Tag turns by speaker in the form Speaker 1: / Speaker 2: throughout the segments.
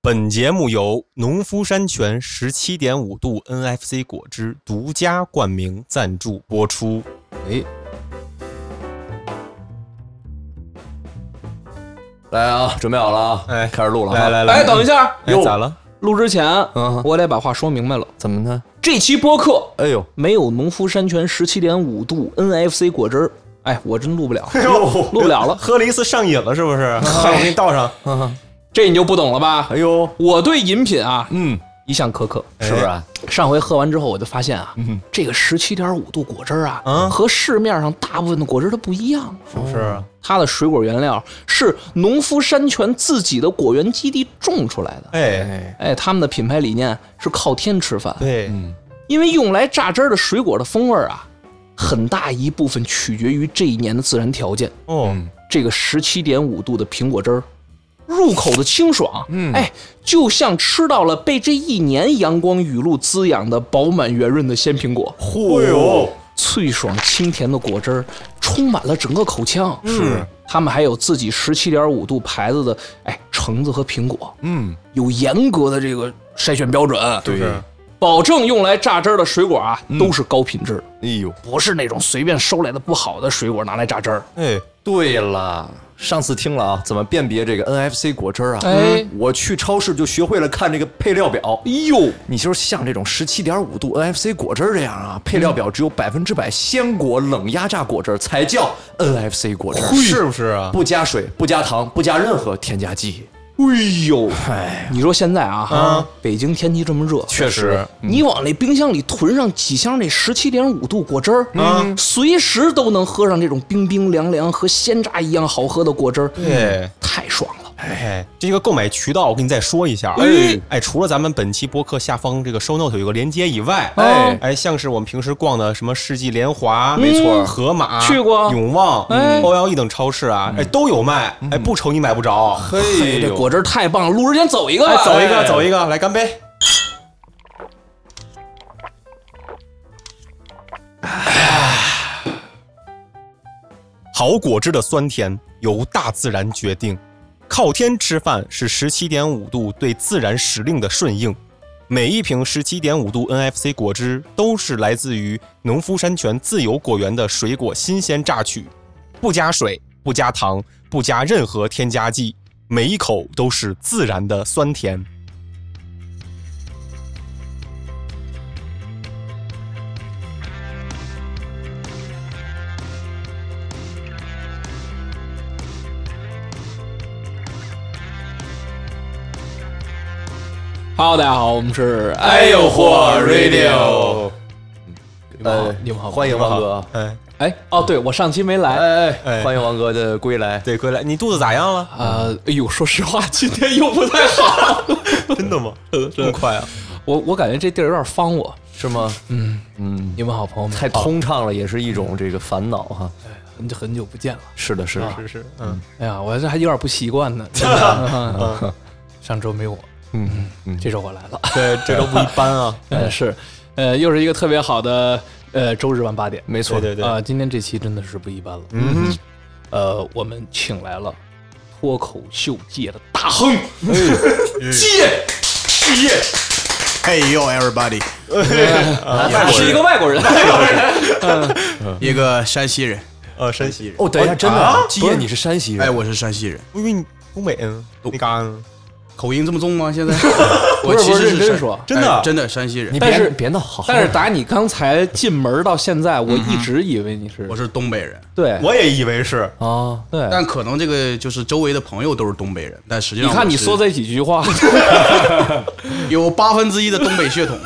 Speaker 1: 本节目由农夫山泉十七点五度 NFC 果汁独家冠名赞助播出。
Speaker 2: 哎，来啊，准备好了啊，
Speaker 1: 哎
Speaker 2: 开始录了啊，
Speaker 1: 来来来，
Speaker 3: 哎，等一下，
Speaker 1: 哎，
Speaker 2: 哟
Speaker 1: 咋了？
Speaker 3: 录之前
Speaker 2: 嗯
Speaker 3: 我得把话说明白了。
Speaker 2: 怎么呢？
Speaker 3: 这期播客
Speaker 2: 哎呦，
Speaker 3: 没有农夫山泉十七点五度 NFC 果汁儿，哎，我真录不了，录不了了。
Speaker 1: 喝了一次上瘾了，是 哎不是？嗨，我给你倒上，
Speaker 3: 这你就不懂了吧
Speaker 2: 哎？呦，
Speaker 3: 我对饮品啊
Speaker 2: 嗯，
Speaker 3: 一向苛刻，
Speaker 2: 是不是嗯啊？
Speaker 3: 上回喝完之后我就发现啊，这个十七点五度果汁儿啊
Speaker 1: 嗯，
Speaker 3: 和市面上大部分的果汁儿它不一样。
Speaker 1: 是不是？
Speaker 3: 它的水果原料是农夫山泉自己的果园基地种出来的，
Speaker 1: 哎，
Speaker 3: 哎，他们的品牌理念是靠天吃饭，
Speaker 1: 对，
Speaker 3: 因为用来榨汁儿的水果的风味儿啊，很大一部分取决于这一年的自然条件。
Speaker 1: 哦，
Speaker 3: 这个十七点五度的苹果汁儿，入口的清爽，嗯，哎，就像吃到了被这一年阳光雨露滋养的饱满圆润的鲜苹果，
Speaker 1: 哦哎
Speaker 2: 嚯呦，
Speaker 3: 脆爽清甜的果汁儿充满了整个口腔。是，他们还有自己十七点五度牌子的哎橙子和苹果，
Speaker 2: 嗯，
Speaker 3: 有严格的这个筛选标准，
Speaker 2: 对，
Speaker 1: 是
Speaker 2: 哎
Speaker 3: 保证用来榨汁儿的水果啊
Speaker 1: 嗯
Speaker 3: 都是高品质的。
Speaker 2: 哎呦，
Speaker 3: 不是那种随便收来的不好的水果拿来榨汁儿。
Speaker 1: 哎，
Speaker 2: 对了，上次听了啊，怎么辨别这个 NFC 果汁儿啊？
Speaker 3: 哎
Speaker 2: 我去超市就学会了看这个配料表。
Speaker 3: 哎呦，
Speaker 2: 你就是像这种十七点五度 NFC 果汁儿这样啊，配料表
Speaker 3: 嗯
Speaker 2: 只有百分之百鲜果冷压榨果汁儿才叫 NFC 果汁儿，
Speaker 1: 是不是啊？
Speaker 2: 不加水、不加糖、不加任何添加剂。
Speaker 3: 哎呦，
Speaker 2: 哎，
Speaker 3: 你说现在啊，
Speaker 1: 啊
Speaker 3: 北京天气这么热，
Speaker 1: 确实，嗯
Speaker 3: 你往那冰箱里囤上几箱这十七点五度果汁儿，
Speaker 1: 嗯
Speaker 3: 随时都能喝上这种冰冰凉凉和鲜榨一样好喝的果汁儿，
Speaker 1: 对。
Speaker 3: 太爽了。
Speaker 1: 哎，这个购买渠道我给你再说一下。哎
Speaker 3: 哎，
Speaker 1: 哎，除了咱们本期播客下方这个 show note 有个连接以外，
Speaker 3: 哦
Speaker 2: 哎
Speaker 1: 哎，像是我们平时逛的什么世纪联华，
Speaker 3: 没错
Speaker 1: 盒马
Speaker 3: 嗯去过嗯
Speaker 1: 永旺、
Speaker 3: 哎
Speaker 1: OLE 等超市啊，哎都有卖，哎不愁你买不着。
Speaker 2: 嘿
Speaker 3: 这果汁儿太棒了，录之前走一个
Speaker 1: 哎
Speaker 3: 吧，，
Speaker 1: 走一个，
Speaker 2: 哎
Speaker 1: 走一个，来干杯！哎好果汁的酸甜由大自然决定，靠天吃饭是十七点五度对自然时令的顺应。每一瓶十七点五度 NFC 果汁都是来自于农夫山泉自由果园的水果新鲜榨取，不加水，不加糖，不加任何添加剂，每一口都是自然的酸甜。
Speaker 3: Hello，大家好，我们是
Speaker 2: 哎呦嚯，Radio 呃，
Speaker 3: 啊你们好
Speaker 2: 欢迎王哥，
Speaker 1: 哎
Speaker 3: 哎哦，对我上期没来，
Speaker 2: 哎
Speaker 1: 哎
Speaker 2: 哎，欢迎王哥的归来。
Speaker 1: 对，归来，你肚子咋样了？
Speaker 3: 呃，哎呦，说实话， 今天又不太好，
Speaker 1: 真的吗？这么快啊？
Speaker 3: 我我感觉这地儿有点方我。
Speaker 2: 是吗？
Speaker 3: 嗯，
Speaker 2: 嗯，
Speaker 3: 你们好，朋友们，
Speaker 2: 太通畅了，也是一种这个烦恼哈。
Speaker 3: 很久很久不见了。
Speaker 2: 是的，是的，
Speaker 1: 是是，嗯，
Speaker 3: 哎呀，我这还有点不习惯 呢。嗯上周没我，
Speaker 2: 嗯嗯，哎
Speaker 3: 这周我来了。
Speaker 1: 这这都不一般 啊。
Speaker 3: 嗯， 是，呃，又是一个特别好的呃周日晚八点。
Speaker 2: 没错
Speaker 1: 对，对对，
Speaker 3: 啊、今天这期真的是不一般了。
Speaker 1: 嗯，
Speaker 3: 呃，我们请来了脱口秀界的大亨，
Speaker 2: 啊借借，
Speaker 4: Hey yo everybody，
Speaker 3: 他是一个外国人。嗯
Speaker 4: 一个山西人，
Speaker 1: 呃，山西人，
Speaker 2: 哦，
Speaker 3: 哎
Speaker 2: 等一下，真的啊，借
Speaker 4: 不是
Speaker 2: 你是山西人，
Speaker 4: 哎，我是山西人，
Speaker 1: 我以为你东北人，那嘎嗯
Speaker 4: 口音这么重吗？现在
Speaker 3: 不
Speaker 4: 我
Speaker 3: 是
Speaker 4: 其
Speaker 3: 不是
Speaker 4: 实
Speaker 3: 认真啊
Speaker 4: 是山
Speaker 3: 说
Speaker 4: 哎
Speaker 1: 真的
Speaker 4: 真的山西人
Speaker 2: 你，
Speaker 3: 但是
Speaker 2: 别别闹，好好
Speaker 3: 但是打你刚才进门到现在，我一直以为你是
Speaker 4: 我是东北人，
Speaker 3: 对
Speaker 1: 我也以为是。
Speaker 2: 啊，
Speaker 3: 对，
Speaker 4: 但可能这个就是周围的朋友都是东北人，但实际
Speaker 3: 哎你
Speaker 4: 上
Speaker 3: 看你
Speaker 4: 我是
Speaker 3: 说这几句话，
Speaker 4: 有八分之一的东北 血统，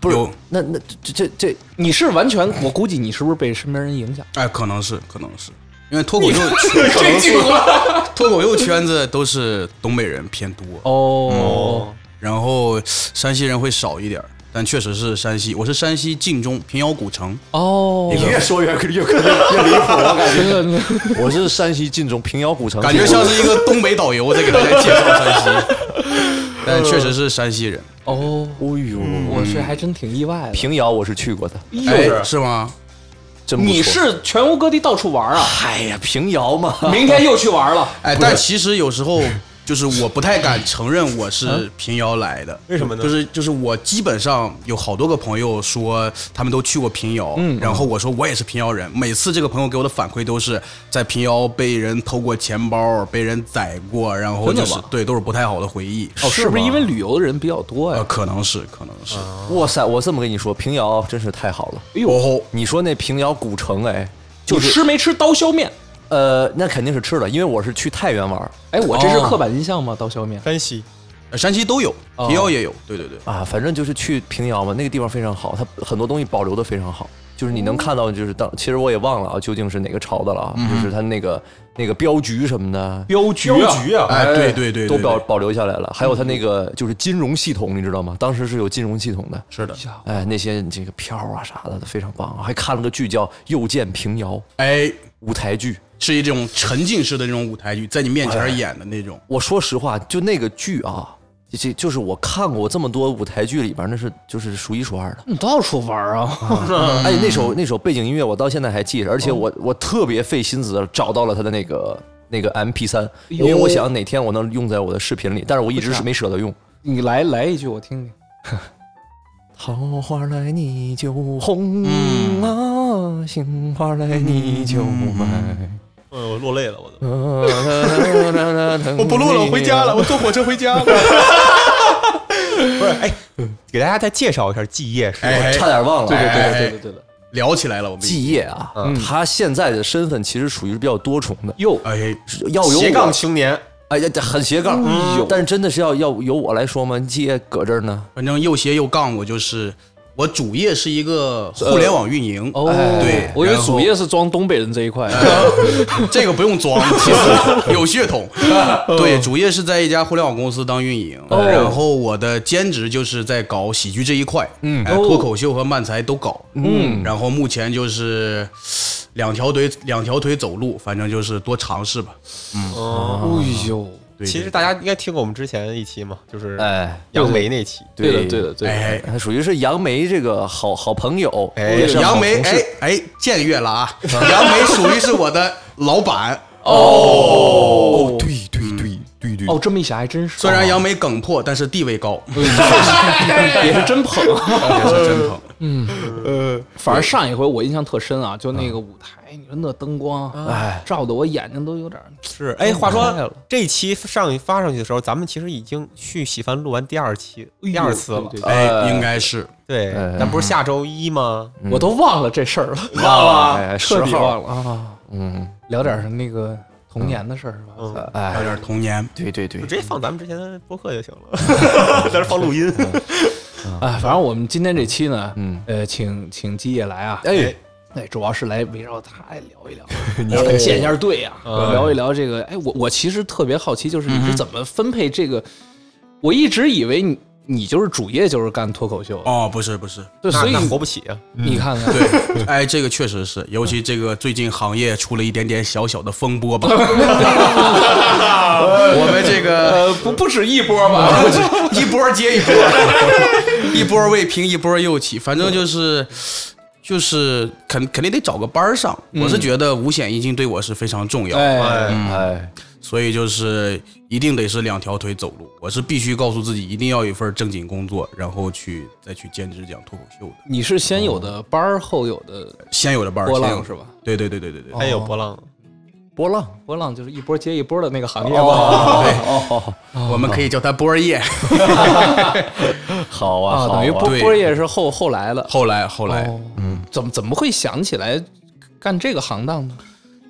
Speaker 4: 不是？
Speaker 2: 那那这这这
Speaker 3: 你是完全，我估计你是不是被身边人影响？
Speaker 4: 哎，可能是，可能是。因为脱口秀圈，可
Speaker 3: 这
Speaker 4: 能
Speaker 3: 句
Speaker 4: 是
Speaker 3: 话
Speaker 4: 脱口秀圈子都是东北人偏多，
Speaker 3: 哦，
Speaker 4: 然后山西人会少一点儿，但确实是山西。我是山西晋中平遥古城，
Speaker 3: 哦，
Speaker 2: 你越说越越越越离谱，我感
Speaker 3: 真的真的
Speaker 2: 觉。 我是山西晋中平遥古城，
Speaker 4: 感觉像是一个东北导游在给大家介绍山西，但确实是山西人，
Speaker 3: 哦，
Speaker 2: 哦呦，
Speaker 3: 我是还真挺意外的。
Speaker 2: 平遥我是去过的，
Speaker 4: 哎，是吗？
Speaker 2: 真不错
Speaker 3: 你是全 国各地到处玩啊？啊
Speaker 2: 哎呀，平遥嘛，
Speaker 3: 明天又去玩了？
Speaker 4: 哎，但其实有时候就是我不太敢承认我是平遥来的，
Speaker 1: 为什么呢
Speaker 4: 就是就是我基本上有好多个朋友说他们都去过平遥，然后我说我也是平遥人，每次这个朋友给我的反馈都是在平遥被人偷过钱包，被人宰过，然后
Speaker 3: 真的
Speaker 4: 就是
Speaker 3: 吗
Speaker 4: 对都是不太好的回忆，
Speaker 3: 哦，是不哦是因为旅游的人比较多
Speaker 4: 呃
Speaker 3: 呀？
Speaker 4: 可能是可能是，
Speaker 2: 哇塞，我这么跟你说，平遥真是太好了。
Speaker 3: 哎呦，
Speaker 2: 你说那平遥古城，哎，就
Speaker 3: 你
Speaker 2: 是
Speaker 3: 吃没吃刀削面？
Speaker 2: 呃，那肯定是吃的，因为我是去太原玩儿
Speaker 3: 哎，我这是
Speaker 4: 哦
Speaker 3: 刻板印象吗？刀削面？
Speaker 1: 山西
Speaker 4: 呃山西都有，平遥也有，对对对。
Speaker 2: 啊，反正就是去平遥嘛，那个地方非常好，它很多东西保留的非常好，就是你能看到，就是当其实我也忘了啊，究竟是哪个朝的了啊，就是它那个那个镖局什么的，
Speaker 3: 镖局
Speaker 1: 镖局啊，
Speaker 4: 哎，对对对，对
Speaker 2: 都保
Speaker 4: 对嗯
Speaker 2: 保留下来了，还有它那个就是金融系统，你知道吗？当时是有金融系统的，
Speaker 4: 是的，
Speaker 2: 哎，那些这个票啊啥的非常棒，还看了个剧叫《又见平遥》
Speaker 4: 哎，
Speaker 2: 舞台剧。
Speaker 4: 是一种沉浸式的那种舞台剧，在你面
Speaker 3: 哎
Speaker 4: 前演的那种。
Speaker 2: 我说实话，就那个剧啊，这这就是我看过这么多舞台剧里边，那是就是数一数二的。
Speaker 3: 你嗯到处玩啊！
Speaker 2: 哎，那首那首背景音乐我到现在还记着，而且我我特别费心思地找到了他的那个那个 MP 三，因为我想哪天我能用在我的视频里，但是我一直是没舍得用。
Speaker 3: 你来来一句，我听听。
Speaker 2: 桃花来你就红啊，杏花来你就啊白。
Speaker 1: 嗯，我落泪了，我都。
Speaker 2: 我
Speaker 1: 嗯 我不录了，我回家 了，。我坐火车回家了。不是，哎，给大家再介绍一下季夜是吧
Speaker 4: 哎，
Speaker 2: 差点忘了，
Speaker 3: 对对
Speaker 4: 哎
Speaker 3: 对对对对。
Speaker 4: 聊起来了，我们已经
Speaker 2: 季夜啊，他现在的身份其实属于比较多重的，
Speaker 3: 哟，
Speaker 4: 哎，
Speaker 2: 是要有我
Speaker 1: 斜杠青年，
Speaker 2: 哎呀，这很斜杠，
Speaker 3: 嗯
Speaker 2: 但是真的是要要由我来说吗？季夜搁这儿呢，
Speaker 4: 反正又斜又杠，我就是我主业是一个互联网运营。
Speaker 3: 哦，
Speaker 4: 哎对
Speaker 3: 我以为
Speaker 4: 然后哎
Speaker 3: 主业是装东北人这一块。
Speaker 4: 这个不用装，其实有血统。 对，主业是在一家互联网公司当运营，然后我的兼职就是在搞喜剧这一块，嗯，脱口秀和漫才都搞，嗯，然后目前就是两条腿两条腿走路，反正就是多尝试吧。
Speaker 3: 哎呦，
Speaker 4: 对，
Speaker 1: 其实
Speaker 4: 对
Speaker 1: 大家应该听过我们之前一期嘛，就是
Speaker 2: 哎，
Speaker 1: 杨梅那期。
Speaker 3: 对的对的对的。
Speaker 4: 哎，
Speaker 2: 属于是杨梅这个好好朋友，
Speaker 1: 哎
Speaker 2: 也是好
Speaker 4: 杨梅
Speaker 2: 同事
Speaker 4: 哎哎僭越了啊，杨梅属于是我的老板。
Speaker 2: 哦，对对
Speaker 1: 嗯
Speaker 2: 对对对，
Speaker 3: 哦，这嗯么一想还真是。哦
Speaker 4: 虽然杨梅梗破，但是地位高，
Speaker 3: 也是真捧，
Speaker 4: 也是真捧。
Speaker 3: 反正上一回我印象特深啊，就那个舞台，你说那灯光，哎，照的我眼睛都有点儿。
Speaker 1: 是，哎，话
Speaker 3: 明白
Speaker 1: 说
Speaker 3: 了
Speaker 1: 这期上发上去的时候，咱们其实已经去喜番录完第二期、
Speaker 3: 呦
Speaker 1: 第二次了
Speaker 3: 对。对
Speaker 4: 哎，应该是
Speaker 1: 对，咱
Speaker 4: 嗯
Speaker 1: 不是下周一吗？
Speaker 3: 我都忘了这事儿了，
Speaker 2: 忘了
Speaker 3: 彻底
Speaker 2: 10号
Speaker 3: 忘了啊。
Speaker 2: 嗯，
Speaker 3: 聊点儿那个童年的事儿吧。
Speaker 1: 嗯
Speaker 4: 有
Speaker 2: 哎，
Speaker 4: 点童年。
Speaker 2: 对对对
Speaker 1: 就，直接放咱们之前的播客就行 了，在这放录音。
Speaker 3: 啊，反正我们今天这期呢，
Speaker 2: 嗯
Speaker 3: 呃，请请基业来啊，
Speaker 2: 哎，
Speaker 3: 哎，主要是来围绕他来聊一 聊，然后建一下队啊，聊一聊这个。哎，我我其实特别好奇，就是你是怎么分配这个？我一直以为你你就是主业就是干脱口秀，
Speaker 4: 哦，不是不是，
Speaker 3: 对，
Speaker 1: 那
Speaker 3: 所以
Speaker 1: 那活不起啊！
Speaker 3: 你看看，
Speaker 4: 对， 哎，这个确实是，尤其这个最近行业出了一点点小小的风波吧。 我们这个
Speaker 3: 呃，不不止一波吧，
Speaker 4: 一波接一波， 一波未平一波又起，反正就是。就是肯肯定得找个班儿上，
Speaker 3: 嗯
Speaker 4: 我是觉得五险一金对我是非常重要，
Speaker 3: 哎，
Speaker 1: 哎，
Speaker 2: 哎，
Speaker 4: 所以就是一定得是两条腿走路。我是必须告诉自己，一定要有一份正经工作，然后去再去兼职讲脱口秀的。
Speaker 3: 你是先有的班儿，后有的
Speaker 4: 先有了班儿，
Speaker 3: 波
Speaker 4: 先
Speaker 3: 浪
Speaker 4: 有
Speaker 3: 是吧？
Speaker 4: 对对对对对对，
Speaker 1: 还哎有波浪，
Speaker 2: 波浪，
Speaker 3: 嗯波浪就是一波接一波的那个行业吧，
Speaker 2: 哦，
Speaker 4: 我们可以叫它波儿夜。
Speaker 3: 哦
Speaker 2: 好啊，
Speaker 3: 啊，
Speaker 2: 好
Speaker 3: 等于波
Speaker 2: 啊，
Speaker 4: 对
Speaker 3: 波业是后后来了，
Speaker 4: 后来后来，
Speaker 3: 嗯，怎么怎么会想起来干这个行当呢？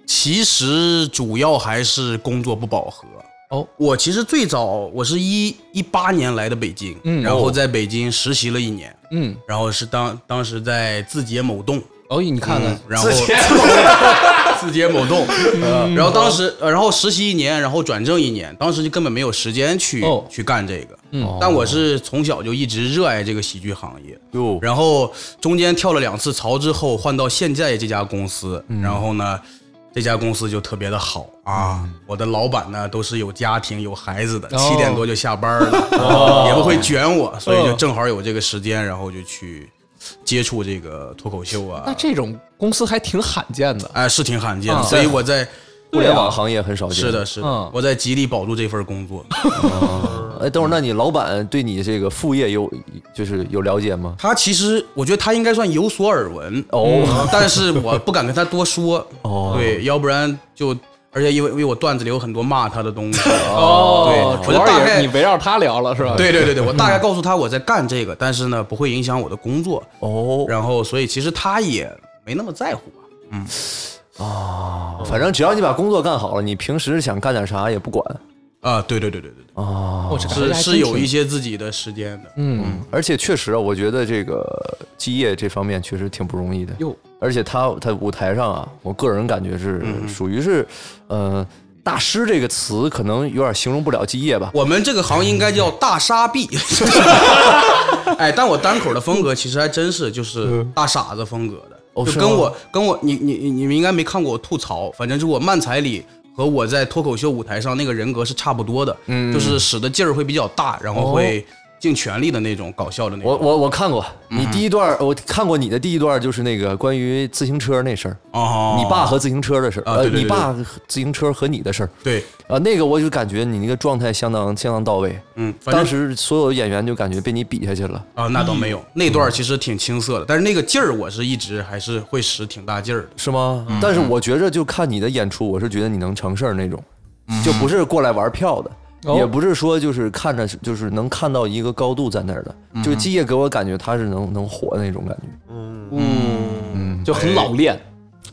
Speaker 4: 其实主要还是工作不饱和。
Speaker 3: 哦，
Speaker 4: 我其实最早我是一一八年来的北京，
Speaker 3: 嗯
Speaker 4: 然后在北京实习了一年，
Speaker 3: 嗯，
Speaker 4: 然后是当当时在字节某动，
Speaker 3: 哦，你看看，
Speaker 4: 然后 字节某动，
Speaker 3: 嗯
Speaker 4: 然后当时呃然后实习一年，然后转正一年，当时就根本没有时间去
Speaker 3: 哦嗯
Speaker 4: 去干这个。但我是从小就一直热爱这个喜剧行业，
Speaker 2: 哟，
Speaker 4: 然后中间跳了两次槽之后，换到现在这家公司，
Speaker 3: 嗯
Speaker 4: 然后呢，这家公司就特别的好啊。我的老板呢都是有家庭有孩子的，
Speaker 3: 嗯哦
Speaker 4: 七点多就下班了，也不会卷我，所以就正好有这个时间，然后就去接触这个脱口秀啊
Speaker 3: 那。这种公司还挺罕见的。
Speaker 4: 哎，是挺罕见
Speaker 3: 啊
Speaker 4: 的，所以我在
Speaker 2: 互联网行业很少见。
Speaker 4: 是的，，是的
Speaker 3: 嗯，
Speaker 4: 我在极力保住这份工作。
Speaker 2: 哎，等会儿，那你老板对你这个副业有就是有了解吗？
Speaker 4: 他其实，我觉得他应该算有所耳闻嗯
Speaker 2: 哦，
Speaker 4: 但是我不敢跟他多说
Speaker 2: 哦
Speaker 4: 对，要不然就，而且因为因为我段子里有很多骂他的东西，
Speaker 3: 哦，
Speaker 4: 对
Speaker 3: 主
Speaker 4: 我就
Speaker 3: 要
Speaker 4: 大
Speaker 3: 也
Speaker 4: 概
Speaker 3: 是你围绕他聊了是吧？，
Speaker 4: 对对对对，我
Speaker 2: 嗯
Speaker 4: 大概告诉他我在干这个，但是呢不会影响我的工作，
Speaker 2: 哦，
Speaker 4: 然后所以其实他也没那么在乎吧。
Speaker 2: 反正只要你把工作干好了，你平时想干点啥也不管
Speaker 4: 啊，对对对对对对，
Speaker 2: 啊。
Speaker 3: 我这感觉
Speaker 4: 是
Speaker 3: 还
Speaker 4: 是
Speaker 3: 真
Speaker 4: 有一些自己的时间的。
Speaker 3: 嗯
Speaker 2: 而且确实啊，我觉得这个基业这方面确实挺不容易的。
Speaker 3: 哟，
Speaker 2: 而且他他舞台上啊，我个人感觉是属于是，呃，大师这个词可能有点形容不了基业吧。
Speaker 4: 我们这个行业应该叫大 傻逼，哎，但我单口的风格其实还真是就是大傻子风格
Speaker 2: 嗯哦
Speaker 4: 的，就是跟
Speaker 2: 吗
Speaker 4: 我跟我你你你你们应该没看过我吐槽，反正就是我漫才里和我在脱口秀舞台上那个人格是差不多的，
Speaker 2: 嗯
Speaker 4: 就是使的劲儿会比较大，然后
Speaker 2: 哦
Speaker 4: 会尽全力的那种搞笑的那
Speaker 2: 我
Speaker 4: 种。
Speaker 2: 我我看过你第一段，我看过你的第一段，就是那个关于自行车那事儿，
Speaker 4: 哦
Speaker 2: 你爸和自行车的事儿，
Speaker 4: 啊
Speaker 2: 呃，
Speaker 4: 对对对
Speaker 2: 你爸自行车和你的事儿，
Speaker 4: 对，
Speaker 2: 啊，那个我就感觉你那个状态相当相当到位，
Speaker 4: 嗯，反
Speaker 2: 当
Speaker 4: 正
Speaker 2: 时所有演员就感觉被你比下去了。
Speaker 4: 啊，那倒
Speaker 2: 嗯
Speaker 4: 没有，那段其实挺青涩的，但是那个劲儿我是一直还是会使挺大劲儿的。
Speaker 2: 是吗？但是我觉着就看你的演出，我是觉得你能成事儿那种，就不是过来玩票的，
Speaker 3: 哦
Speaker 2: 也不是说就是看着就是能看到一个高度在那儿的，就是基业给我感觉他是能能火的那种感觉。
Speaker 3: 嗯，就很老练，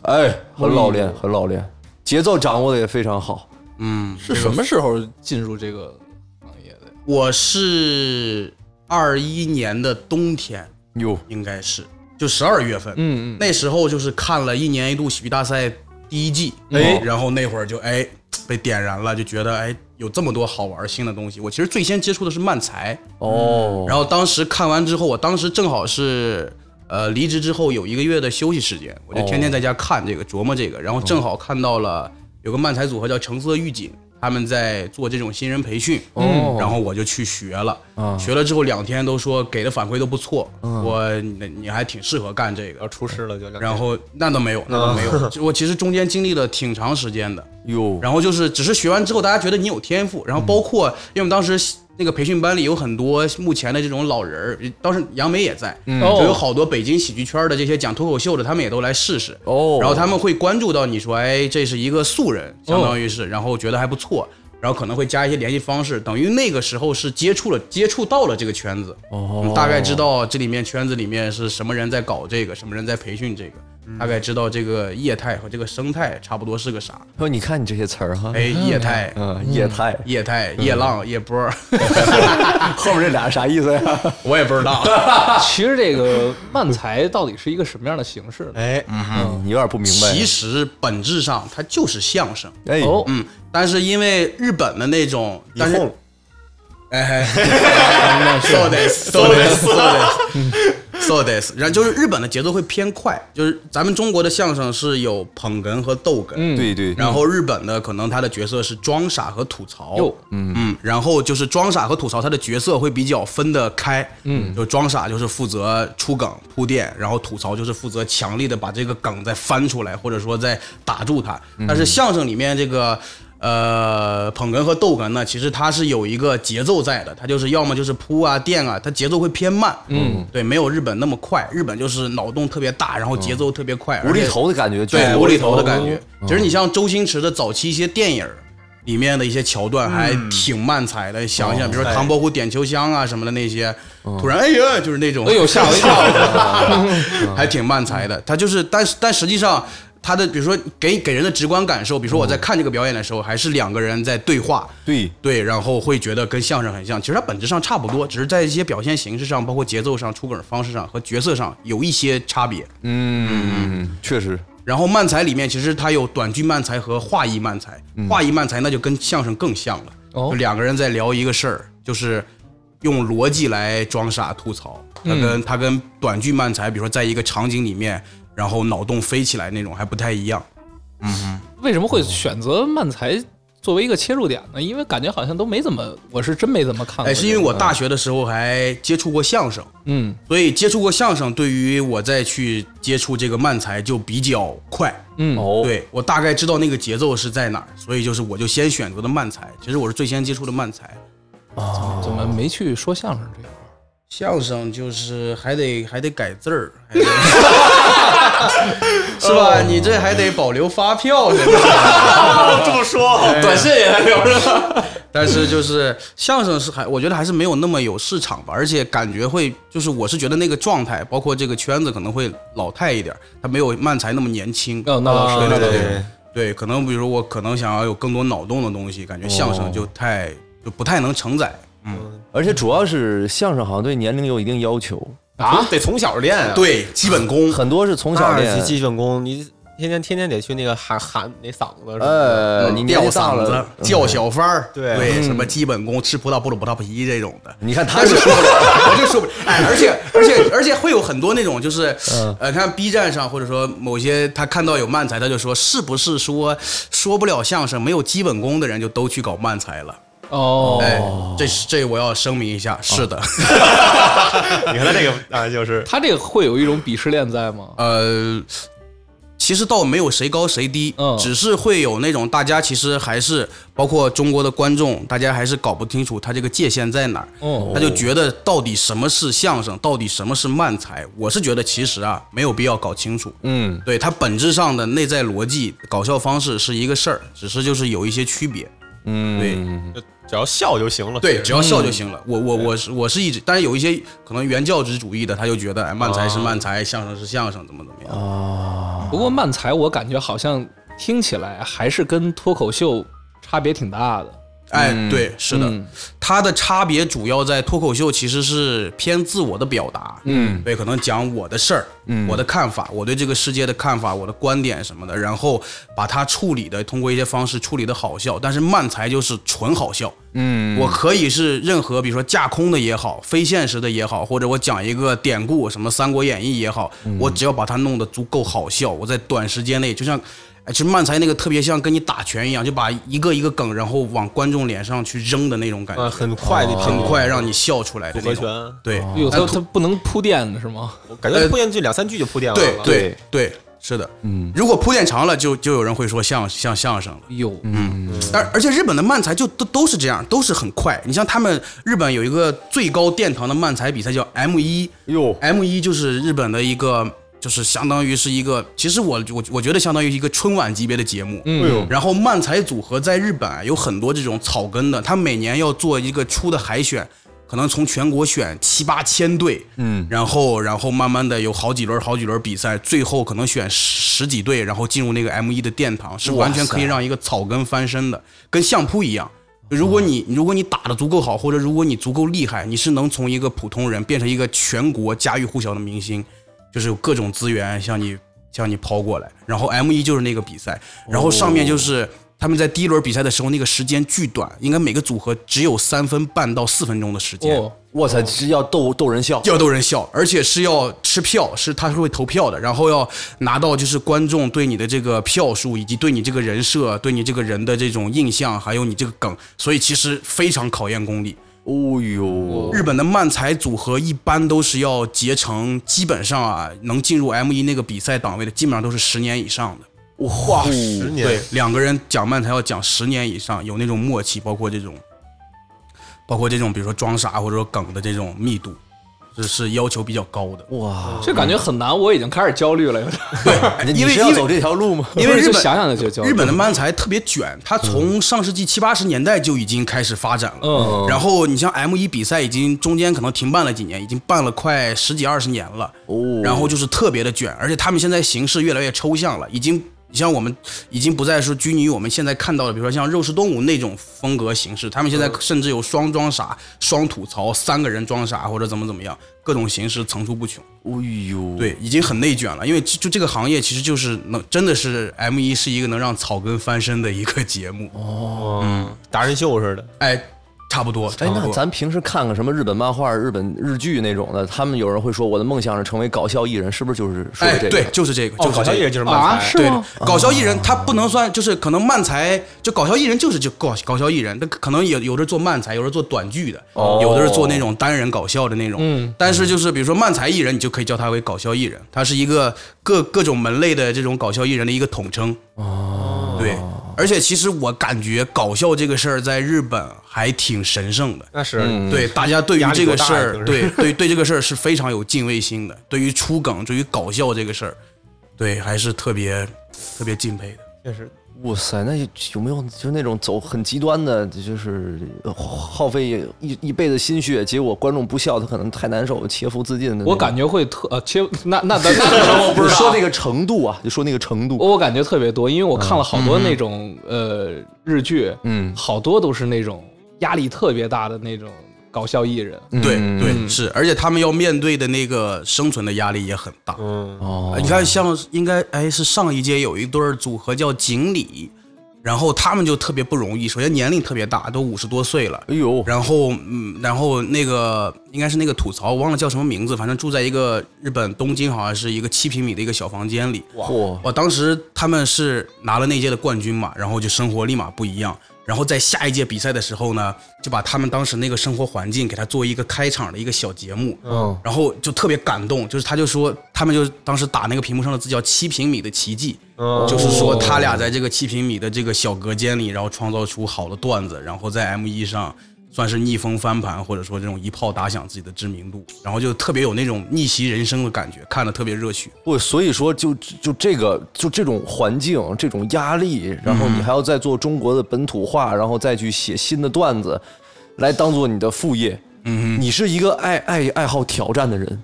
Speaker 2: 哎，很老练，很老练，节奏掌握的也非常好。
Speaker 4: 嗯，
Speaker 3: 是什么时候进入这个行业的？
Speaker 4: 我是二一年的冬天，
Speaker 2: 哟，
Speaker 4: 应该是就十二月份，
Speaker 3: 嗯嗯，
Speaker 4: 那时候就是看了一年一度喜剧大赛第一季，
Speaker 1: 哎
Speaker 4: 然后那会儿就哎被点燃了，就觉得哎有这么多好玩儿新的东西。我其实最先接触的是漫才，
Speaker 2: 哦，
Speaker 4: 然后当时看完之后，我当时正好是呃离职之后有一个月的休息时间，我就天天在家看这个、琢磨这个，然后正好看到了有个漫才组合叫橙色预警，他们在做这种新人培训，
Speaker 2: 哦
Speaker 4: 然后我就去学了，
Speaker 2: 啊嗯
Speaker 4: 学了之后两天都说给的反馈都不错，我你你还挺适合干这
Speaker 1: 然后
Speaker 4: 个。
Speaker 1: 出师了就两天，
Speaker 4: 然后那倒没有，那倒没有。我其实中间经历了挺长时间的，
Speaker 2: 哟，
Speaker 4: 然后就是只是学完之后，大家觉得你有天赋，
Speaker 2: 嗯
Speaker 4: 然后包括因为我们当时那个培训班里有很多目前的这种老人儿，当时杨梅也在，
Speaker 2: 嗯
Speaker 4: 就有好多北京喜剧圈的这些讲脱口秀的，他们也都来试试。
Speaker 2: 哦
Speaker 4: 然后他们会关注到你说，哎，这是一个素人，相
Speaker 2: 哦
Speaker 4: 当于是，然后觉得还不错。然后可能会加一些联系方式，等于那个时候是接触了、接触到了这个圈子，嗯
Speaker 2: 哦
Speaker 4: 大概知道这里面圈子里面是什么人在搞这个，什么人在培训这个，
Speaker 2: 嗯
Speaker 4: 大概知道这个业态和这个生态差不多是个啥。
Speaker 2: 说你看你这些词儿哈，
Speaker 4: 哎，业态，
Speaker 2: 嗯，业态，
Speaker 4: 业态、夜浪、夜波，
Speaker 2: 后面这俩啥意思 呀？
Speaker 4: 我也不知道。
Speaker 3: 其实这个漫才到底是一个什么样的形式呢？
Speaker 1: 哎，
Speaker 2: 嗯你有点不明白。
Speaker 4: 嗯其实本质上它就是相声，
Speaker 2: 哎，
Speaker 3: 哦，
Speaker 4: 嗯，但是因为日本的那种，
Speaker 1: 以
Speaker 4: 但是
Speaker 1: 后
Speaker 4: 哎哎，so this so this so this so this，然后就是日本的节奏会偏快，就是咱们中国的相声是有捧哏和逗哏，嗯
Speaker 2: 对对，
Speaker 4: 然后日本的可能他的角色是装傻和吐槽
Speaker 3: 哟，
Speaker 4: 嗯嗯，然后就是装傻和吐槽，他的角色会比较分得开，嗯，就装傻就是负责出梗铺垫，然后吐槽就是负责强力的把这个梗再翻出来，或者说再打住它。但是相声里面这个。呃，捧哏和逗哏呢，其实它是有一个节奏在的，它就是要么就是铺啊、垫啊，它节奏会偏慢，嗯，对，没有日本那么快，日本就是脑洞特别大，然后节奏特别快，
Speaker 2: 无
Speaker 4: 而
Speaker 2: 厘
Speaker 4: 且
Speaker 2: 头的感觉，
Speaker 4: 对
Speaker 2: 就是
Speaker 4: 无厘头的感觉。其
Speaker 3: 嗯
Speaker 4: 实你像周星驰的早期一些电影儿里面的一些桥段，还挺漫才的。想
Speaker 3: 哦
Speaker 4: 一想，比如说《唐伯虎点秋香》啊什么的那些，突然哎呀，就是那种，
Speaker 3: 哎呦吓我一
Speaker 4: 跳， 还挺漫才的。他就是，但是但实际上。他的比如说给给人的直观感受，比如说
Speaker 3: 嗯
Speaker 4: 我在看这个表演的时候，还是两个人在对话，
Speaker 2: 对，
Speaker 4: 对，然后会觉得跟相声很像，其实它本质上差不多，只是在一些表现形式上，包括节奏上、出梗方式上和角色上有一些差别。
Speaker 2: 嗯，确实，
Speaker 4: 然后漫才里面其实它有短剧漫才和话艺漫才，话艺漫才那就跟相声更像了，
Speaker 3: 嗯哦
Speaker 4: 就两个人在聊一个事儿，就是用逻辑来装傻吐槽。
Speaker 3: 嗯
Speaker 4: 它跟、它跟短剧漫才，比如说在一个场景里面，然后脑洞飞起来那种还不太一样。
Speaker 3: 为什么会选择漫才作为一个切入点呢？因为感觉好像都没怎么，我是真没怎么看过。
Speaker 4: 哎，是因为我大学的时候还接触过相声，
Speaker 3: 嗯
Speaker 4: 所以接触过相声，对于我再去接触这个慢才就比较快。
Speaker 3: 嗯
Speaker 2: 哦，
Speaker 4: 对我大概知道那个节奏是在哪儿，所以就是我就先选择的慢才。其实我是最先接触的慢才，
Speaker 3: 怎么没去说相声这块儿？
Speaker 4: 相声就是还得还得改字儿，还得是吧？你这还得保留发票呢。
Speaker 1: 这么说，
Speaker 2: 短信也来聊着。
Speaker 4: 哎 但是就是相声是还，我觉得还是没有那么有市场吧，而且感觉会就是我是觉得那个状态，包括这个圈子可能会老态一点儿，它没有漫才那么年轻。啊
Speaker 3: 哦，那倒
Speaker 4: 对
Speaker 3: 是，
Speaker 4: 那倒
Speaker 1: 对
Speaker 4: 是对，可能比如我可能想要有更多脑洞的东西，感觉相声就太、就不太能承载。
Speaker 2: 而且主要是相声好像对年龄有一定要求，
Speaker 1: 啊，得从小练啊。，
Speaker 4: 对，基本功。
Speaker 2: 很多是从小练
Speaker 1: 那。基本功，你天天天天得去那个喊喊那嗓子是吧，
Speaker 2: 呃，你年
Speaker 4: 吊
Speaker 2: 纪大
Speaker 4: 嗓子
Speaker 2: 了，
Speaker 4: 叫小番儿，
Speaker 1: 对
Speaker 4: 什么基本功，吃葡萄不吐葡萄皮这种的，
Speaker 2: 你看他
Speaker 4: 但是
Speaker 2: 就
Speaker 4: 受不了，我就受不了。哎，而且而且而且会有很多那种就是，呃，看 B 站上或者说某些他看到有漫才，他就说是不是说说不了相声，没有基本功的人就都去搞漫才了？
Speaker 3: 哦，
Speaker 4: 哎，这是这我要声明一下，是的，
Speaker 1: 你看他这个啊，就是
Speaker 3: 他这个会有一种鄙视链在吗？
Speaker 4: 呃。其实倒没有谁高谁低，
Speaker 3: 嗯
Speaker 4: 只是会有那种大家其实还是包括中国的观众，大家还是搞不清楚他这个界限在哪儿。
Speaker 3: 哦，
Speaker 4: 他就觉得到底什么是相声，到底什么是慢才。我是觉得其实啊，没有必要搞清楚。
Speaker 2: 嗯，
Speaker 4: 对它本质上的内在逻辑、搞笑方式是一个事儿，只是就是有一些区别。
Speaker 2: 嗯，
Speaker 4: 对
Speaker 1: 只要笑就行了。
Speaker 4: 对，只要笑就行了。我我我是我是一直，但是有一些可能原教旨主义的，他就觉得哎，慢才是慢才，相声是相声，怎么怎么样。
Speaker 3: 不过漫才我感觉好像听起来还是跟脱口秀差别挺大的。
Speaker 4: 哎，对，是的，它的差别主要在脱口秀其实是偏自我的表达，嗯，对，可能讲我的事儿，嗯，我的看法，我对这个世界的看法，我的观点什么的，然后把它处理的通过一些方式处理的好笑，但是慢才就是纯好笑，嗯，我可以是任何比如说架空的也好，非现实的也好，或者我讲一个典故，什么《三国演义》也好，我只要把它弄得足够好笑，我在短时间内就像。哎，其实漫才那个特别像跟你打拳一样，就把一个一个梗，然后往观众脸上去扔的那种感觉，
Speaker 1: 啊，很快的
Speaker 4: 很快让你笑出来的
Speaker 1: 组合
Speaker 4: 那种。
Speaker 1: 拳，哦
Speaker 4: 对，
Speaker 3: 有时候他不能铺垫是吗？
Speaker 1: 我感觉铺垫就两三句就铺垫完
Speaker 4: 呃对
Speaker 1: 了。
Speaker 4: 对对，是的。哦嗯，如果铺垫长了，就就有人会说像像相声了。
Speaker 3: 有，
Speaker 4: 但而且日本的漫才就都都是这样，都是很快。你像他们日本有一个最高殿堂的漫才比赛叫 M 一
Speaker 2: 哟，
Speaker 1: 哎
Speaker 4: ，M 一就是日本的一个，就是相当于是一个，其实我我我觉得相当于一个春晚级别的节目。
Speaker 2: 嗯，
Speaker 4: 然后漫才组合在日本啊有很多这种草根的，他每年要做一个出的海选，可能从全国选七八千队，
Speaker 2: 嗯，
Speaker 4: 然后然后慢慢的有好几轮好几轮比赛，最后可能选十十几队，然后进入那个 M 一的殿堂，是完全可以让一个草根翻身的，跟相扑一样。如果你如果你打的足够好，或者如果你足够厉害，你是能从一个普通人变成一个全国家喻户晓的明星，就是有各种资源向你向你抛过来。然后 M 一就是那个比赛，然后上面就是他们在第一轮比赛的时候，那个时间巨短，应该每个组合只有三分半到四分钟的时间。
Speaker 3: 哦，
Speaker 2: 我操，这要逗逗人笑，
Speaker 4: 要逗人笑，而且是要吃票，是他是会投票的，然后要拿到就是观众对你的这个票数，以及对你这个人设、对你这个人的这种印象，还有你这个梗，所以其实非常考验功力。
Speaker 2: 哦呦，
Speaker 4: 日本的漫才组合一般都是要结成，基本上啊能进入 M 一那个比赛档位的，基本上都是十年以上的。
Speaker 2: 哇，
Speaker 1: 十年
Speaker 4: 对，两个人讲漫才要讲十年以上，有那种默契，包括这种，包括这种，比如说装傻或者说梗的这种密度，是是要求比较高的。
Speaker 2: 哇，
Speaker 3: 这感觉很难，我已经开始焦虑了， 有点儿。
Speaker 2: 你
Speaker 4: 因
Speaker 2: 你
Speaker 4: 为
Speaker 2: 是要
Speaker 4: 因为
Speaker 2: 走这条路吗？
Speaker 4: 因
Speaker 3: 不
Speaker 4: 为
Speaker 3: 是
Speaker 4: 日
Speaker 3: 就
Speaker 4: 本
Speaker 3: 想想就就焦虑。
Speaker 4: 日本的漫才特别卷，它从上世纪七八十年代就已经开始发展了。
Speaker 3: 嗯
Speaker 4: 然后你像 M 一比赛，已经中间可能停办了几年，已经办了快十几二十年了。
Speaker 2: 哦
Speaker 4: 然后就是特别的卷，而且他们现在形式越来越抽象了，已经。你像我们已经不再是拘泥于我们现在看到的，比如说像肉食动物那种风格形式，他们
Speaker 3: 嗯
Speaker 4: 现在甚至有双装傻、双吐槽、三个人装傻或者怎么怎么样，各种形式层出不穷。
Speaker 2: 哦呦，，
Speaker 4: 对，已经很内卷了，因为就就这个行业其实就是能真的是 M 一是一个能让草根翻身的一个节目。
Speaker 1: 哦，达人秀似的，
Speaker 4: 哎，差不多，
Speaker 2: 哎
Speaker 4: 差，不
Speaker 2: 那
Speaker 4: 多。
Speaker 2: 咱平时看看什么日本漫画、日本日剧那种的，他们有人会说我的梦想是成为搞笑艺人，是不是就是说
Speaker 4: 哎
Speaker 2: 这，个？
Speaker 4: 对，就是这个，就
Speaker 1: 哦，
Speaker 4: 是
Speaker 1: 搞
Speaker 4: 这
Speaker 1: 笑
Speaker 4: 个
Speaker 1: 艺人就是漫
Speaker 3: 啊，
Speaker 1: 才，
Speaker 3: 是
Speaker 4: 对
Speaker 3: 吗？，
Speaker 4: 搞笑艺人他不能算，就是可能漫才，就搞笑艺人就是就搞搞笑艺人，他可能有有的做漫才，有的做短剧的，有的是做那种单人搞笑的那种。嗯，但是就是比如说漫才艺人，你就可以叫他为搞笑艺人，他是一个各各种门类的这种搞笑艺人的一个统称。哦，对，而且其实我感觉搞笑这个事儿在日本还挺神圣的。
Speaker 1: 那是
Speaker 4: 对，大家对于
Speaker 1: 嗯压力
Speaker 4: 这个
Speaker 1: 多大
Speaker 4: 事
Speaker 1: 呀
Speaker 4: 儿
Speaker 1: 就，是
Speaker 4: 对对对这个事儿是非常有敬畏心的。对于出梗，对于搞笑这个事儿，对还是特别特别敬佩的。
Speaker 1: 确实
Speaker 2: 哇塞，那有没有就是那种走很极端的，就是呃耗费一一辈子心血，结果观众不笑，他可能太难受，切腹自尽的那种？
Speaker 3: 我感觉会特呃，切那那 咱那我
Speaker 2: 不是说
Speaker 3: 说
Speaker 2: 那个程度啊，就说那个程
Speaker 4: 哦
Speaker 2: 度，
Speaker 3: 我感觉特别多，因为我看了好多那种、
Speaker 4: 嗯
Speaker 3: 呃日剧，
Speaker 2: 嗯
Speaker 3: 好多都是那种压力特别大的那种搞笑艺人。
Speaker 1: 嗯
Speaker 4: 对对是，而且他们要面对的那个生存的压力也很大。
Speaker 2: 哦
Speaker 4: 呃，你看，像应该哎是上一届有一对儿组合叫锦鲤，然后他们就特别不容易，首先年龄特别大，都五十多岁了。
Speaker 2: 哎呦，
Speaker 4: 然后，嗯，然后那个应该是那个吐槽，我忘了叫什么名字，反正住在一个日本东京，好像是一个七平米的一个小房间里。
Speaker 2: 嚯，
Speaker 4: 我哦当时他们是拿了那届的冠军嘛，然后就生活立马不一样。然后在下一届比赛的时候呢，就把他们当时那个生活环境给他做一个开场的一个小节目，嗯，然后就特别感动，就是他就说他们就当时打那个屏幕上的字叫“七平米的奇迹”，
Speaker 2: 哦
Speaker 4: 就是说他俩在这个七平米的这个小隔间里，然后创造出好的段子，然后在 M 一上算是逆风翻盘，或者说这种一炮打响自己的知名度，然后就特别有那种逆袭人生的感觉，看的特别热血。
Speaker 2: 不，所以说就就这个就这种环境，这种压力，然
Speaker 4: 嗯
Speaker 2: 后你还要再做中国的本土化，然后再去写新的段子，来当做你的副业。嗯，你是一个爱爱爱好挑战的 人，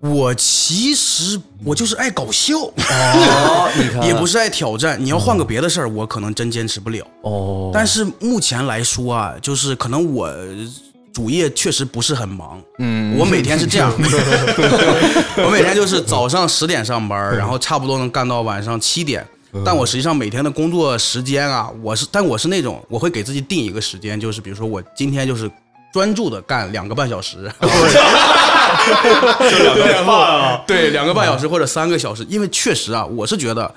Speaker 4: 我其实我就是爱搞笑，
Speaker 2: 哦你看
Speaker 4: 也不是爱挑战。你要换个别的事儿，我可能真坚持不了。
Speaker 2: 哦，
Speaker 4: 但是目前来说啊，就是可能我主业确实不是很忙。嗯，我每天是这样，我每天就是早上十点上班，然后差不多能干到晚上七点。但我实际上每天的工作时间啊，我是，但我是那种我会给自己定一个时间，就是比如说我今天就是专注的干两个半小时，
Speaker 1: 有点棒啊，
Speaker 4: 对，两个半小时或者三个小时，因为确实啊，我是觉得，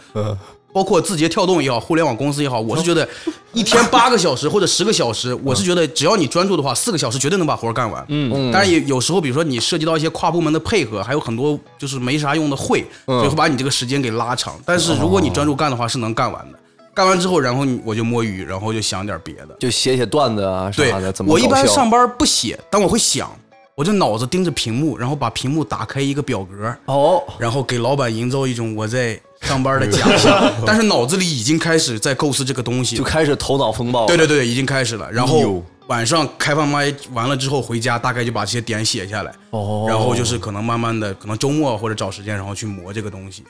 Speaker 4: 包括字节跳动也好，互联网公司也好，我是觉得一天八个小时或者十个小时，我是觉得只要你专注的话，四个小时绝对能把活儿干完。嗯，当然也有时候，比如说你涉及到一些跨部门的配合，还有很多就是没啥用的会，所以会把你这个时间给拉长。但是如果你专注干的话，是能干完的。干完之后，然后你我就摸鱼，然后就想点别的。
Speaker 2: 就写写段子啊
Speaker 4: 对
Speaker 2: 啥的，怎，么
Speaker 4: 我一
Speaker 2: 搞
Speaker 4: 般
Speaker 2: 笑
Speaker 4: 上班不写，但我会想，我就脑子盯着屏幕，然后把屏幕打开一个表格，
Speaker 2: 哦，
Speaker 4: 然后给老板营造一种我在上班的假 象，但是脑子里已经开始在构思这个东西
Speaker 2: 就。开始头脑风暴了。
Speaker 4: 对对对，已经开始了。然
Speaker 2: 哎
Speaker 4: 后
Speaker 2: 呦
Speaker 4: 晚上开放麦完了之后回家，大概就把这些点写下来，
Speaker 2: 哦
Speaker 4: 然后就是可能慢慢的，可能周末或者找时间，然后去磨这个东西。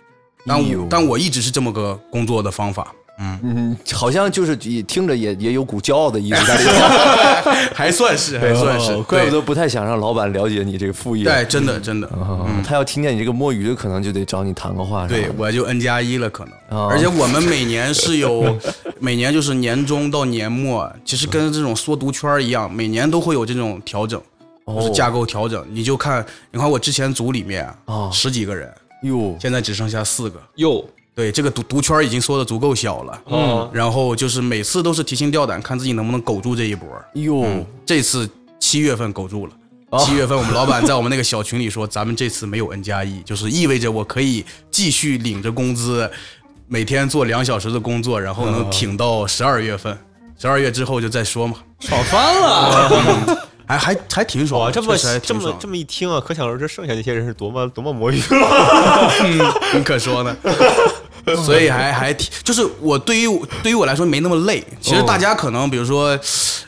Speaker 4: 但
Speaker 2: 哎呦
Speaker 4: 我但我一直是这么个工作的方 法，
Speaker 2: 嗯，好像就是也听着也也有股骄傲的意思在里面，
Speaker 4: 还算是还算是
Speaker 2: 哦，怪不
Speaker 4: 对
Speaker 2: 得不太想让老板了解你这个副业。
Speaker 4: 对，真的真的，
Speaker 2: 嗯，他要听见你这个摸鱼，可能就得找你谈个话。
Speaker 4: 对，，我就 N 加一了，可能。而且我们每年是有， 每年就是年中到年末，其实跟这种缩毒圈儿一样，每年都会有这种调整，就是架构调整。你就看，你看我之前组里面
Speaker 2: 哦
Speaker 4: 十几个人，
Speaker 2: 哟，
Speaker 4: 现在只剩下四个。
Speaker 3: 哟，
Speaker 4: 对，这个毒毒圈儿已经缩的足够小了。嗯，然后就是每次都是提心吊胆，看自己能不能苟住这一波。
Speaker 1: 嗯
Speaker 2: 哟，
Speaker 4: 嗯这次七月份苟住了。
Speaker 1: 哦
Speaker 4: 七月份，我们老板在我们那个小群里说，咱们这次没有 N 加一，就是意味着我可以继续领着工资，每天做两小时的工作，然后
Speaker 1: 哦
Speaker 4: 能挺到十二月份。十二月之后就再说嘛，嗯
Speaker 3: 吵翻
Speaker 4: 哦
Speaker 3: 了，
Speaker 4: 还还还挺爽
Speaker 1: 哦哇，
Speaker 4: 的，
Speaker 1: 这么
Speaker 4: 确实还
Speaker 1: 这
Speaker 4: 挺爽
Speaker 1: 么
Speaker 4: 的
Speaker 1: 这么一听啊，可想而知剩下那些人是多么多么魔芋了。
Speaker 4: 你可说 呢。所以还还挺，就是我对于我对于我来说没那么累。其实大家可能比如说，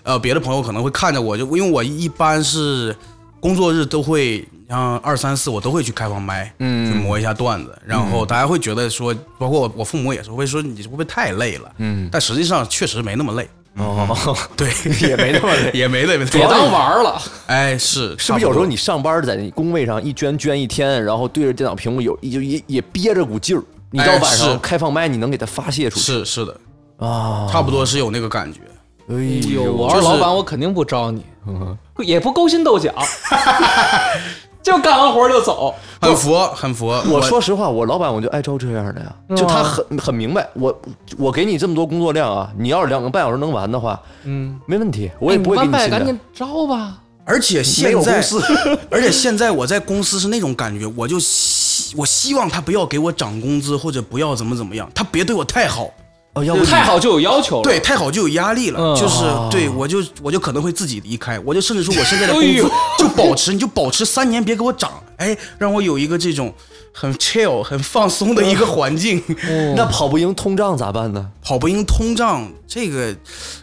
Speaker 4: 呃，别的朋友可能会看着我，就因为我一般是工作日都会，像二三四我都会去开放麦，嗯，去磨一下段子。然后大家会觉得说，包括我我父母也是会说你会不会太累了？嗯，但实际上确实没那么累，嗯
Speaker 2: 哦，
Speaker 4: 对，
Speaker 2: 也没那么累。
Speaker 4: 也没累，别
Speaker 3: 别当玩儿了。
Speaker 4: 哎是
Speaker 2: 是不是有时候你上班在你工位上一捐捐一天，然后对着电脑屏幕有就也也憋着股劲儿，你到
Speaker 4: 哎
Speaker 2: 晚上
Speaker 4: 是
Speaker 2: 开放麦，你能给它发泄出去
Speaker 4: 是是的，
Speaker 2: 啊？
Speaker 4: 差不多是有那个感觉。
Speaker 2: 哎
Speaker 3: 有
Speaker 2: 呦，嗯
Speaker 3: 我要是
Speaker 4: 就是
Speaker 3: 老板，我肯定不招你，也不勾心斗 角，就干完活儿就走。
Speaker 4: 很佛很佛。
Speaker 2: 我说实话，我老板我就爱招这样的呀，
Speaker 3: 嗯
Speaker 2: 就
Speaker 3: 啊
Speaker 2: 他很很明白，我我给你这么多工作量啊，你要是两个半小时能完的话，嗯，没问题，我也不会给
Speaker 3: 完
Speaker 2: 你
Speaker 3: 败
Speaker 2: 新
Speaker 3: 赶
Speaker 2: 的
Speaker 3: 紧。招吧。
Speaker 4: 而且
Speaker 2: 没
Speaker 4: 现
Speaker 2: 有
Speaker 4: 在
Speaker 2: 公 司，
Speaker 4: 而且现在我在公司是那种感觉，我就希我希望他不要给我涨工资，或者不要怎么怎么样，他别对我太好，
Speaker 2: 哦，要不
Speaker 3: 太好就有要求了，
Speaker 4: 对，太好就有压力了，
Speaker 3: 嗯
Speaker 4: 就是对我就我就可能会自己离开，我就甚至说我现在的工作就保持，你就保持三年，别给我涨，哎，让我有一个这种很 chill、很放松的一个环境，
Speaker 2: 那 跑不赢通胀咋办呢？
Speaker 4: 跑不赢通胀，这个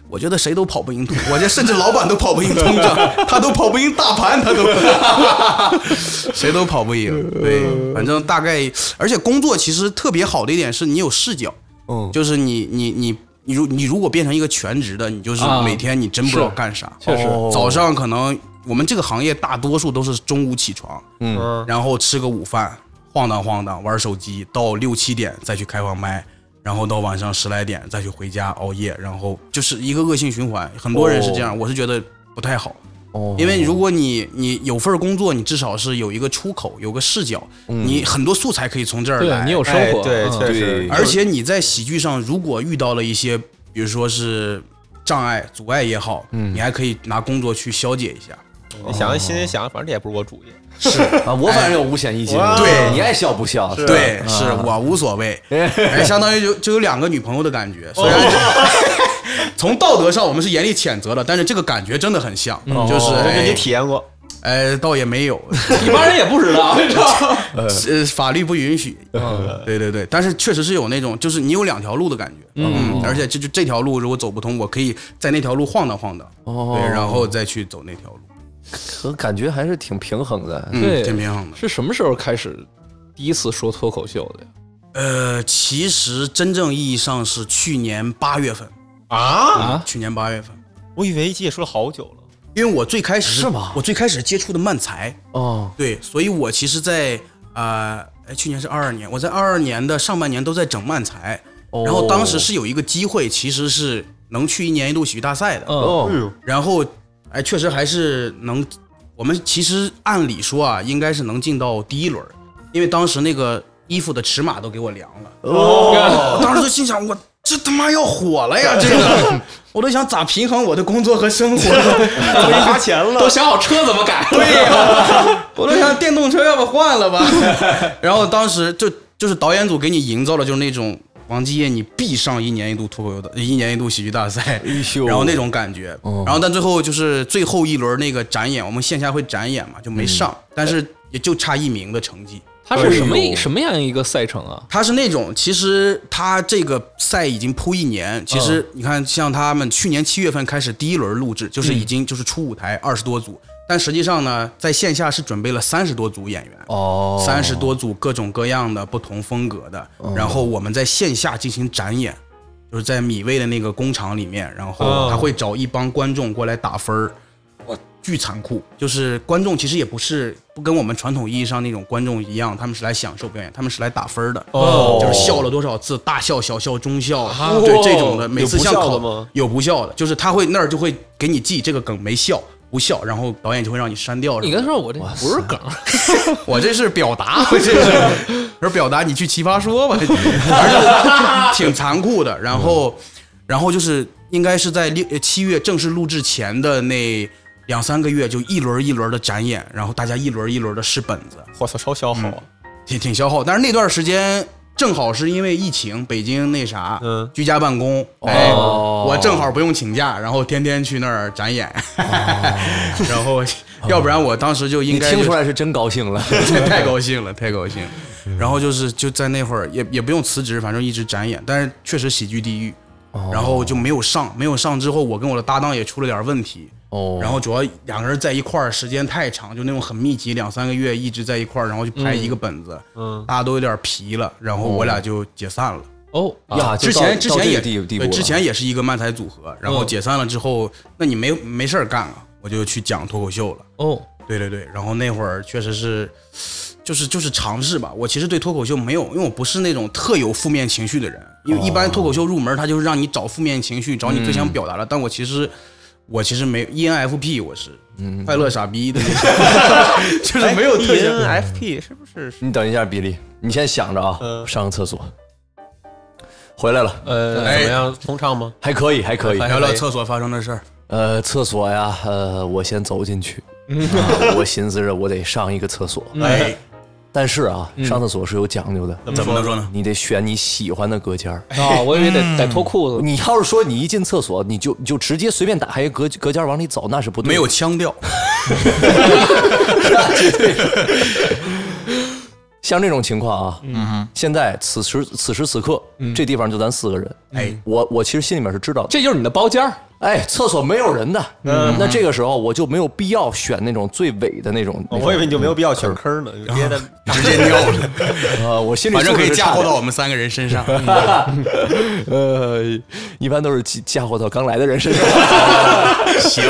Speaker 4: 我觉得谁都跑不赢通，我这甚至老板都跑不赢通胀，他都跑不赢大盘，他都 谁都跑不赢。对，反正大概，而且工作其实特别好的一点是你有视角，
Speaker 2: 嗯，
Speaker 4: 就是你你你你如你如果变成一个全职的，你就是
Speaker 3: 啊
Speaker 4: 每天你真不知道干啥，
Speaker 3: 确实
Speaker 2: 哦
Speaker 4: 早上可能我们这个行业大多数都是中午起床，
Speaker 1: 嗯，
Speaker 4: 然后吃个午饭，晃荡晃荡，玩手机，到六七点再去开放麦，然后到晚上十来点再去回家熬夜，然后就是一个恶性循环。很多人是这样，我是觉得不太好，
Speaker 2: 哦，
Speaker 4: 因为如果你你有份工作，你至少是有一个出口，有个视角，
Speaker 2: 嗯
Speaker 4: 你很多素材可以从这儿来。
Speaker 3: 对你有生
Speaker 1: 哎
Speaker 3: 活，
Speaker 1: 对，
Speaker 3: 嗯
Speaker 1: 确实
Speaker 2: 对，
Speaker 4: 而且你在喜剧上如果遇到了一些，比如说是障碍、阻碍也好，你还可以拿工作去消解一下。
Speaker 1: 你想心里想，反正这也不是我主意，
Speaker 2: 啊，我反正有五险一金，
Speaker 1: 哇
Speaker 4: 对
Speaker 2: 你爱笑不笑？
Speaker 3: 啊
Speaker 2: 是吧
Speaker 4: 对，是我无所谓，哎，相当于就就有两个女朋友的感觉。虽然 从道德上我们是严厉谴责的，但是这个感觉真的很像，就是
Speaker 1: 这哦你
Speaker 4: 哎
Speaker 1: 体验过，
Speaker 4: 哎，倒也没有，
Speaker 3: 一般人也不知道，你知道吗？
Speaker 4: 呃，法律不允许。嗯对对对，但是确实是有那种，就是你有两条路的感觉，嗯，而且这就这条路如果走不通，我可以在那条路晃荡晃荡，
Speaker 2: 哦
Speaker 4: 对，然后再去走那条路，
Speaker 2: 可感觉还是挺平衡的。
Speaker 4: 嗯，挺平衡的。
Speaker 3: 是什么时候开始第一次说脱口秀的呀？
Speaker 4: 呃，其实真正意义上是去年八月份，
Speaker 1: 啊，
Speaker 3: 啊，
Speaker 4: 去年八月份。
Speaker 1: 我以为也说了好久了。
Speaker 4: 因为我最开始
Speaker 2: 是吗
Speaker 4: 我最开始接触的漫才，
Speaker 2: 哦，
Speaker 4: 对，所以我其实在，呃，哎，去年是二二年，我在二二年的上半年都在整漫才，
Speaker 2: 哦
Speaker 4: 然后当时是有一个机会，其实是能去一年一度喜剧大赛的，
Speaker 3: 嗯，
Speaker 2: 哦，
Speaker 1: 呦，
Speaker 4: 然后，哎，确实还是能，我们其实按理说啊，应该是能进到第一轮，因为当时那个衣服的尺码都给我量了，
Speaker 2: 哦
Speaker 4: 我当时就心想，我这他妈要火了呀，这个，我都想咋平衡我的工作和生活。
Speaker 1: 怎么花钱了？
Speaker 3: 都想好车怎么改，
Speaker 4: 对呀、我都想电动车要不换了吧。然后当时就就是导演组给你营造的就是那种王继业，你必上一年一度脱口秀的一年一度喜剧大赛
Speaker 2: 哎呦，哦
Speaker 4: 然后那种感觉。然后但最后就是最后一轮那个展演，我们线下会展演嘛，就没上，
Speaker 2: 嗯
Speaker 4: 但是也就差一名的成绩。
Speaker 3: 它是什么
Speaker 2: 哎呦
Speaker 3: 什么样一个赛程啊？
Speaker 4: 他是那种，其实他这个赛已经铺一年。其实你看，像他们去年七月份开始第一轮录制，就是已经就是出舞台二十多组，但实际上呢，在线下是准备了三十多组演员，
Speaker 2: 哦
Speaker 4: 三十多组各种各样的不同风格的，
Speaker 1: 哦
Speaker 4: 然后我们在线下进行展演，就是在米味的那个工厂里面，然
Speaker 1: 哦
Speaker 4: 后他会找一帮观众过来打分儿。哇，巨残酷！就是观众其实也不是不跟我们传统意义上那种观众一样，他们是来享受表演，他们是来打分儿的。
Speaker 1: 哦
Speaker 4: 就是笑了多少次，大笑、小笑、中笑，
Speaker 1: 啊
Speaker 4: 对这种的。
Speaker 1: 有
Speaker 4: 每次像
Speaker 1: 不笑
Speaker 4: 考
Speaker 1: 的吗？
Speaker 4: 有不笑的，就是他会那儿就会给你记这个梗没笑。不笑，然后导演就会让你删掉。
Speaker 3: 你
Speaker 4: 什么
Speaker 3: 跟
Speaker 4: 的
Speaker 3: 他说我这不是梗，
Speaker 4: 我这是表 达，我这是，我说表达，你去奇葩说吧，反 正挺残酷的。然后，然后就是应该是在六呃七月正式录制前的那两三个月，就一轮一轮的展演，然后大家一轮一轮的试本子，
Speaker 1: 我操，超消耗 啊。
Speaker 4: 挺挺消耗。但是那段时间正好是因为疫情，北京那啥，
Speaker 1: 嗯
Speaker 4: 居家办公，哎，我正好不用请假，然后天天去那儿展演，哦 然后要不然我当时就应
Speaker 2: 你
Speaker 4: 该、
Speaker 2: 听出来是真高兴了。
Speaker 4: 太高兴了，太高兴了。然后就是就在那会儿也也不用辞职，反正一直展演，但是确实喜剧地狱，
Speaker 1: 哦
Speaker 4: 然后就没有上，没有上之后，我跟我的搭档也出了点问题。
Speaker 2: 哦
Speaker 4: 然后主要两个人在一块儿时间太长，就那种很密集，两三个月一直在一块儿，然后就拍一个本子，
Speaker 1: 嗯，
Speaker 4: 大家都有点疲了，然后我俩就解散了。
Speaker 3: 哦，
Speaker 2: 呀，
Speaker 4: 之
Speaker 2: 就到
Speaker 4: 前之
Speaker 2: 到
Speaker 4: 前
Speaker 2: 这
Speaker 4: 也
Speaker 2: 个地地步
Speaker 4: 对
Speaker 2: 了，
Speaker 4: 之前也是一个漫才组合，然后解散了之后，那你没没事儿干了，我就去讲脱口秀了。
Speaker 3: 哦，
Speaker 4: 对对对，然后那会儿确实是，就是就是尝试吧。我其实对脱口秀没有，因为我不是那种特有负面情绪的人，因为一般脱口秀入门，它就是让你找负面情绪，找你最想表达的。但我其实，我其实没，E ENFP，我是快乐傻逼的那 哎种，就是没
Speaker 1: 哎
Speaker 4: 有
Speaker 1: ，E
Speaker 4: 特别
Speaker 1: ENFP 是不是？
Speaker 2: 你等一下，比利，你先想着啊，上个厕所，回来了，
Speaker 1: 呃，怎
Speaker 4: 哎
Speaker 1: 么样？通畅吗？
Speaker 2: 还可以，还可以。
Speaker 4: 聊聊厕所发生的事儿。
Speaker 2: 呃，厕所呀，呃，我先走进去，啊我寻思着我得上一个厕所，
Speaker 4: 哎，
Speaker 2: 但是啊，
Speaker 4: 嗯
Speaker 2: 上厕所是有讲究的，
Speaker 4: 怎么能说呢？
Speaker 2: 你得选你喜欢的隔间儿。
Speaker 3: 啊，我以为
Speaker 2: 嗯
Speaker 3: 得得脱裤子。
Speaker 2: 你要是说你一进厕所，你就你就直接随便打开一隔隔间儿往里走，那是不对的。
Speaker 4: 没有腔 调，
Speaker 2: 像这种情况啊，嗯，现在此时此时此刻，这地方就咱四个人，
Speaker 4: 嗯哎，
Speaker 2: 我我其实心里面是知道的，
Speaker 3: 这就是你的包间儿，
Speaker 2: 哎，厕所没有人的，
Speaker 4: 嗯
Speaker 2: 那这个时候我就没有必要选那种最尾的那种，那
Speaker 4: 哦
Speaker 2: 种
Speaker 1: 我以为你就没有必要选坑呢，就 憋在
Speaker 4: 直接尿了，
Speaker 2: 呃，我心里
Speaker 4: 反正
Speaker 2: 素
Speaker 4: 可
Speaker 2: 质
Speaker 4: 以
Speaker 2: 是
Speaker 4: 嫁
Speaker 2: 差
Speaker 4: 祸
Speaker 2: 的
Speaker 4: 到我们三个人身上。
Speaker 2: 呃，一般都是嫁嫁祸到刚来的人身上，
Speaker 4: 行，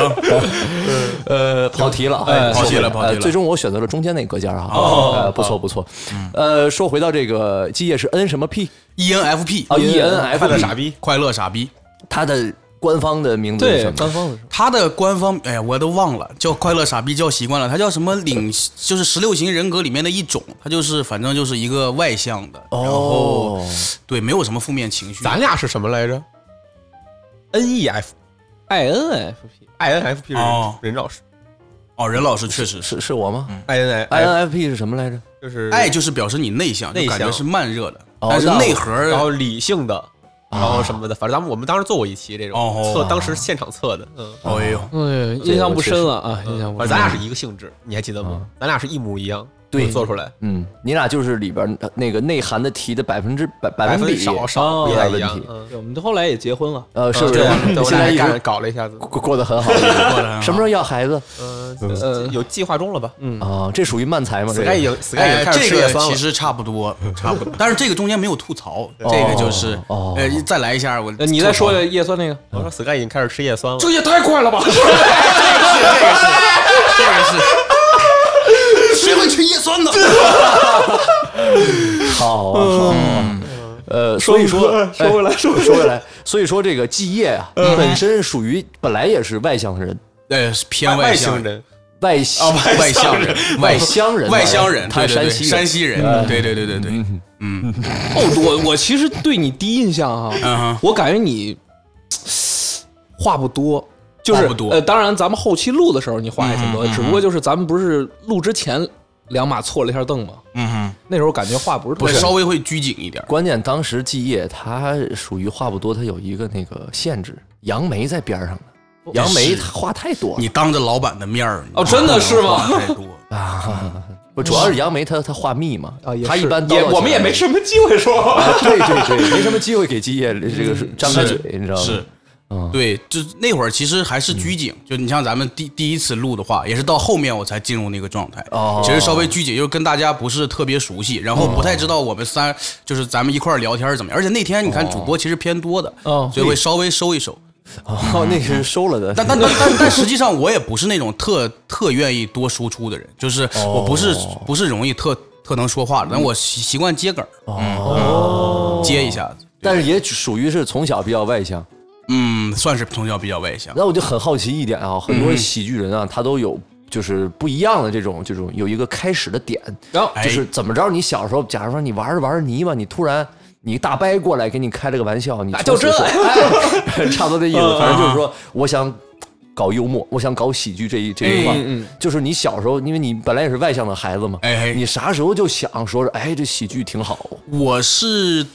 Speaker 2: 呃，跑题了，哎
Speaker 4: 跑题
Speaker 2: 说回
Speaker 4: 了
Speaker 2: 来
Speaker 4: 跑题了
Speaker 2: 呃最终我选择了中间那隔间儿啊，哦，不错不错，呃，说回到这个基业是 N 什么 P
Speaker 4: ENFP
Speaker 1: 哦
Speaker 2: 啊，E N
Speaker 1: 快
Speaker 2: F
Speaker 1: 乐傻逼。
Speaker 4: 快乐傻逼，
Speaker 2: 它的官方的名字是
Speaker 3: 对
Speaker 2: 什，么？
Speaker 3: 官方的
Speaker 4: 他的官方哎呀我都忘了，叫快乐傻逼叫习惯了，他叫什么领就是十六型人格里面的一种，他就是反正就是一个外向的，然后
Speaker 2: 哦，
Speaker 4: 对没有什么负面情绪。
Speaker 1: 咱俩是什么来着？NEF
Speaker 3: INFP，
Speaker 1: INFP 是
Speaker 4: 哦
Speaker 1: 人造师
Speaker 4: 哦，任老师确实是，
Speaker 2: 是是我吗？I
Speaker 1: 嗯，INF
Speaker 2: N F P 是什么来着？
Speaker 1: 哎就是
Speaker 4: 爱哎就是表示你内向，
Speaker 1: 内
Speaker 4: 就
Speaker 1: 向
Speaker 4: 感觉是慢热的，
Speaker 2: 哦
Speaker 4: 但是内核
Speaker 1: 然后理性的，然后什么的，反正咱们我们当时做过一期这种
Speaker 4: 哦
Speaker 1: 测，当时现场测的，嗯，
Speaker 4: 哎呦，
Speaker 3: 嗯，印象不深了啊，印象不
Speaker 1: 反正咱
Speaker 3: 深。
Speaker 1: 俩是一个性质，你还记得吗？咱俩是一模一样，
Speaker 2: 对
Speaker 1: 做出来
Speaker 2: 嗯，你俩就是里边呃那个内涵的题的百分之百百
Speaker 1: 百
Speaker 2: 分
Speaker 1: 分
Speaker 2: 比
Speaker 1: 少
Speaker 2: 哦
Speaker 1: 少不太一样
Speaker 2: 问，题
Speaker 1: 嗯，
Speaker 3: 我们后来也结婚了，
Speaker 2: 呃，是
Speaker 1: 是
Speaker 2: 不是？
Speaker 1: 对，
Speaker 2: 你
Speaker 1: 我
Speaker 2: 现在
Speaker 1: 俩
Speaker 2: 一
Speaker 1: 干
Speaker 2: 直
Speaker 1: 搞了一下子，
Speaker 2: 过过得很好，
Speaker 4: 过得很好
Speaker 2: 什么时候要孩子
Speaker 1: 嗯呃，有计划中了吧？嗯
Speaker 2: 啊？这属于慢才吗？这
Speaker 1: ，Sky 已
Speaker 2: 个
Speaker 1: 经 Sky 已
Speaker 4: 哎
Speaker 1: 经，开始
Speaker 4: 这
Speaker 1: 吃叶
Speaker 4: 个
Speaker 1: 酸
Speaker 4: 其
Speaker 1: 了，
Speaker 4: 实差 不多，差不多。但是这个中间没有吐槽，这个就是
Speaker 2: 哦，
Speaker 4: 呃，再来一下我。
Speaker 3: 呃你再说叶酸那个，
Speaker 1: 我说 Sky 已经开始吃叶酸了，
Speaker 3: 也太快了吧！
Speaker 4: 这个是这个是这个是，谁会吃叶酸呢？
Speaker 2: 好啊，好啊。呃，所以说说回来，说说回来，所以说这个季业啊，本身属于本来也是外向人，
Speaker 4: 呃，偏
Speaker 1: 外
Speaker 4: 向
Speaker 1: 星。人，
Speaker 2: 外向
Speaker 4: 外向人，外
Speaker 2: 乡人
Speaker 4: 外乡人，
Speaker 2: 他
Speaker 4: 对
Speaker 2: 是
Speaker 4: 对对，
Speaker 2: 山西人
Speaker 4: 山西人，对对对对对，
Speaker 3: 哦，我我其实对你第一印象啊，
Speaker 4: 嗯哼，
Speaker 3: 我感觉你话不多，就是
Speaker 4: 话不多
Speaker 3: 呃，当然咱们后期录的时候你话也挺多，只不过就是咱们不是录之前两码错了一下凳吗？
Speaker 4: 嗯哼，
Speaker 3: 那时候感觉话不是特
Speaker 4: 我
Speaker 3: 别
Speaker 4: 稍微会拘谨一点。
Speaker 2: 关键当时季业他属于话不多，他有一个那个限制，杨梅在边上呢，杨梅她话太多了
Speaker 4: 你当着老板的面儿，
Speaker 3: 哦真的是吗
Speaker 4: 你话太多，
Speaker 2: 啊，不主要是杨梅她她话密嘛，
Speaker 3: 啊，也
Speaker 2: 她一
Speaker 3: 是
Speaker 2: 般叨叨
Speaker 3: 也
Speaker 2: 起来
Speaker 3: 我们也没什么机会说。
Speaker 2: 啊对对对，没什么机会给基业这个是张开嘴，你知道吗？
Speaker 4: 是。对，就是那会儿其实还是拘谨，就你像咱们第第一次录的话，也是到后面我才进入那个状态。
Speaker 2: 哦
Speaker 4: 其实稍微拘谨，就是跟大家不是特别熟悉，然后不太知道我们三就是咱们一块儿聊天是怎么样。而且那天你看主播其实偏多的，
Speaker 3: 哦
Speaker 4: 所以会稍微收一收。
Speaker 2: 哦，那是收 了的，
Speaker 4: 但但但但但实际上我也不是那种特特愿意多输出的人，就是我不是、不是容易特特能说话的，但我习习惯接梗儿，哦，接一下子，
Speaker 2: 但是也属于是从小比较外向。
Speaker 4: 嗯，算是从小比较外向。
Speaker 2: 那我就很好奇一点啊，很多喜剧人啊，他都有就是不一样的这种这种有一个开始的点，
Speaker 3: 然后
Speaker 4: 哎
Speaker 2: 就是怎么着？你小时候，假如说你玩着玩着泥巴，你突然你大伯过来给你开了个玩笑，你
Speaker 3: 哪叫这
Speaker 2: 从此是哎 嗯差不多这意思。反正就是说，我想搞幽默，我想搞喜剧这一这一块儿，就是你小时候，因为你本来也是外向的孩子嘛，
Speaker 4: 哎哎
Speaker 2: 你啥时候就想说是哎这喜剧挺好，
Speaker 4: 我是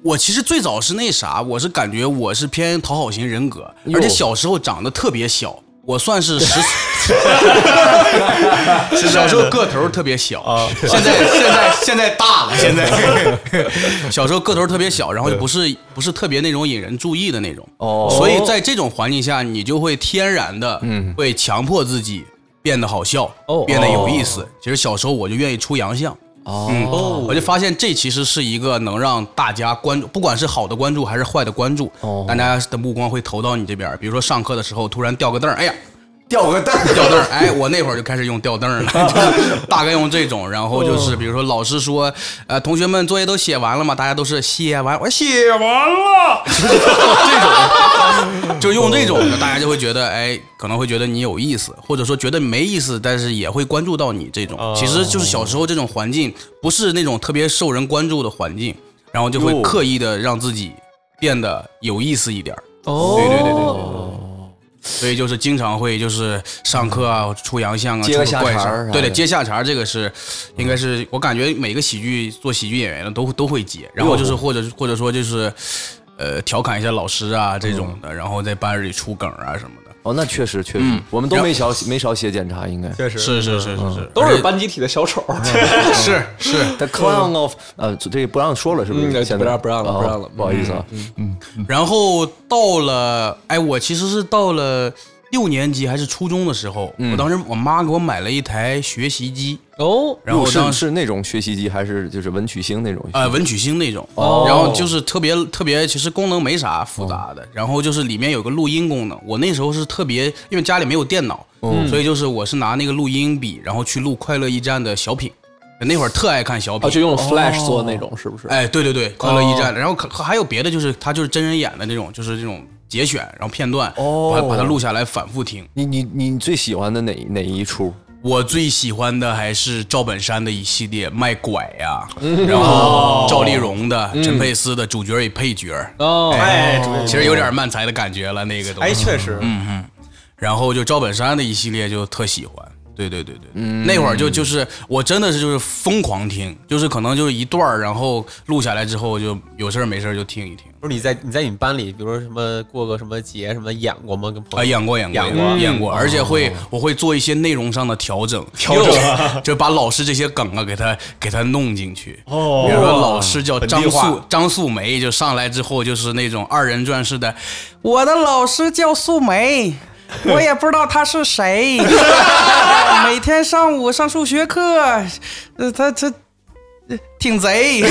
Speaker 4: 我其实最早是那啥，我是感觉我是偏讨好型人格，
Speaker 2: 哟
Speaker 4: 而且小时候长得特别小，我算是十，小时候个头儿特别小，现在现在现在大了，现在小时候个头儿特别小，然后就不是不是特别那种引人注意的那种，
Speaker 2: 哦
Speaker 4: 所以在这种环境下，你就会天然的会强迫自己变得好笑，
Speaker 3: 哦
Speaker 4: 变得有意思。其实小时候我就愿意出洋相。
Speaker 1: 哦
Speaker 4: 嗯我就发现这其实是一个能让大家关注，不管是好的关注还是坏的关注，大家的目光会投到你这边儿。比如说上课的时候突然掉个凳儿，哎呀，
Speaker 2: 吊个凳儿，
Speaker 4: 吊凳儿，哎，我那会儿就开始用吊凳儿了，就是大概用这种，然后就是比如说老师说，呃，同学们作业都写完了吗？大家都是写完，我写完了， 这种，就用这种，大家就会觉得，哎，可能会觉得你有意思，或者说觉得没意思，但是也会关注到你这种。其实就是小时候这种环境不是那种特别受人关注的环境，然后就会
Speaker 2: 哟
Speaker 4: 刻意的让自己变得有意思一点儿。
Speaker 3: 哦，
Speaker 4: 对对对对对对所以就是经常会就是上课啊、出洋相啊、
Speaker 2: 接个
Speaker 4: 出
Speaker 2: 下
Speaker 4: 怪事
Speaker 2: 茬儿啥的
Speaker 4: 对对，接下茬儿这个是应该是我感觉每个喜剧做喜剧演员的都都会接，然后就是或者或者说就是呃调侃一下老师啊这种
Speaker 2: 嗯
Speaker 4: 的，然后在班里出梗啊什么的。
Speaker 2: 哦，那确实确实，我们都没少没少写检查，应该。
Speaker 1: 确实
Speaker 4: 是是是是是，
Speaker 3: 都是班集体的小丑。
Speaker 4: 是是。
Speaker 2: The Clown of 呃，这不让说了是不
Speaker 3: 嗯
Speaker 2: 是？现在
Speaker 3: 不让不让了
Speaker 2: 哦
Speaker 3: 不让了
Speaker 2: 不好意思啊。
Speaker 4: 然后到了，哎，我其实是到了六年级还是初中的时候，
Speaker 2: 嗯
Speaker 4: 我当时我妈给我买了一台学习机，
Speaker 3: 哦，
Speaker 4: 然后
Speaker 2: 哟
Speaker 4: 当时
Speaker 2: 是是那种学习机还是就是文曲星那种？
Speaker 4: 呃，文曲星那种，
Speaker 3: 哦
Speaker 4: 然后就是特别特别，其实功能没啥复杂
Speaker 3: 哦
Speaker 4: 的，然后就是里面有个录音功能。我那时候是特别，因为家里没有电脑，
Speaker 3: 哦
Speaker 4: 所以就是我是拿那个录音笔，然后去录《快乐驿站》的小品。那会儿特爱看小
Speaker 3: 啊，
Speaker 4: 品，
Speaker 3: 就用哦 Flash 做的那
Speaker 2: 哦
Speaker 3: 种，是不是？
Speaker 4: 哎，对对对，《快乐驿站》然后可还有别的，就是他就是真人演的那种，就是这种节选，然后片段，
Speaker 2: 哦
Speaker 4: 把把它录下来反复听。
Speaker 2: 你你你最喜欢的哪哪一出？
Speaker 4: 我最喜欢的还是赵本山的一系列卖拐呀、
Speaker 1: 嗯
Speaker 4: 然后赵丽蓉的、陈佩斯的主角与配角，
Speaker 1: 哦
Speaker 3: 哦，
Speaker 1: 哎，主
Speaker 4: 其实有点漫才的感觉了那个东
Speaker 1: 哎，
Speaker 4: 西。
Speaker 1: 确实，
Speaker 4: 然后就赵本山的一系列就特喜欢。对对对对，
Speaker 1: 嗯
Speaker 4: 那会儿就就是我真的是就是疯狂听，就是可能就是一段儿，然后录下来之后就有事儿没事儿就听一听。
Speaker 1: 不是你在你在你们班里，比如说什么过个什么节什么演过吗？跟朋
Speaker 4: 啊，
Speaker 1: 友
Speaker 4: 演过演过
Speaker 1: 演过
Speaker 4: 演过，而且会我会做一些内容上的调整，调整就把老师这些梗啊给他给他弄进去。
Speaker 1: 哦
Speaker 4: 比如说老师叫
Speaker 1: 本
Speaker 4: 张
Speaker 1: 地化
Speaker 4: 素张素梅，就上来之后就是那种二人转式的，我的老师叫素梅。我也不知道他是 谁，每天上午上数学课，呃，他他挺贼，类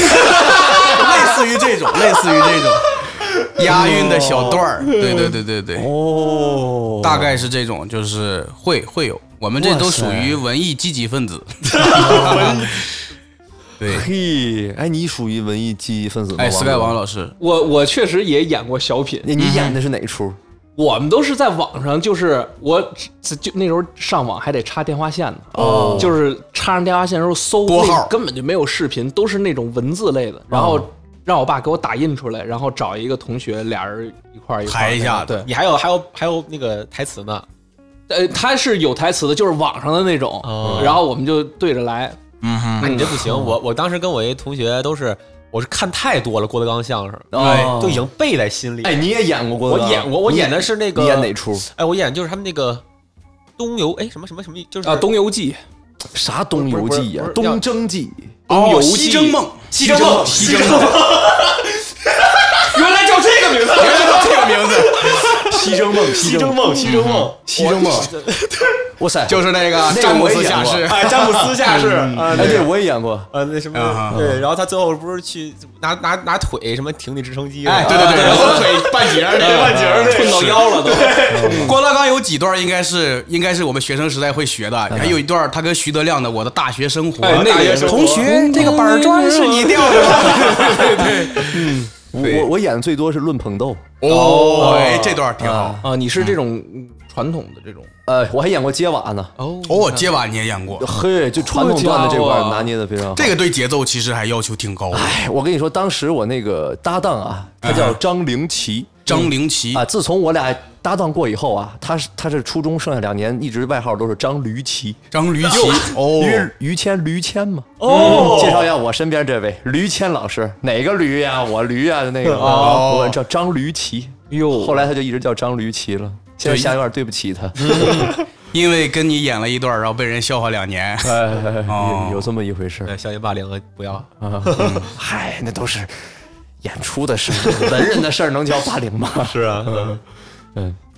Speaker 4: 似于这种，类似于这种押韵的小段儿，对对对对对，
Speaker 2: 哦，
Speaker 4: 大概是这种，就是会会有，我们这都属于文艺积极分子。对，
Speaker 2: 嘿，哎，你属于文艺记忆分子吗？
Speaker 4: 哎，Sky
Speaker 2: 哥
Speaker 4: 王，老师，
Speaker 3: 我我确实也演过小品，
Speaker 2: 你你演的是哪一出？
Speaker 3: 我们都是在网上，就是我就那时候上网还得插电话线呢，哦，就是插上电话线的时候搜
Speaker 4: 拨号
Speaker 3: 那
Speaker 4: 哦
Speaker 3: 根本就没有视频，都是那种文字类的，然后让我爸给我打印出来，然后找一个同学俩人一块儿一块
Speaker 4: 排
Speaker 3: 儿
Speaker 4: 一下子
Speaker 3: 哎对，
Speaker 1: 你还有还有还有那个台词呢，
Speaker 3: 呃，他是有台词的，就是网上的那种，
Speaker 1: 哦
Speaker 3: 然后我们就对着来，
Speaker 4: 嗯哼，
Speaker 1: 那你这不行。我我当时跟我一同学都是，我是看太多了郭德纲相声，哎
Speaker 2: 哦
Speaker 1: 都已经背在心里。
Speaker 2: 哎，，你也演过郭
Speaker 1: 我
Speaker 2: 德纲
Speaker 1: 演我我演的是那个
Speaker 2: 你演哪出？
Speaker 1: 哎，我演就是他们那个东游，哎，什么什么什么，就是
Speaker 3: 啊，《东游记》
Speaker 2: 啥东游记呀
Speaker 1: 不是不是不是？
Speaker 2: 东征记。
Speaker 4: 哦，
Speaker 3: 游
Speaker 4: 《
Speaker 3: 记
Speaker 4: 西征梦》，
Speaker 1: 西征梦，西征梦，
Speaker 3: 原来叫这个名字，
Speaker 4: 这个名字
Speaker 2: 西征梦，西征梦，西征梦，西征梦。哇塞，
Speaker 4: 就是那个
Speaker 2: 个
Speaker 4: 詹姆斯
Speaker 2: 我也
Speaker 4: 下
Speaker 2: 演过
Speaker 4: 士。
Speaker 1: 哎，詹姆斯下士，啊，
Speaker 2: 哎，对，我也演过。
Speaker 1: 呃，那什么
Speaker 4: 啊，
Speaker 1: 对，然后他最后不是去拿拿拿腿什么挺你直升机，啊
Speaker 4: 哎，对对对，然后腿半截儿嗯的，半截儿
Speaker 3: 寸到腰了都。
Speaker 4: 郭德纲有几段应该是应该是我们学生时代会学的，还有一段他跟徐德亮的《我的大学生活》
Speaker 3: 哎那个
Speaker 4: 大学生活
Speaker 3: 同学这个板砖是你
Speaker 4: 掉的吗？对对，
Speaker 2: 我我我演的最多是论捧逗。
Speaker 4: 哦，哎，这段挺好。
Speaker 3: 啊，你是这种传统的这种
Speaker 2: 呃，我还演过接瓦呢。
Speaker 3: 哦
Speaker 4: 哦，接瓦你也演过，
Speaker 2: 嘿，就传统段子这块
Speaker 3: 好家
Speaker 2: 儿
Speaker 3: 伙
Speaker 2: 拿捏的非常好。
Speaker 4: 这个对节奏其实还要求挺高的。
Speaker 2: 哎，我跟你说，当时我那个搭档啊，他叫张灵奇。
Speaker 4: 张灵奇
Speaker 2: 啊，自从我俩搭档过以后啊，他是他是初中剩下两年，一直外号都是张驴奇，
Speaker 4: 张驴奇，哦
Speaker 2: 因为于谦驴谦嘛。哦，介绍一下我身边这位驴谦老师，哪个驴呀、我驴呀、就那个，
Speaker 4: 哦
Speaker 2: 我叫张驴奇。
Speaker 3: 哟
Speaker 2: 后来他就一直叫张驴奇了，现在
Speaker 4: 对
Speaker 2: 下有点对不起他，
Speaker 4: 嗯因为跟你演了一段，然后被人笑话两年。
Speaker 2: 哎
Speaker 4: 哦
Speaker 2: 有有这么一回事儿
Speaker 1: 对，校园霸凌啊，不要。
Speaker 2: 啊。嗯 嗨，那都是演出的事儿，文人的事儿能叫霸凌 吗？
Speaker 1: 是啊，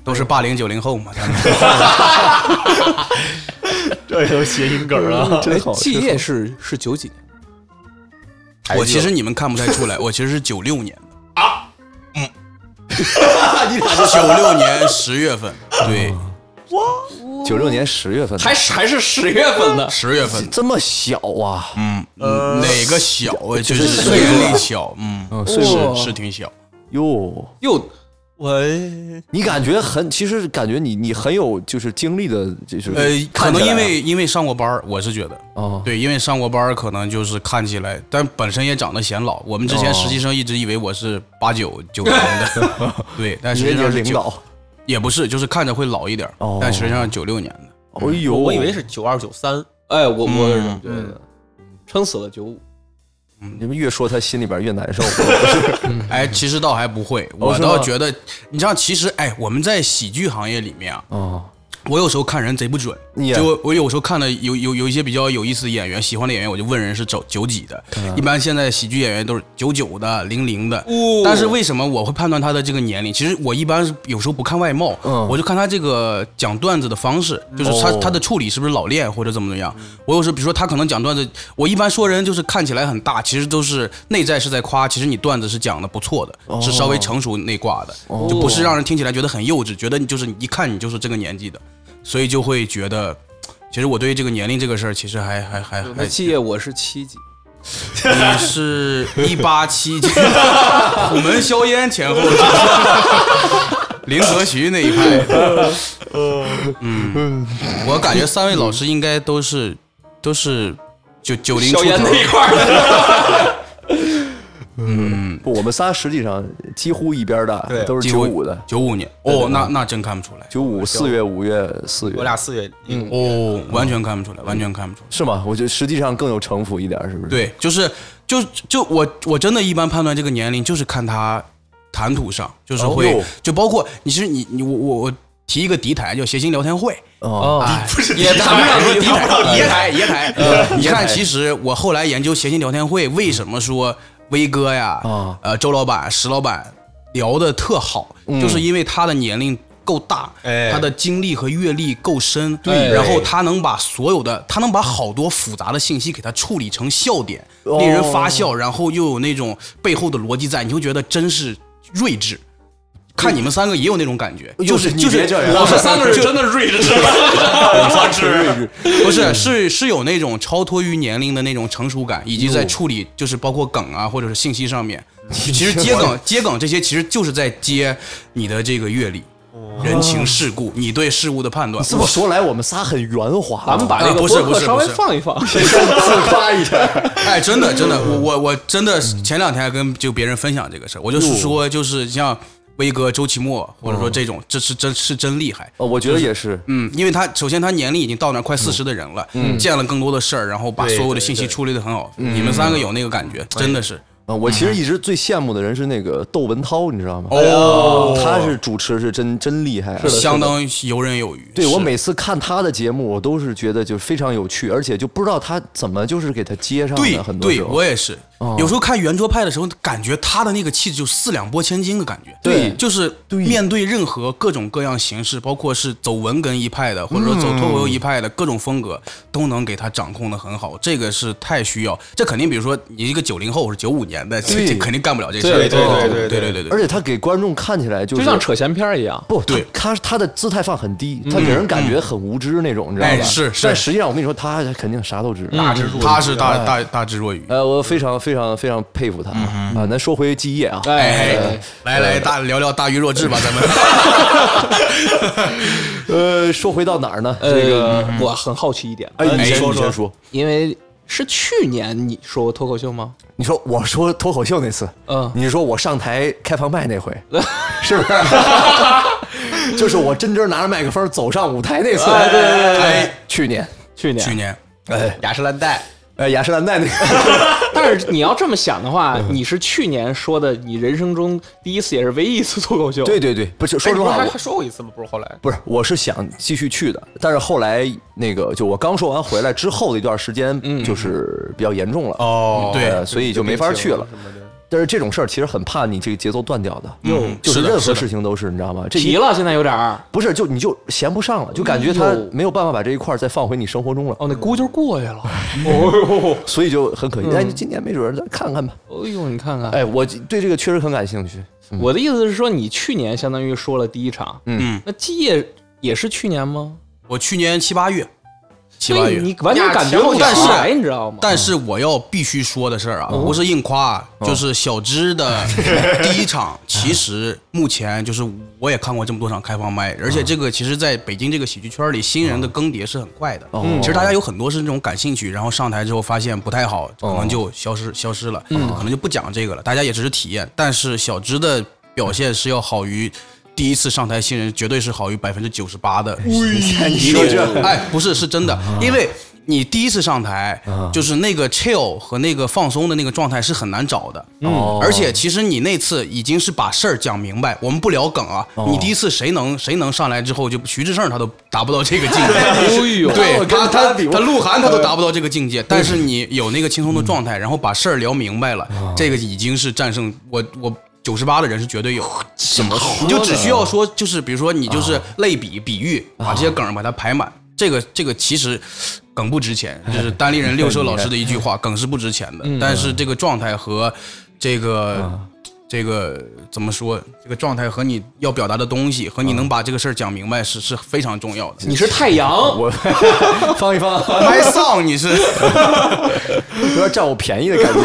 Speaker 4: 都是八零九零后嘛，咱们
Speaker 1: 这都谐音梗 啊。
Speaker 2: 真好，
Speaker 3: 季夜哎是是九几年，
Speaker 4: 我其实你们看不太出来， 我其实是九六年的 嗯啊，嗯，九六年十月份，对，哇
Speaker 2: 九六年十月份的，
Speaker 3: 还是还是十月份的，
Speaker 4: 十月份，
Speaker 2: 这么小啊？
Speaker 4: 嗯，哪个小啊？就是
Speaker 2: 岁数
Speaker 4: 年龄小，嗯，
Speaker 2: 岁
Speaker 3: 数
Speaker 4: 是是挺小。
Speaker 2: 哟，
Speaker 3: 又
Speaker 1: 我
Speaker 2: 你感觉很，其实感觉你你很有就是经历的，就是
Speaker 4: 呃，可
Speaker 2: 看起
Speaker 4: 能
Speaker 2: 来
Speaker 4: 因
Speaker 2: 啊
Speaker 4: 为嗯因为上过班儿我是觉得，
Speaker 2: 哦
Speaker 4: 对，因为上过班儿可能就是看起来，但本身也长得显老。我们之前
Speaker 2: 哦
Speaker 4: 实习生一直以为我是八九九 零的，对，但
Speaker 2: 你
Speaker 4: 实
Speaker 2: 也
Speaker 4: 际上
Speaker 2: 是
Speaker 4: 是
Speaker 2: 领
Speaker 4: 九
Speaker 2: 导，
Speaker 4: 也不是，就是看着会老一点儿，
Speaker 2: 哦
Speaker 4: 但实际上九六年的。
Speaker 2: 哎呦，
Speaker 1: 我以为是九二九 三，
Speaker 3: 哎，我我也是
Speaker 4: 嗯
Speaker 3: 对的，撑死了九五，
Speaker 2: 你们越说他心里边越 难受，我
Speaker 4: 哎，其实倒还不会，
Speaker 2: 嗯哦
Speaker 4: 我
Speaker 2: 是吗
Speaker 4: 倒觉得，你知道，其实哎，我们在喜剧行业里面啊，
Speaker 2: 啊，
Speaker 4: 我有时候看人贼不准
Speaker 2: 你，啊
Speaker 4: 就我我有时候看了有有有一些比较有意思的演员，喜欢的演员，我就问人是九九几的，一般现在喜剧演员都是九九的、零零的，
Speaker 2: 哦
Speaker 4: 但是为什么我会判断他的这个年龄？其实我一般是有时候不看外貌，
Speaker 2: 嗯
Speaker 4: 我就看他这个讲段子的方式，就是他、
Speaker 2: 哦
Speaker 4: 他的处理是不是老练或者怎么怎么样。我有时候比如说他可能讲段子，我一般说人就是看起来很大，其实都是内在是在夸，其实你段子是讲的不错的，
Speaker 2: 哦
Speaker 4: 是稍微成熟那挂的，就不是让人听起来觉得很幼稚，觉得你就是你一看你就是这个年纪的，所以就会觉得。其实我对这个年龄这个事儿，其实还还还
Speaker 3: 我
Speaker 4: 还
Speaker 3: 的 记忆我是七 级，
Speaker 4: 你是一八七几？虎门销烟前后，林则徐那一派。嗯，我感觉三位老师应该都是都是九九零
Speaker 3: 硝
Speaker 4: 出
Speaker 3: 烟
Speaker 4: 头
Speaker 3: 那。一块儿的，
Speaker 2: 不，我们仨实际上几乎一边的，
Speaker 1: 对
Speaker 2: 都是九五的，
Speaker 4: 九五年哦，那那真看不出来
Speaker 2: 九五四月五月四月，
Speaker 1: 我俩四月嗯零五，
Speaker 4: 哦，完全看不出来，完全看不出来。
Speaker 2: 是吗？我觉得实际上更有城府一点，是不是？，
Speaker 4: 对，就是就就我我真的一般判断这个年龄就是看他谈吐上，就是
Speaker 2: 哦
Speaker 4: 会、
Speaker 2: 哟
Speaker 4: 就包括你其实你你我我我提一个敌台叫谐星聊天会，
Speaker 2: 哦，
Speaker 4: 哎
Speaker 1: 不是
Speaker 4: 也谈不上
Speaker 1: 敌台呃
Speaker 4: 上爷台爷台。你看，其实我后来研究谐星聊天会，为什么说威哥呀
Speaker 2: 啊、
Speaker 4: 呃周老板、石老板聊的特好，
Speaker 2: 嗯
Speaker 4: 就是因为他的年龄。够大
Speaker 1: 哎，
Speaker 4: 他的经历和阅历够深，
Speaker 2: 哎
Speaker 3: 对
Speaker 4: 然后他能把所有的，他能把好多复杂的信息给他处理成笑点，
Speaker 2: 哦
Speaker 4: 令人发笑，然后又有那种背后的逻辑在，你就觉得真是睿智。看你们三个也有那种感觉，
Speaker 2: 呦
Speaker 4: 就是
Speaker 2: 你
Speaker 4: 就是
Speaker 2: 别这样
Speaker 3: 我们三个人真的睿智，
Speaker 2: 我知，
Speaker 4: 不是，是是有那种超脱于年龄的那种成熟感，以及在处理就是包括梗啊，或者是信息上面，其实接梗接梗这些其实就是在接你的这个阅历、人情世故，你对事物的判断。
Speaker 2: 哦这么说来，我们仨很圆滑，
Speaker 3: 咱们把这
Speaker 4: 啊
Speaker 3: 个
Speaker 4: 不是
Speaker 3: 播客
Speaker 4: 不是
Speaker 3: 稍微
Speaker 4: 不是
Speaker 3: 放一放，
Speaker 2: 自夸 一下，
Speaker 4: 哎，真的真的，我我我真的前两天还跟就别人分享这个事儿，我就是说就是像威哥、周奇墨，或者说这种，这是真是真厉害。
Speaker 2: 哦，我觉得也是，
Speaker 4: 嗯，因为他首先他年龄已经到那儿快四十的人了，见了更多的事儿，然后把
Speaker 1: 对
Speaker 4: 所有的
Speaker 1: 对
Speaker 4: 信息
Speaker 1: 对
Speaker 4: 处理的很好。你们三个有那个感觉，真的是。
Speaker 2: 啊，我其实一直最羡慕的人是那个窦文涛，你知道吗？哎
Speaker 4: 哦
Speaker 2: 他是主持是真真厉害啊，
Speaker 4: 相当游刃有余。
Speaker 2: 对
Speaker 4: 是
Speaker 2: 我每次看他的节目，我都是觉得就非常有趣，而且就不知道他怎么就是给他接上
Speaker 4: 对
Speaker 2: 的，很多时
Speaker 4: 对
Speaker 2: 候
Speaker 4: 我。也是，有时候看圆桌派的时候，感觉他的那个气质就四两拨千斤的感觉。
Speaker 2: 对
Speaker 4: 就是面对任何各种各样形式，包括是走文哏一派的，或者说走脱口秀一派的各种风格，都能给他掌控的很好。这个是太需要，这肯定比如说你一个九零后或者九五年的，这
Speaker 2: 对
Speaker 4: 这肯定干不了这事儿。
Speaker 1: 对对
Speaker 4: 对
Speaker 1: 对对
Speaker 4: 对
Speaker 1: 对
Speaker 4: 对对
Speaker 2: 而且他给观众看起来就
Speaker 3: 就是像扯闲篇儿一样。
Speaker 2: 不，他
Speaker 4: 对
Speaker 2: 他他的姿态放很低，他给人感觉很无知那种，你知道吧？
Speaker 4: 哎是是嗯
Speaker 2: 但实际上我跟你说，他肯定啥都知。
Speaker 1: 大智若愚
Speaker 4: 他是大大大智若愚。
Speaker 2: 呃，我非常非常非常佩服他啊！咱说回基业啊，
Speaker 4: 哎，来来大聊聊大愚若智吧，咱们。
Speaker 2: 呃，说回到哪儿呢？
Speaker 3: 这
Speaker 2: 这
Speaker 4: 嗯
Speaker 2: 个，
Speaker 3: 个我很好奇一点，
Speaker 2: 呃哎，你
Speaker 4: 哎
Speaker 2: 先
Speaker 4: 说
Speaker 2: 你先
Speaker 4: 说
Speaker 2: 说，
Speaker 3: 因为是去年你说过脱口秀吗？
Speaker 2: 你说我说脱口秀那次，
Speaker 3: 嗯
Speaker 2: 你说我上台开放麦那 回，是不是？ 就是我真真拿着麦克风走上舞台那次，对对
Speaker 4: 哎，
Speaker 2: 去年，
Speaker 3: 去
Speaker 4: 去
Speaker 3: 年。
Speaker 4: 年
Speaker 2: 哎
Speaker 4: 雅诗兰黛。
Speaker 2: 呃，雅诗兰 黛那个，
Speaker 3: 但是你要这么想的话，你是去年说的，你人生中第一次也是唯一一次脱口秀。
Speaker 2: 对，对对，不是，说实
Speaker 1: 哎你不是
Speaker 2: 话，
Speaker 1: 还
Speaker 2: 我
Speaker 1: 还说过一次吗？不是后 来
Speaker 2: 不是，我是想继续去的，但是后来那个就我刚说完回来之后的一段时间，就是比较严重了，
Speaker 1: 哦
Speaker 4: 对
Speaker 2: 呃，所以嗯就没法去了。
Speaker 1: 什么的，
Speaker 2: 但是这种事儿其实很怕你这个节奏断掉的，就是
Speaker 4: 是的
Speaker 2: 任
Speaker 4: 是
Speaker 2: 何
Speaker 4: 的
Speaker 2: 事情都是，你知道吗？这一
Speaker 3: 提了，现在有点儿。
Speaker 2: 不是就你就闲不上了，就感觉他
Speaker 3: 哟
Speaker 2: 没有办法把这一块儿再放回你生活中了，
Speaker 3: 哦，那估就过去了。哦
Speaker 2: 所以就很可惜。哎，今年没准儿再看看吧。
Speaker 3: 呦，哎呦，你看看，
Speaker 2: 哎，我对这个确实很感兴趣。
Speaker 3: 我的意思是说，你去年相当于说了第一场，
Speaker 2: 嗯，
Speaker 3: 那基业也是去年吗？
Speaker 4: 我去年七八月，七
Speaker 3: 所
Speaker 4: 八
Speaker 3: 以
Speaker 4: 月，
Speaker 3: 你完全感觉不
Speaker 4: 但
Speaker 3: 出来，
Speaker 4: 是
Speaker 3: 你知道吗？
Speaker 4: 但是我要必须说的事儿啊，
Speaker 2: 嗯
Speaker 4: 不是硬夸，就是小芝的 第一场，其实目前就是我也看过这么多场开放麦，
Speaker 2: 嗯
Speaker 4: 而且这个其实在北京这个喜剧圈里，新人的更迭是很快的。
Speaker 2: 嗯
Speaker 4: 其实大家有很多是那种感兴趣，然后上台之后发现不太好，
Speaker 2: 嗯
Speaker 4: 可能就消失消失了，可能就不讲这个了，大家也只是体验。但是小芝的表现是要好于。第一次上台新人绝对是好于百分之九十八的
Speaker 2: 哎你说这啊
Speaker 4: 哎，不是，是真的，因为你第一次上台，就是那个 chill 和那个放松的那个状态是很难找的。
Speaker 2: 哦
Speaker 4: 而且其实你那次已经是把事儿讲明白，我们不聊梗啊。你第一次谁能谁能上来之后就徐志胜他都达不到这个境界。
Speaker 3: 呦
Speaker 4: 哎对
Speaker 2: 跟
Speaker 4: 他
Speaker 2: 他
Speaker 4: 他
Speaker 2: 比我
Speaker 4: 他鹿晗他都达不到这个境界，但是你有那个轻松的状态，然后把事儿聊明白了，这个已经是战胜我我。九十八的人是绝对有，怎么你就只需要说，就是比如说你就是类比、比喻，把这些梗儿把它排满。这个这个其实梗不值钱，就是单立人六兽老师的一句话，梗是不值钱的。但是这个状态和这个这个怎么说，这个状态和你要表达的东西和你能把这个事儿讲明白是是非常重要的。
Speaker 3: 你是太阳，
Speaker 2: 我放一放，
Speaker 4: My song，你是。
Speaker 2: 有点占我便宜的感觉。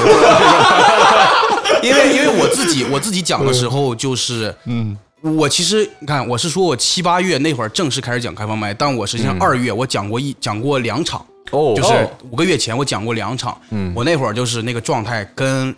Speaker 4: 因为因为我自己我自己讲的时候就是，嗯，我其实你看，我是说我七八月那会儿正式开始讲开放麦，但我实际上二月我讲过一讲过两场，
Speaker 2: 哦
Speaker 4: 就是五个月前我讲过两场，嗯，我那会儿就是那个状态跟。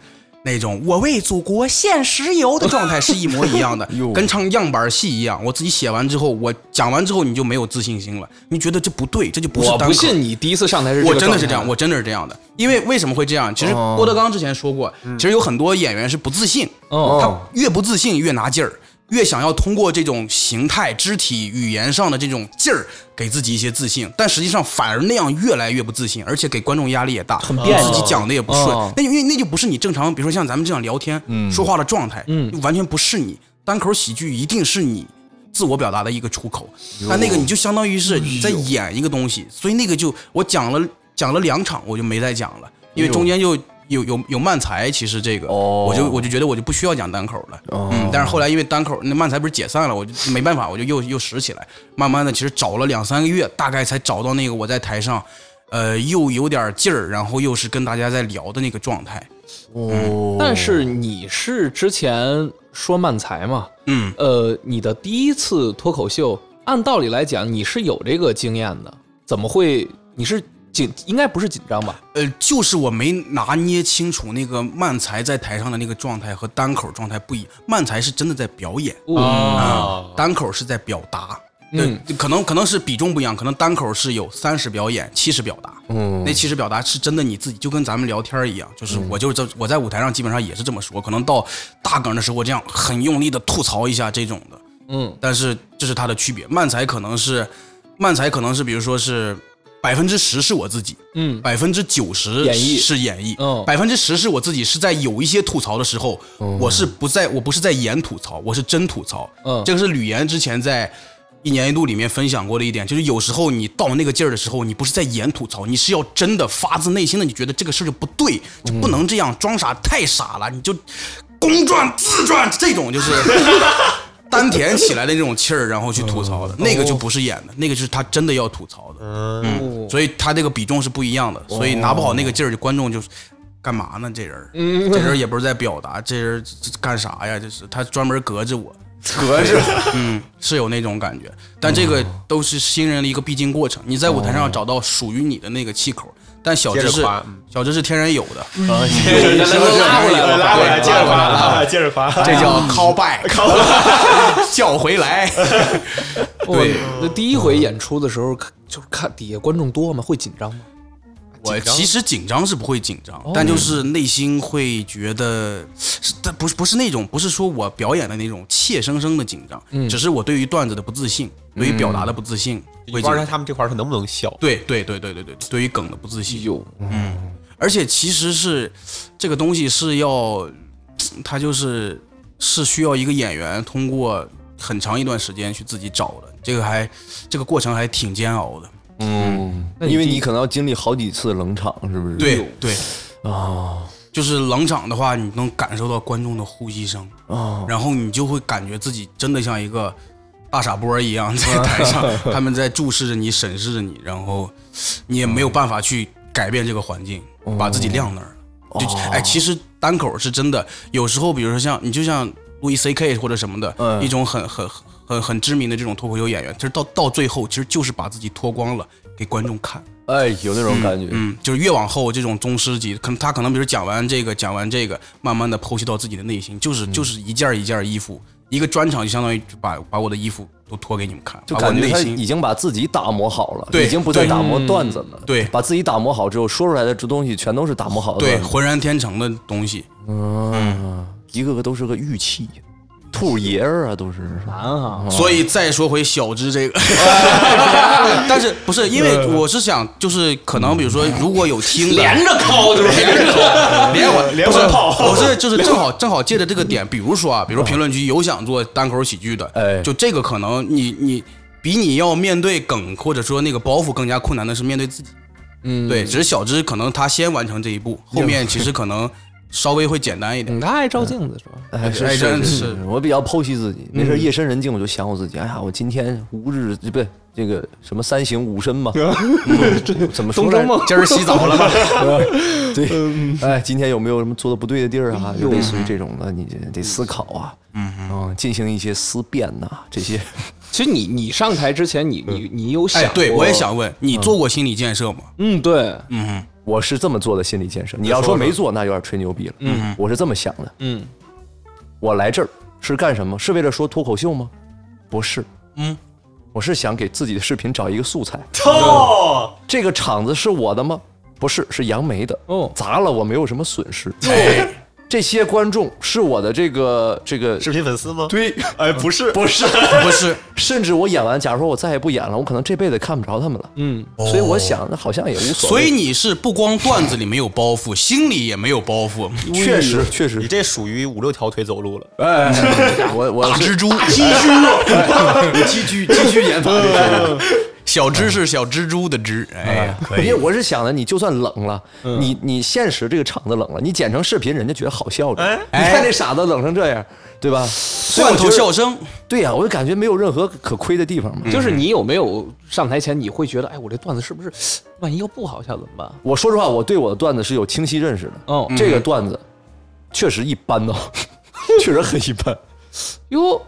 Speaker 4: 那种我为祖国献石油的状态是一模一样的
Speaker 2: 哟，
Speaker 4: 跟唱样板戏一样。我自己写完之后，我讲完之后你就没有自信心了，你觉得这不对，这就不是
Speaker 3: 我
Speaker 4: 单
Speaker 3: 不
Speaker 4: 口
Speaker 3: 信你第一次上台是
Speaker 4: 我真的是这
Speaker 3: 这
Speaker 4: 样，
Speaker 3: 样，
Speaker 4: 我真的是这样的。因为为什么会这样？其实
Speaker 3: 哦
Speaker 4: 郭德纲之前说过，
Speaker 3: 嗯
Speaker 4: 其实有很多演员是不自信，
Speaker 2: 哦
Speaker 4: 他越不自信越拿劲儿，越想要通过这种形态、肢体、语言上的这种劲儿给自己一些自信，但实际上反而那样越来越不自信，而且给观众压力也大，很
Speaker 3: 别扭
Speaker 4: 自己讲的也不顺
Speaker 3: 哦，嗯
Speaker 4: 那就因为那就不是你正常，比如说像咱们这样聊天、说话的状态，就完全不是你。单口喜剧一定是你自我表达的一个出口，但那个你就相当于是你在演一个东西，所以那个就我讲了讲了两场，我就没再讲了，因为中间就有有有漫才，其实这个
Speaker 2: 哦
Speaker 4: 我就我就觉得我就不需要讲单口了，嗯，但是后来因为单口那漫才不是解散了，我就没办法，我就又又拾起来，慢慢的其实找了两三个月，大概才找到那个我在台上。呃，又有点劲儿，然后又是跟大家在聊的那个状态，
Speaker 2: 哦
Speaker 3: 但是你是之前说漫才嘛？
Speaker 4: 嗯，
Speaker 3: 呃，你的第一次脱口秀，按道理来讲你是有这个经验的，怎么会你是紧？应该不是紧张吧？
Speaker 4: 呃，就是我没拿捏清楚那个漫才在台上的那个状态和单口状态不一，漫才是真的在表演，
Speaker 3: 哦
Speaker 1: 啊，
Speaker 4: 单口是在表达。
Speaker 3: 嗯
Speaker 4: 对，可能可能是比重不一样，可能单口是有三十表演，七十表达。嗯，那七十表达是真的你自己，就跟咱们聊天一样，就是
Speaker 3: 嗯
Speaker 4: 我就是这我在舞台上基本上也是这么说，可能到大梗的时候我这样很用力的吐槽一下这种的。
Speaker 3: 嗯，
Speaker 4: 但是这是它的区别。漫才可能是，漫才可能是，比如说是百分之十是我自己，
Speaker 3: 嗯
Speaker 4: 百分之九十
Speaker 3: 演绎
Speaker 4: 是演绎，
Speaker 3: 嗯
Speaker 4: 百分之十是我自己是在有一些吐槽的时候，我是不在我不是在演吐槽，我是真吐槽，
Speaker 3: 嗯
Speaker 4: 这个是吕岩之前在。一年一度里面分享过的一点，就是有时候你到那个劲儿的时候，你不是在演吐槽，你是要真的发自内心的，你觉得这个事儿就不对，就
Speaker 3: 嗯
Speaker 4: 不能这样装傻，太傻了，你就公转自转这 种就是丹田起来的那种气儿，然后去吐槽的，
Speaker 3: 哦
Speaker 4: 那个就不是演的，那个就是他真的要吐槽的。
Speaker 3: 嗯
Speaker 4: 所以他这个比重是不一样的，所以拿不好那个劲儿，就观众就是干嘛呢？这人儿，这人儿也不是在表达，这人儿这这干啥呀？这是他专门隔着我，
Speaker 2: 可 是
Speaker 4: 嗯，是有那种感觉，但这个都是新人的一个必经过程。你在舞台上找到属于你的那个气口，但小
Speaker 1: 接
Speaker 4: 知
Speaker 1: 着
Speaker 4: 是
Speaker 1: 夸
Speaker 4: 小知是天然有的，
Speaker 1: 接着
Speaker 3: 拉回来
Speaker 1: 拉回来，
Speaker 4: 对
Speaker 1: 接着夸，
Speaker 4: 拉回来
Speaker 1: 拉回来，接着夸，
Speaker 4: 这叫 call back，叫 回来。对，
Speaker 3: 那第一回演出的时候，看就是看底下观众多吗？会紧张吗？
Speaker 4: 我其实紧张是哦不会紧张，但就是内心会觉得，是但不是不是那种，不是说我表演的那种怯生生的紧张，只是我对于段子的不自信，对于表达的不自信，
Speaker 1: 你
Speaker 4: 会
Speaker 1: 不
Speaker 4: 紧
Speaker 1: 知道
Speaker 4: 张。
Speaker 1: 他们这块儿是能不能笑，
Speaker 4: 对对对对对对，对于梗的不自信，嗯
Speaker 3: 有，
Speaker 4: 而且其实是这个东西是要，它就是是需要一个演员通过很长一段时间去自己找的，这个还这个过程还挺煎熬的。
Speaker 3: 那
Speaker 2: 嗯因为
Speaker 3: 第
Speaker 2: 你可能要经历好几次冷场，是哦不是？
Speaker 4: 对对啊，就是冷场的话，你
Speaker 2: 哦
Speaker 4: 能感受到观众的呼吸声啊，然后你就会感觉自己真的像一个大傻波一样在台上，他们在注视着你，审视着你，然后你也没有办法去改变这个环境，把自己晾那儿了。就哎，其实单口是真的，有时候比如说像你就像路易 C K 或者什么的，
Speaker 2: 嗯
Speaker 4: 一种很很很很知名的这种脱口秀演员，其实到到最后其实就是把自己脱光了给观众看。
Speaker 2: 哎，有那种感觉，
Speaker 4: 嗯，就是越往后这种宗师级，可能他可能比如讲完这个，讲完这个，慢慢的剖析到自己的内心，
Speaker 2: 嗯
Speaker 4: 就是就是一件一件衣服，一个专场就相当于把把我的衣服都脱给你们看，
Speaker 2: 就
Speaker 4: 啊把我
Speaker 2: 感觉
Speaker 4: 内
Speaker 2: 他
Speaker 4: 心
Speaker 2: 已经把自己打磨好了，
Speaker 4: 对
Speaker 2: 已经不再打磨段子了，
Speaker 4: 对
Speaker 2: 把自己打磨好之后，说出来的这东西全都是打磨好的
Speaker 4: 对嗯
Speaker 2: 段子，
Speaker 4: 浑然天成的东西。
Speaker 2: 一个个都是个玉器，兔爷儿啊，都是
Speaker 3: 难啊，
Speaker 4: 所以再说回小芝这个， 但是不是因为我是想，就是可能比如说，如果有听的，
Speaker 3: 连着抠 就是连着抠，
Speaker 4: 连我
Speaker 1: 连
Speaker 4: 不是
Speaker 1: 环炮
Speaker 4: 我是就是正好正好借着这个点，比如说啊，比如评论区有想做单口喜剧的，
Speaker 2: 哎
Speaker 4: 就这个可能你你比你要面对梗或者说那个包袱更加困难的是面对自己，
Speaker 3: 嗯，
Speaker 4: 对，只是小芝可能他先完成这一步，后面其实可能稍微会简单一点，
Speaker 3: 他爱照镜子是吧？
Speaker 2: 哎，是
Speaker 4: 哎
Speaker 2: 是
Speaker 4: 真
Speaker 2: 是
Speaker 4: 是嗯
Speaker 2: 我比较剖析自己。没事，夜深人静我就想我自己。哎呀，我今天吾日不对，这个什么三省吾身 嘛，嗯怎么说
Speaker 3: 东
Speaker 2: 来
Speaker 3: 征梦
Speaker 4: 今儿洗澡了吗？ 嗯
Speaker 2: 对，哎，今天有没有什么做的不对的地儿啊？就类似于这种的，你得思考啊，嗯，进行一些思辨呐、这些。
Speaker 3: 其实你你上台之前，你你你有想
Speaker 4: 哎，
Speaker 3: 过？
Speaker 4: 对我也，想问，你做过心理建设吗？
Speaker 3: 嗯，对，
Speaker 4: 嗯
Speaker 2: 我是这么做的心理建设。你要说没做，那有点吹牛逼了。嗯，我是这么想的。
Speaker 3: 嗯，
Speaker 2: 我来这儿是干什么？是为了说脱口秀吗？不是。
Speaker 4: 嗯，
Speaker 2: 我是想给自己的视频找一个素材。
Speaker 1: 操！
Speaker 2: 这个场子是我的吗？不是，是杨梅的。
Speaker 3: 哦
Speaker 2: 砸了我没有什么损失。
Speaker 4: 哼，哎，
Speaker 2: 这些观众是我的这个这个，
Speaker 1: 视频粉丝吗？，
Speaker 2: 对，
Speaker 1: 哎，不是，
Speaker 2: 不是。
Speaker 4: 不是，
Speaker 2: 甚至我演完，假如说我再也不演了，我可能这辈子看不着他们了。
Speaker 3: 嗯，
Speaker 2: 所以我想，那好像也无所
Speaker 4: 所
Speaker 2: 谓。
Speaker 4: 以你是不光段子里没有包袱，心里也没有包袱，
Speaker 2: 确实确实
Speaker 1: 你，这属于五六条腿走路了。
Speaker 2: 哎，我我
Speaker 4: 大
Speaker 2: 是
Speaker 4: 蜘蛛，
Speaker 2: 寄居寄居研发这
Speaker 4: 嗯
Speaker 2: 个。
Speaker 4: 小知是小蜘蛛的蜘，哎呀，可
Speaker 2: 因
Speaker 4: 嗯
Speaker 2: 为我是想的，你就算冷了，你你现实这个场子冷了，你剪成视频，人家觉得好笑
Speaker 4: 哎
Speaker 2: 着。你看这傻子冷成这样，对吧？
Speaker 4: 罐头笑嗯声，
Speaker 2: 对呀、我就感觉没有任何可亏的地方嘛。
Speaker 3: 就是你有没有上台前你会觉得，哎，我这段子是不是万一要不好笑怎么办？
Speaker 2: 我说实话，我对我的段子是有清晰认识的。
Speaker 3: 哦
Speaker 2: 这
Speaker 4: 嗯
Speaker 2: 个段子确实一般哦， 确实很一 般。
Speaker 3: 哟，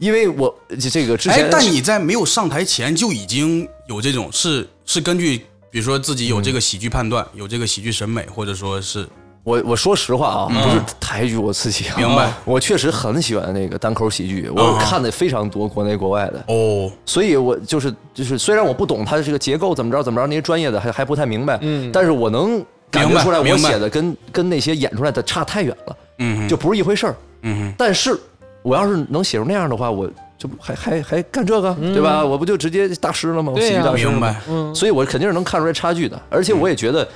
Speaker 2: 因为我这个之前
Speaker 4: 哎，，但你在没有上台前就已经有这种，是是根据比如说自己有这个喜剧判断，有这个喜剧审美，或者说是
Speaker 2: 我我说实话啊，不是抬举我自己啊，
Speaker 4: 嗯明白
Speaker 2: 我确实很喜欢那个单口喜剧，我看的非常多，国内国外的。
Speaker 4: 哦，
Speaker 2: 所以我就是就是，虽然我不懂它的这个结构怎么着怎么着，那些专业的还还不太明白，嗯，但是我能感觉出来，
Speaker 4: 明
Speaker 2: 我
Speaker 4: 白明白
Speaker 2: 写的跟跟那些演出来的差太远了，
Speaker 4: 嗯
Speaker 2: 就不是一回事儿。
Speaker 4: 嗯
Speaker 2: 但是我要是能写出那样的话，我这不还还还干这个，对吧？我不就直接大师了吗？我
Speaker 3: 对
Speaker 2: 喜
Speaker 3: 呀
Speaker 2: 剧大
Speaker 4: 哼，
Speaker 2: 师了吗
Speaker 4: 嗯明白，嗯
Speaker 2: 所以我肯定是能看出来差距的。而且我也觉得，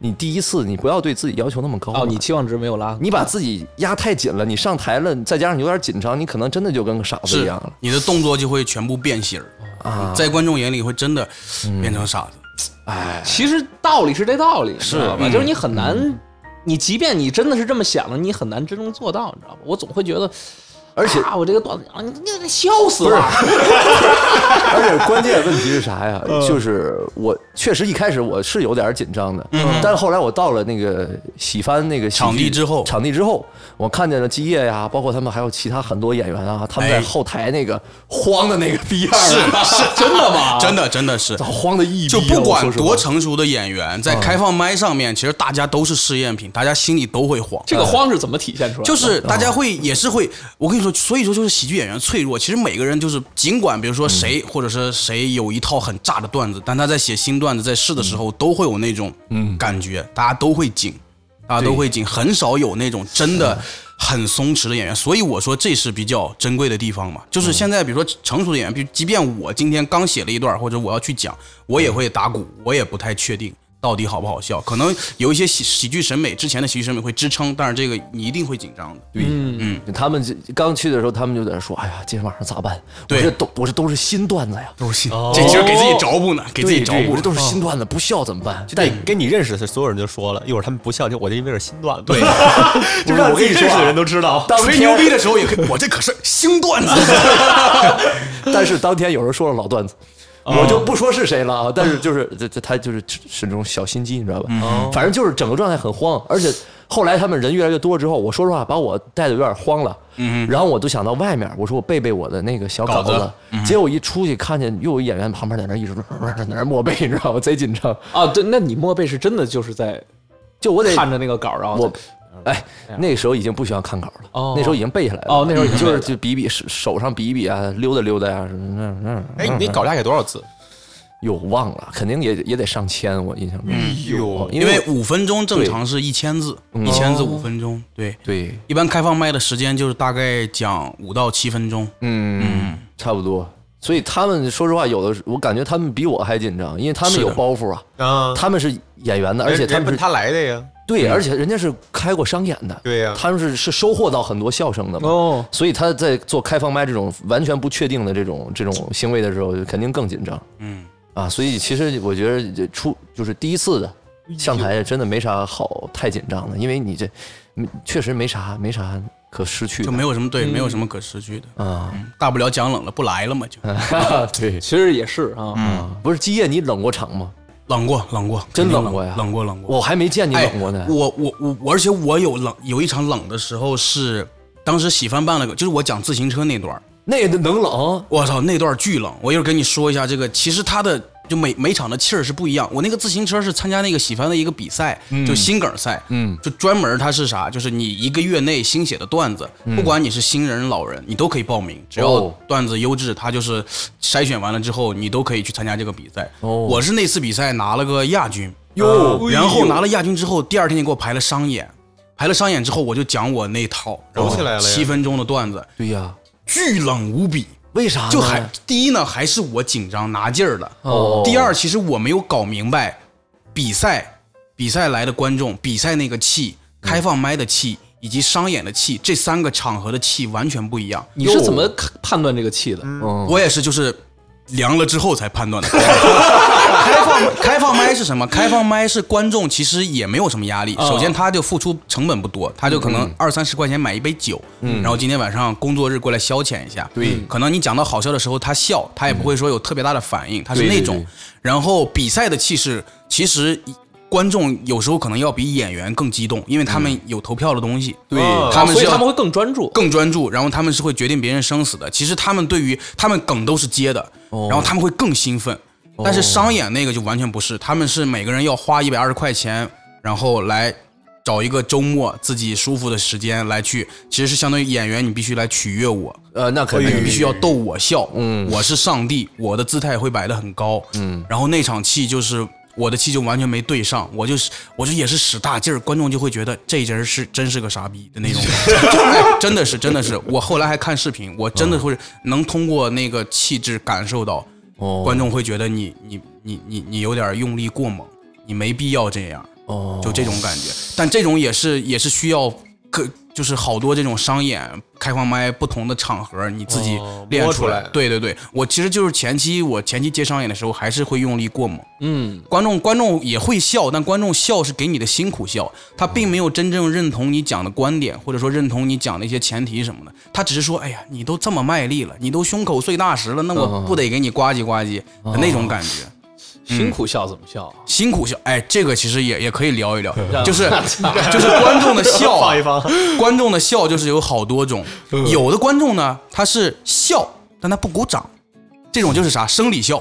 Speaker 2: 你第一次你不要对自己要求那么高
Speaker 3: 哦，
Speaker 2: 嘛
Speaker 3: 你期望值没有
Speaker 4: 哎
Speaker 3: 拉，
Speaker 2: 你把自己压太紧了，你上台了，再加上你有点紧张，你可能真的就跟个傻子一
Speaker 4: 是
Speaker 2: 样了。
Speaker 4: 你的动作就会全部变形儿，在观众眼里会真的变成傻子。
Speaker 3: 其实道理是这道理，是
Speaker 4: 嗯
Speaker 3: 吧？就是你很难，你即便你真的是这么想的，你很难真正做到，你知道吧？我总会觉得，
Speaker 2: 而且
Speaker 3: 啊，我这个段子啊，你你你笑死了，
Speaker 4: 啊
Speaker 2: 而且关键问题是啥呀？
Speaker 4: 嗯
Speaker 2: 就是我确实一开始我是有点紧张的，但是后来我到了那个喜番那个喜剧
Speaker 4: 嗯场地之后
Speaker 2: 场地之后，我看见了基业呀，包括他们还有其他很多演员啊，他们在
Speaker 4: 哎
Speaker 2: 后台那个慌的那个逼样儿，
Speaker 4: 是真的吗？ 真的真的 是
Speaker 2: 早慌的一逼
Speaker 4: 就
Speaker 2: 啊，
Speaker 4: 不管
Speaker 2: 我说实话
Speaker 4: 多成熟的演员，在开放麦上面，其实大家都是试验品，大家心里都会慌。
Speaker 3: 这个慌是怎么体现出来的？
Speaker 4: 啊就是
Speaker 2: 啊
Speaker 4: 大家会也是会，我跟你说，所以说就是喜剧演员脆弱。其实每个人就是，尽管比如说
Speaker 2: 嗯
Speaker 4: 谁或者是谁有一套很炸的段子，但他在写新段子在试的时
Speaker 2: 嗯
Speaker 4: 候，都会有那种感觉，大家都会紧，大家都会紧，很少有那种真的很松弛的演员。所以我说这是比较珍贵的地方嘛。
Speaker 2: 嗯
Speaker 4: 就是现在比如说成熟的演员，比如即便我今天刚写了一段，或者我要去讲，我也会打鼓，我也不太确定。到底好不好笑。可能有一些喜喜剧审美，之前的喜剧审美会支撑，但是这个你一定会紧张的。
Speaker 2: 对，嗯，他们这刚去的时候，他们就在那说：“哎呀，今天晚上咋办？
Speaker 4: 对
Speaker 2: 我这都我这都是新段子呀，
Speaker 4: 都是新，这其实给自己找补呢，给自己
Speaker 2: 对
Speaker 4: 找
Speaker 2: 哦对
Speaker 4: 补嗯
Speaker 2: 我这
Speaker 4: 呢。
Speaker 2: 都是新段子，不笑怎么办？”
Speaker 1: 但跟你认识的所有人就说了，一会儿他们不笑，就我这因为是新段子，对， 就
Speaker 2: 不是
Speaker 1: 让
Speaker 2: 我
Speaker 1: 自
Speaker 2: 跟
Speaker 1: 己
Speaker 2: 你
Speaker 1: 认识
Speaker 2: 说
Speaker 1: 的
Speaker 2: 啊
Speaker 1: 人都知道。
Speaker 2: 当
Speaker 4: 吹
Speaker 2: 天
Speaker 4: 牛逼的时候也可以，我这可是新段子。
Speaker 2: 但是当天有人说了老段子，
Speaker 3: 哦
Speaker 2: 我就不说是谁了啊。但是就是这这他就是是那种小心机，你知道吧？
Speaker 3: 嗯哦
Speaker 2: 反正就是整个状态很慌，而且后来他们人越来越多之后，我说实话把我带的有点慌了。
Speaker 3: 嗯
Speaker 2: 然后我就想到外面，我说我背背我的那个小稿
Speaker 4: 稿子
Speaker 2: 子，
Speaker 3: 嗯
Speaker 2: 结果一出去看见又有演员旁边在那一直 在那默背，你知道吗？贼紧张。
Speaker 3: 啊，对，那你默背是真的就是在
Speaker 2: 就我得
Speaker 3: 看着那个稿，然后
Speaker 2: 我，哎，那时候已经不需要看稿了，
Speaker 3: 嗯哦
Speaker 2: 那时候已经背下来了。
Speaker 3: 哦那时候已经
Speaker 2: 就
Speaker 3: 背
Speaker 2: 是
Speaker 3: 了
Speaker 2: 就比比手手上比一比啊，溜达溜达呀什么的。嗯
Speaker 1: 哎，你那搞大概多少 字？
Speaker 2: 哟，忘了，肯定也也得上千，我印象中。哦
Speaker 1: 哟，
Speaker 2: 因嗯
Speaker 4: 因为
Speaker 2: 我
Speaker 4: 五分钟正常是一千字，一千
Speaker 2: 哦
Speaker 4: 字五分钟，对。
Speaker 2: 对，
Speaker 4: 一般开放麦的时间就是大概讲五到七分钟，
Speaker 2: 嗯，差不多。所以他们说实话，有的时我感觉他们比我还紧张，因为他们
Speaker 4: 是的
Speaker 2: 有包袱啊，
Speaker 1: 啊，
Speaker 2: 他们是演员的，而且
Speaker 1: 人
Speaker 2: 他
Speaker 1: 人
Speaker 2: 们
Speaker 1: 奔
Speaker 2: 是
Speaker 1: 他来的呀，
Speaker 2: 对，而且人家是开过商演的，
Speaker 1: 对呀
Speaker 2: 他们是是收获到很多笑声的嘛。
Speaker 3: 哦，
Speaker 2: 所以他在做开放麦这种完全不确定的这种这种行为的时候，肯定更紧张
Speaker 4: 嗯，
Speaker 2: 啊。所以其实我觉得这出就是第一次的上台，真的没啥好太紧张的，因为你这嗯确实没啥没啥可失去的
Speaker 4: 就没有什么
Speaker 2: 嗯
Speaker 4: 对，没有什么可失去的，
Speaker 2: 啊。
Speaker 4: 大不了讲冷了不来了嘛，
Speaker 2: 嗯
Speaker 4: 就
Speaker 2: 对，
Speaker 3: 其实也是啊，
Speaker 2: 不是基业，你冷过场吗？
Speaker 4: 冷过冷过，
Speaker 2: 真
Speaker 4: 肯定
Speaker 2: 冷
Speaker 4: 冷
Speaker 2: 过呀
Speaker 4: 冷过冷过。
Speaker 2: 我还没见你
Speaker 4: 哎
Speaker 2: 冷过呢。
Speaker 4: 我我我我，而且我有冷有一场冷的时候是，当时喜番办了个，就是我讲自行车那段儿，
Speaker 2: 那也能冷？啊
Speaker 4: 我操，那段巨冷！我一会儿跟你说一下这个，其实他的就每每场的气儿是不一样。我那个自行车是参加那个喜番的一个比赛，就新梗赛，嗯，就专门它是啥，就是你一个月内新写的段子，
Speaker 1: 嗯
Speaker 4: 不管你是新人老人，你都可以报名，只要
Speaker 2: 哦
Speaker 4: 段子优质，它就是筛选完了之后，你都可以去参加这个比赛。
Speaker 2: 哦
Speaker 4: 我是那次比赛拿了个亚军，嗯
Speaker 1: 哟
Speaker 4: 然后拿了亚军之后，第二天就给我排了商演，排了商演之后我就讲我那套，然后
Speaker 1: 走起来了呀
Speaker 4: 七分钟的段子，
Speaker 2: 对呀、
Speaker 4: 巨冷无比。
Speaker 2: 为啥呢？
Speaker 4: 就还第一呢，还是我紧张拿劲儿了。
Speaker 2: 哦
Speaker 4: 第二，其实我没有搞明白比赛比赛来的观众，比赛那个气、开放麦的气以及商演的气，这三个场合的气完全不一样。
Speaker 3: 你是怎么看判断这个气的？
Speaker 2: 嗯
Speaker 4: 我也是，就是凉了之后才判断的。 开放开放麦是什么？开放麦是观众其实也没有什么压力，首先他就付出成本不多，他就可能二三十块钱买一杯酒，然后今天晚上工作日过来消遣一下。嗯对，可能你讲到好笑的时候，他笑，他也不会说有特别大的反应，他是那种。然后比赛的气势，其实观众有时候可能要比演员更激动，因为他们有投票的东西。嗯对
Speaker 1: 哦
Speaker 4: 他们
Speaker 3: 所以
Speaker 4: 是要
Speaker 3: 他们会更专注。
Speaker 4: 更专注，然后他们是会决定别人生死的。其实他们对于他们梗都是接的，然后他们会更兴奋。但是商演那个就完全不是，他们是每个人要花一百二十块钱，然后来找一个周末自己舒服的时间来去，其实是相当于演员，你必须来取悦我，
Speaker 2: 呃，那肯
Speaker 4: 你
Speaker 2: 定
Speaker 4: 必须要逗我笑，嗯，我是上帝，我的姿态会摆得很高，嗯，然后那场戏就是我的气就完全没对上，我就是我就也是使大劲儿，观众就会觉得这人是真是个傻逼的 那种感觉，哎真的是真的是，我后来还看视频，我真的会能通过那个气质感受到，
Speaker 2: 哦
Speaker 4: 观众会觉得你你你你你有点用力过猛，你没必要这样，
Speaker 2: 哦
Speaker 4: 就这种感觉。但这种也是也是需要个就是好多这种商演、开放麦不同的场合，你自己
Speaker 1: 哦
Speaker 4: 练
Speaker 1: 摸
Speaker 4: 出
Speaker 1: 出
Speaker 4: 来。
Speaker 1: 来
Speaker 4: 对对对，我其实就是前期我前期接商演的时候，还是会用力过猛。
Speaker 3: 嗯，
Speaker 4: 观众观众也会笑，但观众笑是给你的辛苦笑，他并没有真正认同你讲的观点，或者说认同你讲的一些前提什么的，他只是说，哎呀，你都这么卖力了，你都胸口碎大石了，那我不得给你呱唧呱唧的那种感觉。
Speaker 2: 嗯
Speaker 3: 辛苦笑怎么笑啊？
Speaker 4: 辛苦笑，哎，这个其实也也可以聊一聊， 就是就是观众的笑，
Speaker 1: 嗯
Speaker 4: 啊
Speaker 1: 放一放 嗯
Speaker 4: 观众的笑就是有好多种，有的观众呢他是笑，但他不鼓掌，这种就是啥生理笑。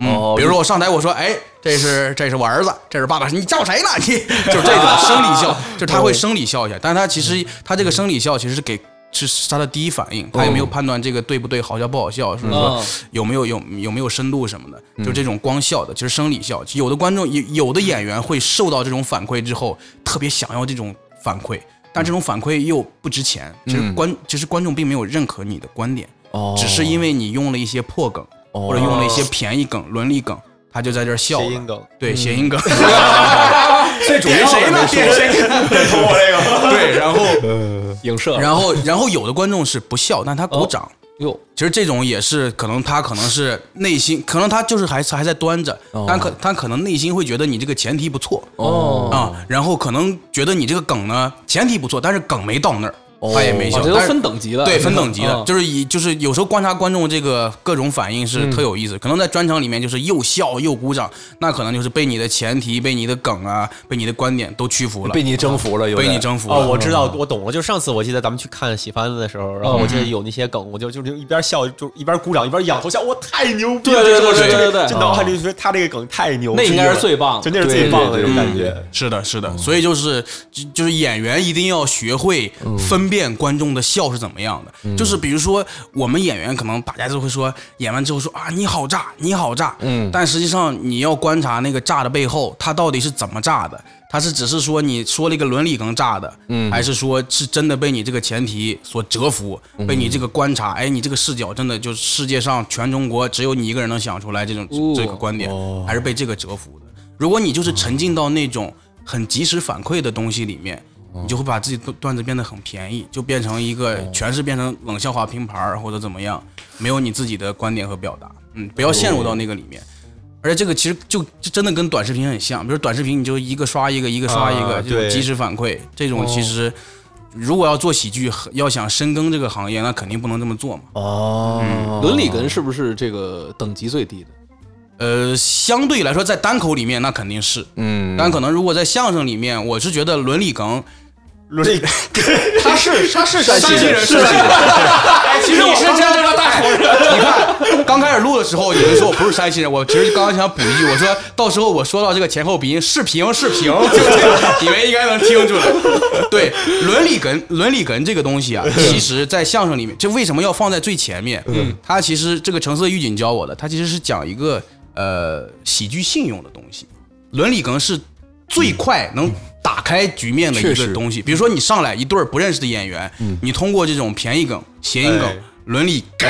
Speaker 4: 嗯
Speaker 2: 哦，
Speaker 4: 比如说我上台我说，哎，这是这是我儿子，这是爸爸，你叫谁呢？你 就是这种生理笑， 就是他会生理笑一下，但是他其实他这个生理笑其实是给。是是他的第一反应，他也没有判断这个对不对，好笑不好笑，是不是说
Speaker 3: 嗯
Speaker 4: 有没有有有没有深度什么的，就这种光笑的，其实生理笑。有的观众有有的演员会受到这种反馈之后，特别想要这种反馈，但这种反馈又不值钱，就是观就是观众并没有认可你的观点，
Speaker 2: 哦
Speaker 4: 只是因为你用了一些破梗，
Speaker 2: 哦
Speaker 4: 或者用了一些便宜梗、伦理梗，他就在这儿笑了
Speaker 1: 谐音梗，
Speaker 4: 对谐音梗，
Speaker 2: 最主
Speaker 4: 点谁呢？点谁呢？
Speaker 2: 捅我这个？
Speaker 4: 对，然后
Speaker 3: 影 射，
Speaker 4: 然后然后有的观众是不笑，但他鼓掌。
Speaker 3: 哟，
Speaker 4: 其实这种也是可能他可能是内心，可能他就是还还在端着，但可他可能内心会觉得你这个前提不错
Speaker 2: 哦
Speaker 4: 啊、然后可能觉得你这个梗呢前提不错，但是梗没到那儿，他也没
Speaker 3: 哇
Speaker 4: 笑。
Speaker 3: 哦这都
Speaker 4: 但是
Speaker 3: 分等级的，
Speaker 4: 对，分等级的，
Speaker 3: 嗯
Speaker 2: 哦
Speaker 4: 就是以就是有时候观察观众这个各种反应是特有意思。可能在专场里面就是又笑又鼓掌，那可能就是被你的前提、被你的梗啊、被你的观点都屈服了，
Speaker 2: 被你征服了，有
Speaker 4: 被
Speaker 2: 点
Speaker 4: 你征服了。啊
Speaker 1: 哦，我知道，我懂了。就上次我记得咱们去看喜番的时候，然后我记得有那些梗，我就就是一边笑，就一边鼓掌，一边仰头笑，我太牛逼了！
Speaker 3: 对对
Speaker 1: 这个
Speaker 3: 对对
Speaker 1: 这个
Speaker 3: 对对对
Speaker 1: 这脑海里就觉得他这个梗太牛逼
Speaker 3: 那
Speaker 1: 了，
Speaker 3: 应该是最棒的
Speaker 1: 就那是最棒的那种感觉。
Speaker 4: 是的，是的，所以就是就就是演员一定要学会分辨观众的笑是怎么样的。就是比如说，我们演员可能大家都会说，演完之后说啊你好炸，你好炸，嗯，但实际上你要观察那个炸的背后，他到底是怎么炸的。他是只是说你说了一个伦理梗炸的，嗯，还是说是真的被你这个前提所折服，被你这个观察，哎，你这个视角真的就是世界上全中国只有你一个人能想出来这种、
Speaker 3: 哦
Speaker 4: 这个观点，还是被这个折服的。如果你就是沉浸到那种很及时反馈的东西里面，
Speaker 1: 哦
Speaker 4: 你就会把自己的段子变得很便宜，就变成一个全是变成冷笑话拼盘儿或者怎么样，没有你自己的观点和表达。嗯，不要陷入到那个里
Speaker 1: 哦
Speaker 4: 面。而且这个其实就就真的跟短视频很像，比如短视频你就一个刷一个，一个刷一个，
Speaker 1: 啊
Speaker 4: 这种
Speaker 1: 对哦
Speaker 4: 及时反馈，这种其实。如果要做喜剧，要想深耕这个行业，那肯定不能这么做嘛。
Speaker 2: 哦
Speaker 3: 伦理哏是不是这个等级最低的？
Speaker 4: 呃，相对来说，在单口里面，那肯定是，
Speaker 2: 嗯，
Speaker 4: 但可能如果在相声里面，我是觉得伦理梗
Speaker 1: 伦理
Speaker 3: 他是他是
Speaker 2: 山西人
Speaker 3: 是山西人。其实我是这样的大口人，
Speaker 4: 你看，刚开始录的时候，有人说我不是山西人，我其实刚刚想补一句，我说到时候我说到这个前后鼻音是平是平，就这个，你们应该能听出来。对，伦理哏，伦理哏这个东西啊，其实在相声里面，这为什么要放在最前面？嗯，它其实这个橙色预警教我的，它其实是讲一个呃喜剧信用的东西，伦理梗是最快能。打开局面的一
Speaker 2: 确
Speaker 4: 个
Speaker 2: 实
Speaker 4: 东西，比如说你上来一对儿不认识的演员，你通过这种便宜梗、谐音梗
Speaker 1: 哎、
Speaker 4: 伦理梗，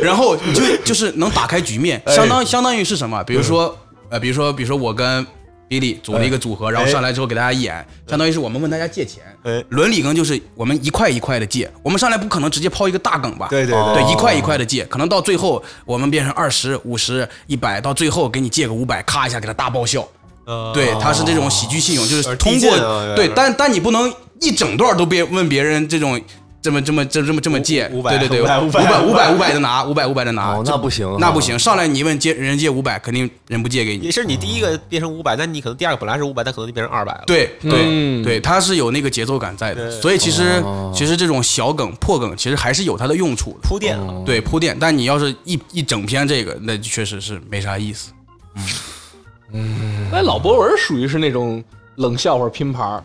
Speaker 4: 然后你就就是能打开局面，相当相当于是什么？比如说，呃，比如说，比如说我跟 Billy 组了一个组合，然后上来之后给大家演，相当于是我们问大家借钱
Speaker 1: 哎。
Speaker 4: 伦理梗就是我们一块一块的借，我们上来不可能直接抛一个大梗吧？
Speaker 1: 对对对
Speaker 4: 对，一块一块的借，可能到最后我们变成二十五十一百，到最后给你借个五百，咔一下给他大爆笑。
Speaker 1: 呃
Speaker 4: 对，它是这种喜剧信用，就是
Speaker 1: 而
Speaker 4: 通
Speaker 1: 递
Speaker 4: 过
Speaker 1: 进啊有点
Speaker 4: 对
Speaker 1: 儿，
Speaker 4: 但但你不能一整段都别问别人这种这么这么这这么这么借，
Speaker 1: 五五百
Speaker 4: 对对对，
Speaker 1: 五百
Speaker 4: 五
Speaker 1: 五百
Speaker 4: 百五百五百的拿，五百五百的拿，
Speaker 2: 哦
Speaker 4: 这
Speaker 2: 那不行啊
Speaker 4: 那不行，上来你一问借人借五百，肯定人不借给
Speaker 1: 也
Speaker 4: 你。
Speaker 1: 是你第一个变成五百，那你可能第二个本来是五百，但可能就变成二百了。，
Speaker 4: 对对
Speaker 3: 嗯
Speaker 4: 对，它是有那个节奏感在的，
Speaker 1: 对哦
Speaker 4: 所以其实其实这种小梗破梗其实还是有它的用处的，
Speaker 1: 铺垫
Speaker 2: 哦
Speaker 1: 了。
Speaker 4: 对铺垫。但你要是一一整篇这个，那确实是没啥意思。
Speaker 2: 嗯
Speaker 3: 哎，老博文属于是那种冷笑话拼盘儿。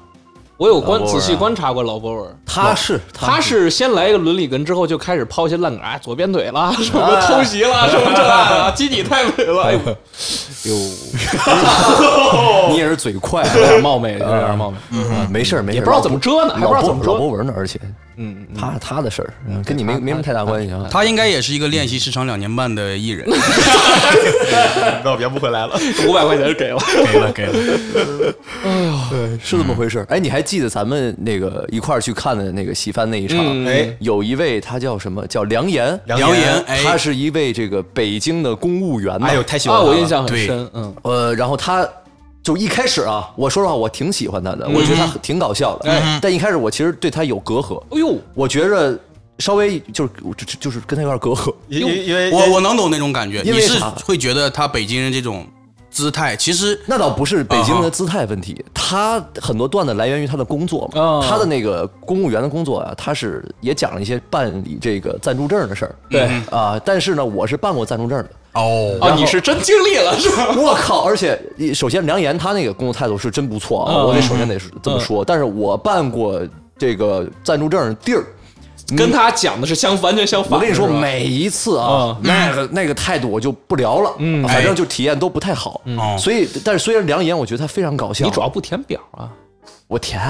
Speaker 3: 我有观
Speaker 2: 老博文
Speaker 3: 仔
Speaker 2: 啊
Speaker 3: 细观察过老博文，
Speaker 2: 他是
Speaker 3: 他是先来一个伦理哏，之后就开始抛一些烂梗，哎，左边腿啦，
Speaker 2: 啊
Speaker 3: 什么偷袭啦，什么这那的，鸡你太美了，哎呦
Speaker 2: 哟，你也是嘴快，啊
Speaker 3: 有点冒昧，有点冒昧。
Speaker 2: 嗯没事儿没事儿，
Speaker 3: 也不知道怎么遮呢还
Speaker 2: 老
Speaker 3: 不知道
Speaker 2: 博
Speaker 3: 怎么遮
Speaker 2: 老博文呢，而且，嗯，他他的事儿嗯跟你没没什么太大关系啊。
Speaker 4: 他应该也是一个练习时长两年半的艺人，
Speaker 2: 嗯
Speaker 1: 那我圆不回来了。
Speaker 3: 五百块钱给了，
Speaker 4: 给了给了。
Speaker 2: 是
Speaker 3: 嗯
Speaker 2: 这么回事儿。哎，你还记得咱们那个一块儿去看的那个喜番那一场？
Speaker 3: 嗯
Speaker 1: 哎，
Speaker 2: 有一位他叫什么？叫梁岩，
Speaker 1: 梁
Speaker 4: 谣言，哎，
Speaker 2: 他是一位这个北京的公务员呐
Speaker 1: 哎呦，太喜欢
Speaker 3: 啊，
Speaker 1: 他了
Speaker 3: 我印象很
Speaker 4: 对
Speaker 3: 深，嗯，
Speaker 2: 呃，然后他就一开始啊，我说实话，我挺喜欢他的，我
Speaker 3: 嗯
Speaker 2: 觉得他挺搞笑的。嗯但一开始我其实对他有隔阂，
Speaker 3: 哎呦，
Speaker 2: 我觉着稍微就是我就就就是跟他有点隔阂。
Speaker 1: 因为因为
Speaker 4: 我我能懂那种感觉，
Speaker 2: 因为
Speaker 4: 你是
Speaker 2: 啥
Speaker 4: 会觉得他北京人这种姿态，其实
Speaker 2: 那倒不是北京的姿态问题，他很多段子来源于他的工作嘛
Speaker 3: 哦，
Speaker 2: 他的那个公务员的工作啊，他是也讲了一些办理这个暂住证的事儿。
Speaker 3: 对
Speaker 2: 啊，但是呢，我是办过暂住证的。
Speaker 4: 哦
Speaker 3: 哦，你是真经历了是吧？
Speaker 2: 我靠！而且首先梁岩他那个工作态度是真不错啊，
Speaker 3: 嗯
Speaker 2: 我得首先得是这么说。但是我办过这个暂住证地儿，
Speaker 3: 跟他讲的是相完全相反。
Speaker 2: 我跟你说，
Speaker 3: 是吧
Speaker 2: 每一次啊，那个那个态度我就不聊了，反正就体验都不太好。所以，但是虽然梁岩，我觉得他非常搞笑
Speaker 3: 你主，要不填表啊，
Speaker 2: 我甜，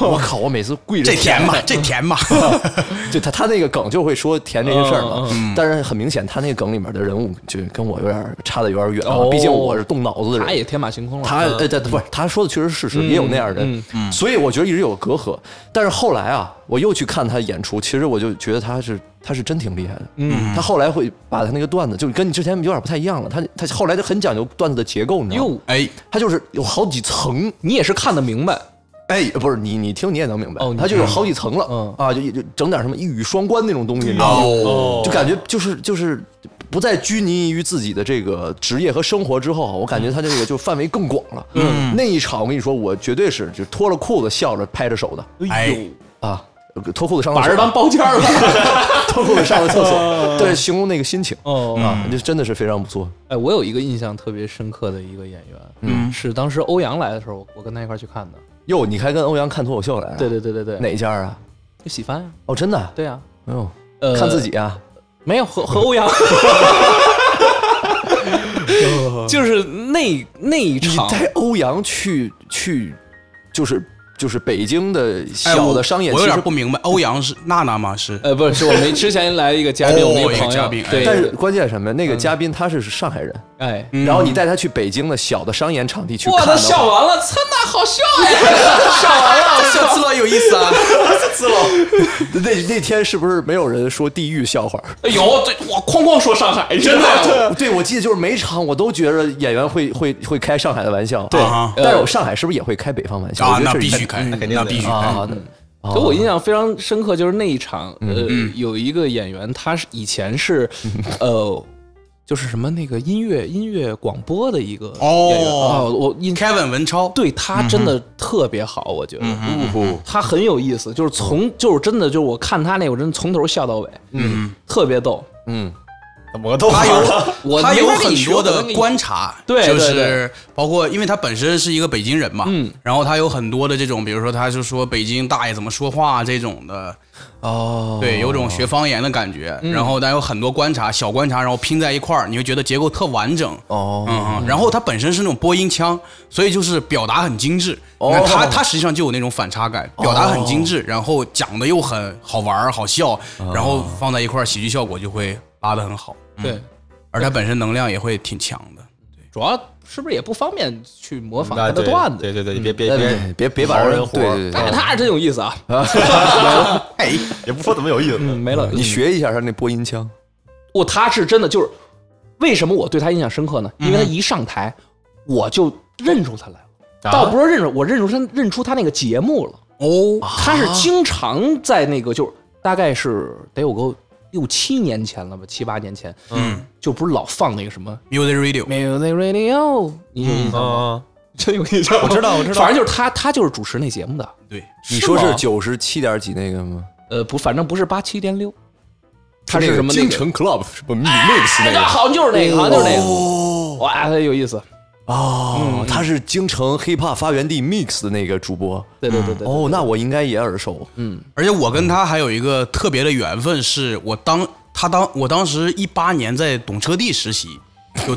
Speaker 2: 我靠，我每次跪着
Speaker 4: 这甜吧，这 甜吧，
Speaker 2: 就他他那个梗就会说甜这些事儿
Speaker 3: 嗯
Speaker 2: 嘛，但是很明显他那个梗里面的人物就跟我有点差的有点远啊
Speaker 3: 哦，
Speaker 2: 毕竟我是动脑子的人，
Speaker 3: 他也天马行空了。
Speaker 2: 他呃，对，不是他说的确实是事实，也有那样的
Speaker 3: 嗯
Speaker 2: 人，所以我觉得一直有个隔阂。但是后来啊，我又去看他演出，其实我就觉得他是他是真挺厉害的。嗯，他后来会把他那个段子，就跟你之前有点不太一样了。他他后来就很讲究段子的结构，你知道吗
Speaker 3: 哟？
Speaker 4: 哎
Speaker 2: 他就是有好几层，
Speaker 3: 你也是看得明白，
Speaker 2: 哎，不是你你听你也能明白
Speaker 3: 哦你，
Speaker 2: 他就有好几层了，
Speaker 3: 嗯
Speaker 2: 啊，就就整点什么一语双关那种东西，你知道吗？
Speaker 4: 哦，
Speaker 2: 就感觉就是就是不再拘泥于自己的这个职业和生活之后，啊我感觉他这个就范围更广了。嗯，那一场我跟你说，我绝对是就脱了裤子笑着拍着手的
Speaker 4: 哎，
Speaker 2: 啊，脱裤子上厕
Speaker 3: 把人
Speaker 2: 所，
Speaker 3: 当包间儿了。
Speaker 2: 脱裤子上了厕 所，嗯对，形容那个心情
Speaker 3: 哦，
Speaker 2: 啊，就真的是非常不错。
Speaker 3: 哎，我有一个印象特别深刻的一个演员，嗯，是当时欧阳来的时候，我我跟他一块儿去看的。
Speaker 2: 哟，你还跟欧阳看脱口秀来了？
Speaker 3: 对对对对对，
Speaker 2: 啊哪一家啊？
Speaker 3: 就喜欢呀，
Speaker 2: 哦，真的啊？
Speaker 3: 对呀，
Speaker 2: 哎呦，
Speaker 3: 呃
Speaker 2: 看自己啊。
Speaker 3: 没有和和欧 阳， 就是那那一
Speaker 2: 你
Speaker 3: 场，
Speaker 2: 带欧阳去去，就是就是北京的
Speaker 4: 哎
Speaker 2: 小的商业，
Speaker 4: 我
Speaker 2: 其
Speaker 4: 有
Speaker 2: 实
Speaker 4: 点不明白，欧阳是娜娜吗？是
Speaker 3: 呃，不是，是我们之前来一个嘉宾，
Speaker 4: 哦
Speaker 3: 我们一个
Speaker 4: 一
Speaker 3: 朋
Speaker 4: 个嘉宾
Speaker 3: 友，对，
Speaker 2: 哎但是关键是什么呀？
Speaker 4: 嗯
Speaker 2: 那个嘉宾他是上海人，
Speaker 3: 哎，
Speaker 2: 然后你带他去北京的小的商演场地去
Speaker 3: 哇，
Speaker 2: 看
Speaker 3: 他
Speaker 2: 的
Speaker 3: 笑
Speaker 2: 话，
Speaker 3: 完了，操，那好笑呀，笑完了，
Speaker 4: 这次了有意思啊！
Speaker 2: 那那天是不是没有人说地狱笑话？
Speaker 3: 哎呦，对，我哐哐说上海， 真的，
Speaker 2: 对，我记得就是每场我都觉得演员会会会开上海的玩笑，对
Speaker 4: 啊
Speaker 2: 但是我上海是不是也会开北方玩笑？我，
Speaker 4: 啊
Speaker 2: 觉得
Speaker 4: 那
Speaker 2: 这
Speaker 4: 必
Speaker 2: 是嗯
Speaker 4: 须哎开，
Speaker 1: 那肯定
Speaker 4: 那
Speaker 1: 得
Speaker 4: 必须开。
Speaker 2: 啊，那
Speaker 3: 所以我印象非常深刻，就是那一场，呃，有一个演员，他是以前 是，呃，就是什么那个音乐音乐广播的一个
Speaker 4: 哦
Speaker 3: 演员啊，我印象
Speaker 4: Kevin 文超，
Speaker 3: 对他真的特别好，我觉得，他很有意思，就是从就是真的就是我看他那，我真的从头笑到尾，嗯，特别逗，
Speaker 1: 怎么都
Speaker 4: 他
Speaker 1: 玩儿了
Speaker 4: 有
Speaker 3: 我
Speaker 4: 他有
Speaker 3: 没法跟
Speaker 4: 很
Speaker 3: 你说
Speaker 4: 多
Speaker 3: 我
Speaker 4: 的
Speaker 3: 跟你
Speaker 4: 观察，
Speaker 3: 对
Speaker 4: 就
Speaker 3: 对
Speaker 4: 是包括，因为他本身是一个北京人嘛，嗯，然后他有很多的这种，比如说他就说北京大爷怎么说话这种的，
Speaker 2: 哦，
Speaker 4: 对，有种学方言的感觉，然后但有很多观察，小观察，然后拼在一块儿，你会觉得结构特完整。
Speaker 2: 哦
Speaker 4: 嗯，嗯，然后他本身是那种播音腔，所以就是表达很精致。
Speaker 2: 哦
Speaker 4: 那他他实际上就有那种反差感，表达很精致，然后讲的又很好玩儿、好笑，然后放在一块儿，喜剧效果就会拉得很好。
Speaker 3: 对，
Speaker 4: 而他本身能量也会挺强的。
Speaker 3: 主要是不是也不方便去模仿
Speaker 1: 那
Speaker 3: 他的
Speaker 1: 啊对
Speaker 3: 段子？
Speaker 1: 对对对，别别
Speaker 2: 哎
Speaker 1: 别
Speaker 2: 别别把
Speaker 1: 刨
Speaker 2: 人
Speaker 1: 人活
Speaker 2: 对对
Speaker 1: 儿，
Speaker 2: 对
Speaker 4: 哎
Speaker 3: 但是他是真有意思啊，
Speaker 1: 哎，也不说怎么有意思，
Speaker 3: 嗯，没了，
Speaker 2: 你学一下他那播音腔，
Speaker 3: 我他是真的就是，为什么我对他印象深刻呢？因为他一上台，我就认出他来了。
Speaker 1: 啊
Speaker 3: 倒不是认出，我认出他，认出他那个节目了。
Speaker 4: 哦，
Speaker 3: 他是经常在那个，就是大概是得有个六七年前了吧，七八年前，嗯，就不是老放那个什么
Speaker 4: Music Radio，
Speaker 3: Music Radio，你有印象吗？
Speaker 1: 嗯，
Speaker 3: 真有印象，
Speaker 1: 我知道我知道
Speaker 3: 反正就是他，他就是主持那节目的。
Speaker 4: 对，
Speaker 2: 你说是
Speaker 3: 吗
Speaker 2: 九十七点几那个吗？
Speaker 3: 呃不，反正不是八七点六，他
Speaker 2: 那
Speaker 3: 是
Speaker 2: 个
Speaker 3: 什么那
Speaker 2: 京
Speaker 3: 个？
Speaker 2: 城 club 什么 mix 那
Speaker 3: 哎
Speaker 2: 个
Speaker 3: 呀，好像就是那个，好像就是那个。
Speaker 4: 哦，
Speaker 3: 哇，他有意思。
Speaker 2: 哦，他是京城 hiphop 发源地 mix 的那个主播。
Speaker 3: 对对对对。
Speaker 2: 哦，那我应该也耳熟。
Speaker 4: 而且我跟他还有一个特别的缘分，是我当他当我当时一八年在懂车帝实习，有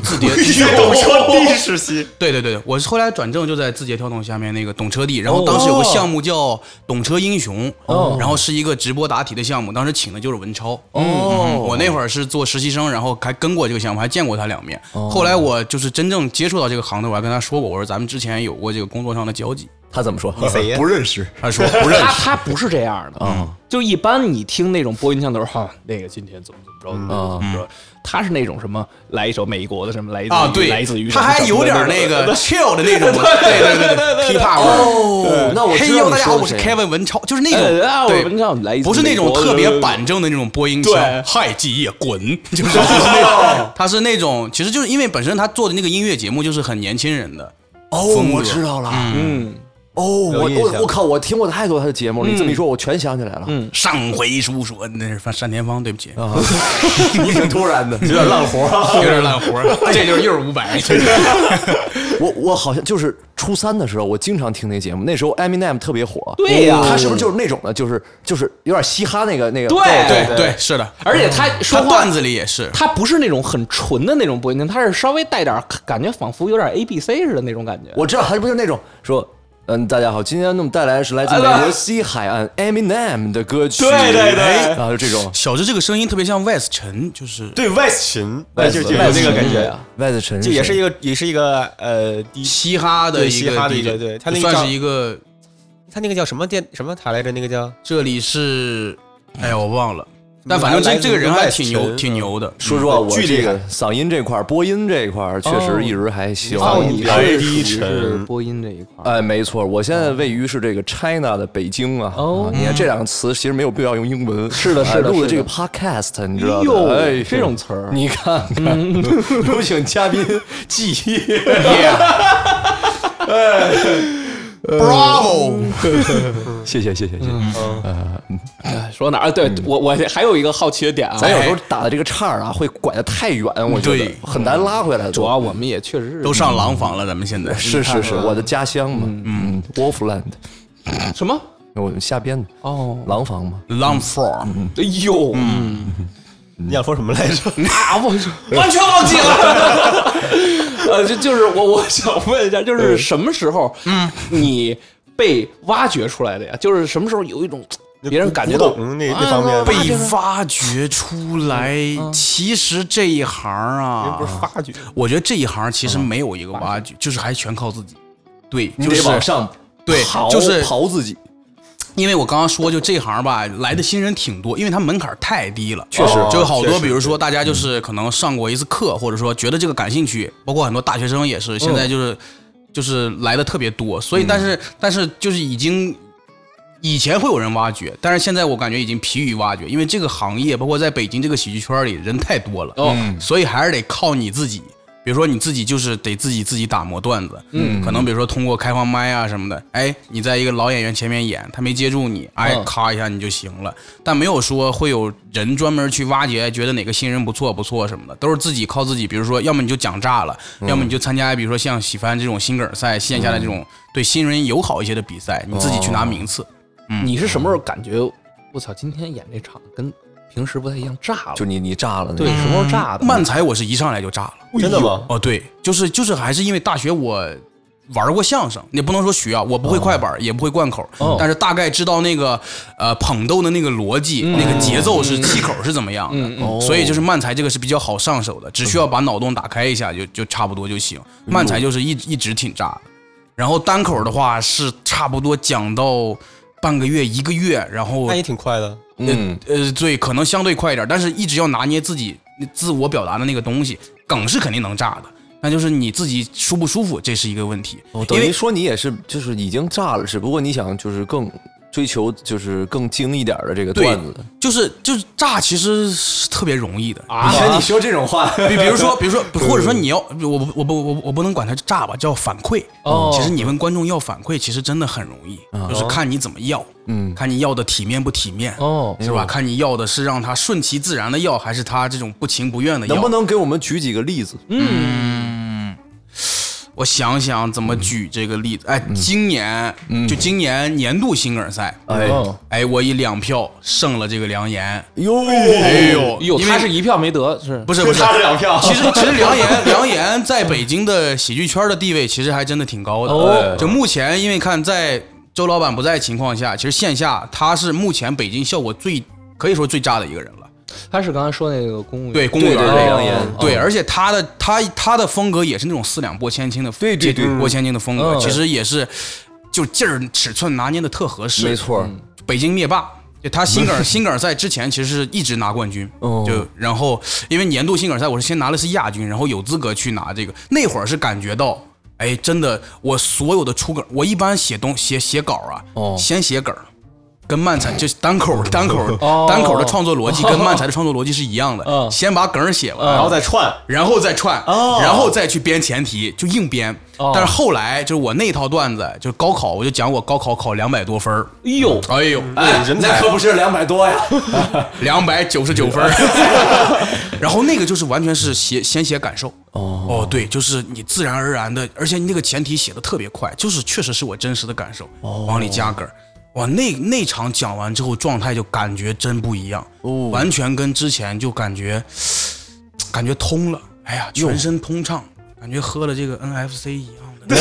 Speaker 4: 字节
Speaker 1: 懂车帝时期，
Speaker 4: 对对对，我是后来转正就在字节跳动下面那个懂车帝，然后当时有
Speaker 1: 哦
Speaker 4: 个项目叫懂车英雄，然后是一个直播答题的项目，当时请的就是文超。哦，我那会儿是做实习生，然后还跟过这个项目，还见过他两面。
Speaker 1: 哦
Speaker 4: 后来我就是真正接触到这个行当，我还跟他说过，我说咱们之前有过这个工作上的交集。
Speaker 2: 他怎么说？
Speaker 1: 谁呀
Speaker 2: 不认识。
Speaker 4: 他说不认
Speaker 3: 他
Speaker 4: 识，
Speaker 3: 他不是这样的，嗯，就一般你听那种播音腔都是哈，那个今天怎么怎么着，怎么怎么着，他是那种什么来一首美国的什么来自于
Speaker 4: 啊，对，
Speaker 3: 来自于什
Speaker 4: 他
Speaker 3: 么
Speaker 4: 还有点 那个 chill 的那种，对对对，噼啪味儿。
Speaker 2: 哦，那我
Speaker 4: 嘿
Speaker 2: 知道
Speaker 4: 呦，
Speaker 2: 你
Speaker 4: 大家好，
Speaker 2: 说的
Speaker 4: 我是
Speaker 2: 谁
Speaker 4: Kevin 文超，就是那
Speaker 3: 呃啊我
Speaker 4: 种对
Speaker 3: 文超来自
Speaker 4: 不是那种
Speaker 3: 美国
Speaker 4: 特别
Speaker 3: 对对对
Speaker 4: 板正的那种播音腔
Speaker 3: 对，
Speaker 4: 嗨，季夜 滚，就是那他是那种，其实就是因为本身他做的那个音乐节目就是很年轻人的，
Speaker 2: 哦，
Speaker 4: 风格
Speaker 2: 我知道了。嗯，哦，
Speaker 1: 有
Speaker 2: 我
Speaker 1: 印象
Speaker 2: 我我靠，我听过太多他的节目了。你这么一说，我全想起来了。 嗯，
Speaker 4: 上回书说那是范单田芳，对不起，
Speaker 2: 你挺突然的。
Speaker 1: 有点烂活儿。
Speaker 4: 有点烂活儿，这就是又是五百，这个
Speaker 2: 我我好像就是初三的时候，我经常听那节目。那时候 Eminem 特别火。
Speaker 3: 对呀
Speaker 2: 他是不是就是那种的？就是就是有点嘻哈那个那个。
Speaker 3: 对
Speaker 4: 对对是的，
Speaker 3: 而且他说
Speaker 4: 嗯他
Speaker 3: 话
Speaker 4: 段子里也是，
Speaker 3: 他不是那种很纯的那种播音腔，他是稍微带点儿感觉，仿佛有点 A B C 似的那种感觉。
Speaker 2: 我知道他是不是就是那种说嗯，大家好，今天那么带来是来自美国西海岸 Eminem 的歌曲，哎
Speaker 1: 对对对
Speaker 2: 然后就这种
Speaker 4: 小志这个声音特别像 West 陈，就是
Speaker 1: 对外勤，
Speaker 2: 外
Speaker 1: 哎就
Speaker 2: 勤
Speaker 1: 就有那个感觉，
Speaker 3: 啊，
Speaker 2: 外子城，
Speaker 1: 就也是一个也是一个呃，第
Speaker 4: 嘻哈的
Speaker 1: 对
Speaker 4: 一
Speaker 1: 嘻
Speaker 4: 个
Speaker 1: 哈的
Speaker 4: DJ
Speaker 1: 一个对他那个
Speaker 4: 算
Speaker 1: 叫
Speaker 4: 是一个，
Speaker 1: 他那个叫什么电什么台来着？那个叫
Speaker 4: 这里是，哎呀，我忘了，但反正
Speaker 1: 嗯来
Speaker 4: 这
Speaker 1: 自
Speaker 4: 这个人还挺
Speaker 1: 外
Speaker 4: 牛，
Speaker 1: 勤
Speaker 4: 挺牛的。嗯
Speaker 2: 说实话，我
Speaker 1: 距离
Speaker 2: 这个
Speaker 1: 感
Speaker 2: 嗓音这块儿，播音这一块儿确实一直还行。
Speaker 1: 哦
Speaker 3: 你
Speaker 1: 聊
Speaker 3: 是
Speaker 1: 低
Speaker 3: 属于
Speaker 1: 沉
Speaker 3: 是播音这一块儿，
Speaker 2: 哎，没错，我现在位于是这个 China 的北京啊。
Speaker 3: 哦
Speaker 2: 啊你看这两个词其实没有必要用英文。
Speaker 3: 是的
Speaker 2: 哎
Speaker 3: 是的
Speaker 2: 录的
Speaker 3: 是
Speaker 2: 这个
Speaker 3: 的
Speaker 2: podcast，你知道
Speaker 3: 哎呦
Speaker 2: 的。哎，
Speaker 3: 这种词儿嗯
Speaker 2: 你看看， 有请嘉宾记 忆。
Speaker 1: 呃
Speaker 4: Bravo，
Speaker 2: 谢谢谢谢谢谢。
Speaker 3: 哎说哪儿？
Speaker 4: 嗯
Speaker 3: 对我我还有一个好奇的点啊，
Speaker 2: 咱有时候打的这个岔儿啊，会拐得太远，我觉得
Speaker 4: 对
Speaker 2: 很难拉回来的。
Speaker 3: 主要我们也确实是
Speaker 4: 都
Speaker 1: 嗯
Speaker 4: 上廊坊了，咱们现在
Speaker 2: 是是是我的家乡嘛，嗯，Wolfland，
Speaker 3: 什么？
Speaker 2: 我们下边的
Speaker 3: 哦，
Speaker 2: 廊坊嘛。
Speaker 4: 廊坊，
Speaker 3: 哎呦，嗯
Speaker 1: 你想说什么来着？
Speaker 3: 啊，我说
Speaker 4: 完全忘记了。
Speaker 3: 呃，就就是我我想问一下，就是什么时候，嗯，你被挖掘出来的呀？就是什么时候有一种别人感觉到
Speaker 1: 古董那那方面
Speaker 4: 被挖掘出来，其实这一行啊，
Speaker 1: 嗯不是发嗯掘，
Speaker 4: 我觉得这一行其实没有一个挖掘，就是还全靠自己。对，
Speaker 2: 你
Speaker 4: 就
Speaker 2: 得
Speaker 4: 是
Speaker 2: 往上
Speaker 4: 对
Speaker 2: 刨
Speaker 4: 就是
Speaker 2: 刨自己，
Speaker 4: 因为我刚刚说，就这行吧，来的新人挺多，因为它门槛太低了。
Speaker 2: 确实
Speaker 4: 就有好
Speaker 1: 确
Speaker 4: 多，
Speaker 1: 实
Speaker 4: 比如说大家就是可能上过一次课，或者说觉得这个感兴趣，包括很多大学生也是，现在就是就是来的特别多。所以，但是但是就是已经以前会有人挖掘，但是现在我感觉已经疲于挖掘，因为这个行业包括在北京这个喜剧圈里人太多了，
Speaker 3: 哦
Speaker 4: 所以还是得靠你自己。比如说你自己就是得自己自己打磨段子，嗯，可能比如说通过开放麦啊什么的，哎，你在一个老演员前面演，他没接住你，哎，
Speaker 3: 嗯
Speaker 4: 咔一下你就行了。但没有说会有人专门去挖掘，觉得哪个新人不错不错什么的，都是自己靠自己。比如说，要么你就讲炸了，要么你就参加，比如说像喜番这种新梗赛，线下的这种对新人友好一些的比赛，你自己去拿名次。
Speaker 3: 你是什么时候感觉我操，今天演这场跟平时不太一样，炸了？
Speaker 2: 就你你炸了那
Speaker 3: 对，
Speaker 2: 个。
Speaker 3: 什么时候
Speaker 4: 嗯
Speaker 3: 炸的？
Speaker 4: 漫才我是一上来就炸了。
Speaker 1: 真的吗？
Speaker 4: 哦，对，就是就是还是因为大学我玩过相声，也不能说学啊，我不会快板，也不会贯口，
Speaker 3: 哦
Speaker 4: 但是大概知道那个呃捧逗的那个逻辑、那个节奏是气口是怎么样的，嗯所以就是慢才这个是比较好上手的，只需要把脑洞打开一下就就差不多就行。慢才就是一一直挺炸的，然后单口的话是差不多讲到半个月一个月，然后
Speaker 1: 那也挺快的。
Speaker 2: 嗯，
Speaker 4: 呃，对，可能相对快一点，但是一直要拿捏自己自我表达的那个东西，梗是肯定能炸的，那就是你自己舒不舒服，这是一个问题。
Speaker 2: 哦等
Speaker 4: 因
Speaker 2: 于
Speaker 4: 为
Speaker 2: 说你也是就是已经炸了，只不过你想就是更追求就是更精一点的这个
Speaker 4: 对
Speaker 2: 段子。，
Speaker 4: 就是就是炸，其实是特别容易的。
Speaker 2: 以前啊你说这种话，
Speaker 4: 比比 如说，比如说，或者说你要，我不我不我不我不能管它炸吧，叫反馈。
Speaker 3: 哦
Speaker 4: 其实你问观众要反馈，其实真的很容易，就是看你怎么要，
Speaker 2: 哦嗯
Speaker 4: 看你要的体面不体面，
Speaker 3: 哦
Speaker 4: 是吧？看你要的是让他顺其自然的要，还是他这种不情不愿的要？
Speaker 2: 能不能给我们举几个例子？
Speaker 4: 我想想怎么举这个例子。哎，今年就今年年度新梗赛，
Speaker 2: 哎
Speaker 3: 哦
Speaker 4: 哎，我以两票胜了这个梁岩。
Speaker 2: 呦，
Speaker 4: 哎呦
Speaker 3: 哟，
Speaker 4: 因为
Speaker 3: 他是一票没得，是
Speaker 4: 不是不是，
Speaker 1: 两票
Speaker 4: 其实其实梁岩 梁岩在北京的喜剧圈的地位其实还真的挺高的。
Speaker 3: 哦
Speaker 4: 就目前因为看在周老板不在情况下，其实线下他是目前北京效果最可以说最炸的一个人了。
Speaker 3: 他是刚才说那个公务员，
Speaker 4: 对，公务员嗯
Speaker 2: 对
Speaker 3: 对
Speaker 4: 梁
Speaker 3: 梁岩
Speaker 4: 对，而且他的他他的风格也是那种四两拨千斤的，对
Speaker 2: 对对
Speaker 4: 拨千斤的风格，
Speaker 3: 嗯
Speaker 4: 其实也是就劲儿尺寸拿捏的特合适，
Speaker 2: 没错，
Speaker 4: 北京灭霸。就他新梗新梗赛之前其实是一直拿冠军，
Speaker 2: 哦
Speaker 4: 就然后因为年度新梗赛我是先拿了是亚军，然后有资格去拿这个。那会儿是感觉到，哎，真的，我所有的出梗，我一般写东写写稿啊，
Speaker 2: 哦
Speaker 4: 先写梗儿，跟漫才就是单口单口、
Speaker 3: 哦
Speaker 4: 单口的创作逻辑跟漫才的创作逻辑是一样的，
Speaker 3: 嗯
Speaker 4: 先把梗儿写完，
Speaker 1: 然后再串，
Speaker 4: 然后再串，然后再去编前提，就硬编。
Speaker 3: 哦
Speaker 4: 但是后来就是我那套段子，就是高考，我就讲我高考考两百多分儿，
Speaker 3: 哎呦，
Speaker 4: 哎呦，
Speaker 2: 哎
Speaker 1: 人
Speaker 2: 那
Speaker 1: 才
Speaker 2: 可不是两百多 呀。
Speaker 4: 两百九十九分儿。然后那个就是完全是写先写感受。哦对，就是你自然而然的，而且你那个前提写的特别快，就是确实是我真实的感受，往里加梗儿。哇，那那场讲完之后，状态就感觉真不一样，
Speaker 2: 哦
Speaker 4: 完全跟之前就感觉感觉通了，哎呀，全身通畅，感觉喝了这个 NFC 一样的。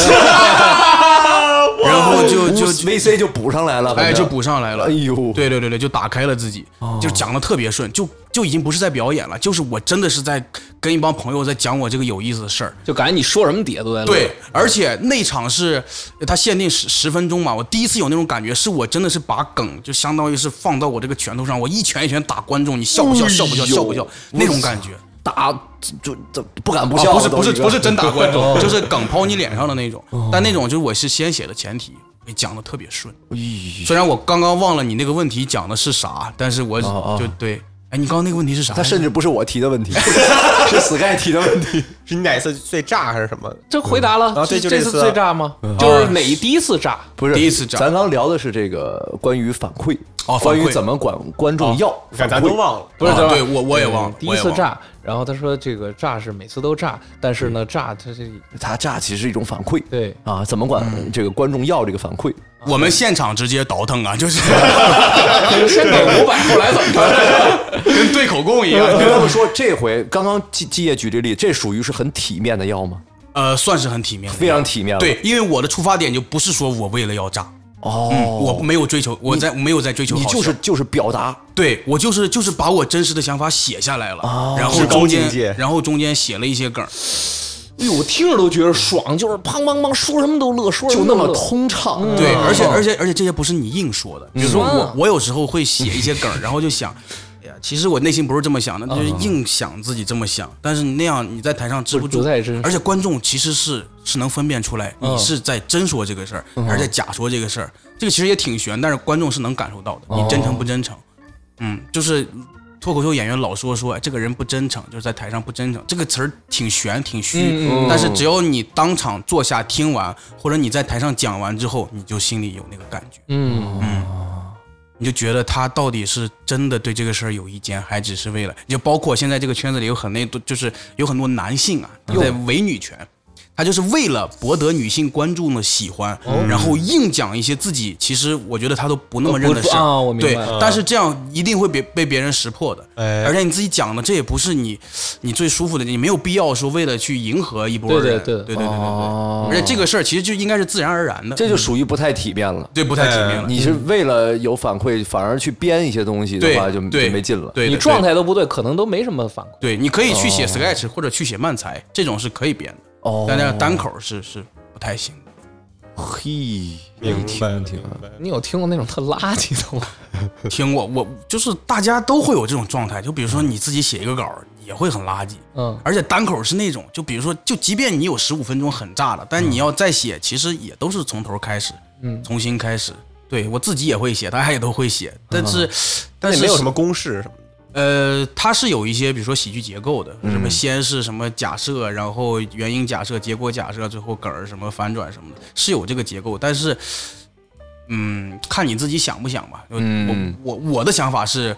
Speaker 4: 然后 就就
Speaker 2: 无 VC 就补上来了，
Speaker 4: 哎
Speaker 2: 反正
Speaker 4: 就补上来了。
Speaker 2: 哎呦哦
Speaker 4: 对对对对，就打开了自己，就讲的特别顺，就就已经不是在表演了，就是我真的是在跟一帮朋友在讲我这个有意思的事儿。
Speaker 3: 就感觉你说什么底下都在录。
Speaker 4: 对，而且那场是它限定十十分钟嘛，我第一次有那种感觉，是我真的是把梗就相当于是放到我这个拳头上，我一拳一拳打观众，你笑不
Speaker 2: 哎
Speaker 4: 笑？笑不笑？笑不笑？那种感觉。
Speaker 2: 打就就不敢不
Speaker 4: 啊
Speaker 2: 笑，
Speaker 4: 不是不
Speaker 2: 都
Speaker 4: 是
Speaker 2: 已经哦
Speaker 4: 不是真 打观众，就是梗抛你脸上的那种。但那种就是我是先写的前提，我讲的特别顺。
Speaker 2: 哎
Speaker 4: 虽然我刚刚忘了你那个问题讲的是啥，但是我就对，哎，你刚刚那个问题是啥来着？
Speaker 2: 哦他 甚至不是我提的问题， 是 Sky 提的问 题。
Speaker 1: 是你哪一次最炸还是什么？
Speaker 3: 这回答了，
Speaker 1: 啊对就
Speaker 3: 这
Speaker 1: 这
Speaker 3: 次
Speaker 1: 次啊
Speaker 3: 最炸吗？
Speaker 4: 嗯啊
Speaker 3: 就是哪第一次炸？
Speaker 2: 不是
Speaker 4: 第一次炸
Speaker 2: 咱刚聊的是这个关于反馈，
Speaker 4: 哦
Speaker 2: 关于
Speaker 4: 反馈哦
Speaker 2: 怎么管观众要
Speaker 1: 你
Speaker 2: 反
Speaker 1: 看
Speaker 2: 馈，
Speaker 1: 咱都忘了。
Speaker 3: 不是，
Speaker 4: 啊
Speaker 3: 等会儿
Speaker 4: 对我我也忘了
Speaker 3: 第一
Speaker 4: 我也
Speaker 3: 次
Speaker 4: 忘了
Speaker 3: 炸，然后他说这个炸是每次都炸，但是呢，炸他 这
Speaker 2: 他炸其实是一种反馈，
Speaker 3: 对
Speaker 2: 啊，怎么管
Speaker 4: 嗯
Speaker 2: 这个观众要这个反 馈？
Speaker 4: 我们现场直接倒腾 啊，就是
Speaker 3: 先给五百，后来怎么着？
Speaker 4: 跟对口供 一样。
Speaker 2: 那他们说这回刚刚季季业举这例，这属于是很体面的要吗？
Speaker 4: 呃，算是很体面的，
Speaker 2: 非常体面了。
Speaker 4: 对，因为我的出发点就不是说我为了要炸，
Speaker 2: 哦，
Speaker 4: 我没有追求，我在没有在追嗯求好
Speaker 2: 你
Speaker 4: 笑，
Speaker 2: 就是就是表达，
Speaker 4: 对我就是就是把我真实的想法写下来了，
Speaker 2: 哦
Speaker 4: 然后
Speaker 1: 至高
Speaker 4: 中
Speaker 1: 境界
Speaker 4: 间然后中间写了一些梗，
Speaker 3: 哎呦，我听着都觉得爽，就是砰砰砰，说什么都乐，说什
Speaker 2: 就
Speaker 3: 么
Speaker 2: 那
Speaker 3: 都乐
Speaker 2: 么嗯通畅。
Speaker 4: 对，而且而
Speaker 2: 且
Speaker 4: 且而且这些不是你硬说的，比如说
Speaker 3: 嗯
Speaker 4: 我我有时候会写一些梗儿，然后就想。哎呀，其实我内心不是这么想的，就是硬想自己这么想，但是你那样你在台上治不
Speaker 3: 不
Speaker 4: 住
Speaker 3: 不太真实，
Speaker 4: 而且观众其实是是能分辨出来你是在真说这个事儿，还是在假说这个事儿。这个其实也挺悬，但是观众是能感受到的，你真诚不真诚。嗯，就是脱口秀演员老说说哎这个人不真诚，就是在台上不真诚，这个词儿挺悬挺虚，但是只要你当场坐下听完，或者你在台上讲完之后，你就心里有那个感觉，
Speaker 3: 嗯，
Speaker 4: 你就觉得他到底是真的对这个事儿有意见，还只是为了，就包括现在这个圈子里有很那多，就是有很多男性啊在伪女权。他就是为了博得女性观众的喜欢，然后硬讲一些自己其实我觉得他都不那么认的事儿
Speaker 3: 啊我明白
Speaker 4: 对
Speaker 3: 了，
Speaker 4: 但是这样一定会被被别人识破的。
Speaker 1: 哎
Speaker 4: 而且你自己讲的这也不是你你最舒服的，你没有必要说为了去迎合一波
Speaker 3: 对
Speaker 4: 人。
Speaker 3: 对对
Speaker 4: 对对对对
Speaker 1: 哦
Speaker 4: 对而且这个事儿其实就应该是自然而然的，
Speaker 2: 这就属于不太体面了。
Speaker 4: 对不太体面了。
Speaker 2: 你是为了有反馈，反而去编一些东西的
Speaker 4: 对
Speaker 2: 话，就就
Speaker 4: 对
Speaker 2: 没劲了。
Speaker 4: 对的，
Speaker 3: 你
Speaker 4: 对
Speaker 3: 状态都不对，可能都没什么反馈。
Speaker 4: 对，你可以去写
Speaker 1: 哦
Speaker 4: sketch 或者去写漫才，这种是可以编的。
Speaker 2: 哦
Speaker 4: 但那单口是是不太行的。
Speaker 2: 嘿，
Speaker 1: 明白了，
Speaker 2: 挺
Speaker 1: 明白了。
Speaker 3: 你有听过那种特垃圾的吗？
Speaker 4: 听过我就是大家都会有这种状态，就比如说你自己写一个稿儿也会很垃圾，
Speaker 3: 嗯
Speaker 4: 而且单口是那种，就比如说，就即便你有十五分钟很炸了，但你
Speaker 1: 嗯
Speaker 4: 要再写，其实也都是从头开始，
Speaker 3: 嗯
Speaker 4: 重新开始。对我自己也会写，大家也都会写，但是，
Speaker 1: 嗯那
Speaker 4: 但是
Speaker 1: 也没有什么公式什么的。
Speaker 4: 呃，它是有一些，比如说喜剧结构的，
Speaker 2: 嗯
Speaker 4: 什么先是什么假设，然后原因假设、结果假设，最后梗儿什么反转什么的，是有这个结构。但是，嗯，看你自己想不想吧。我
Speaker 2: 嗯
Speaker 4: 我我的想法是，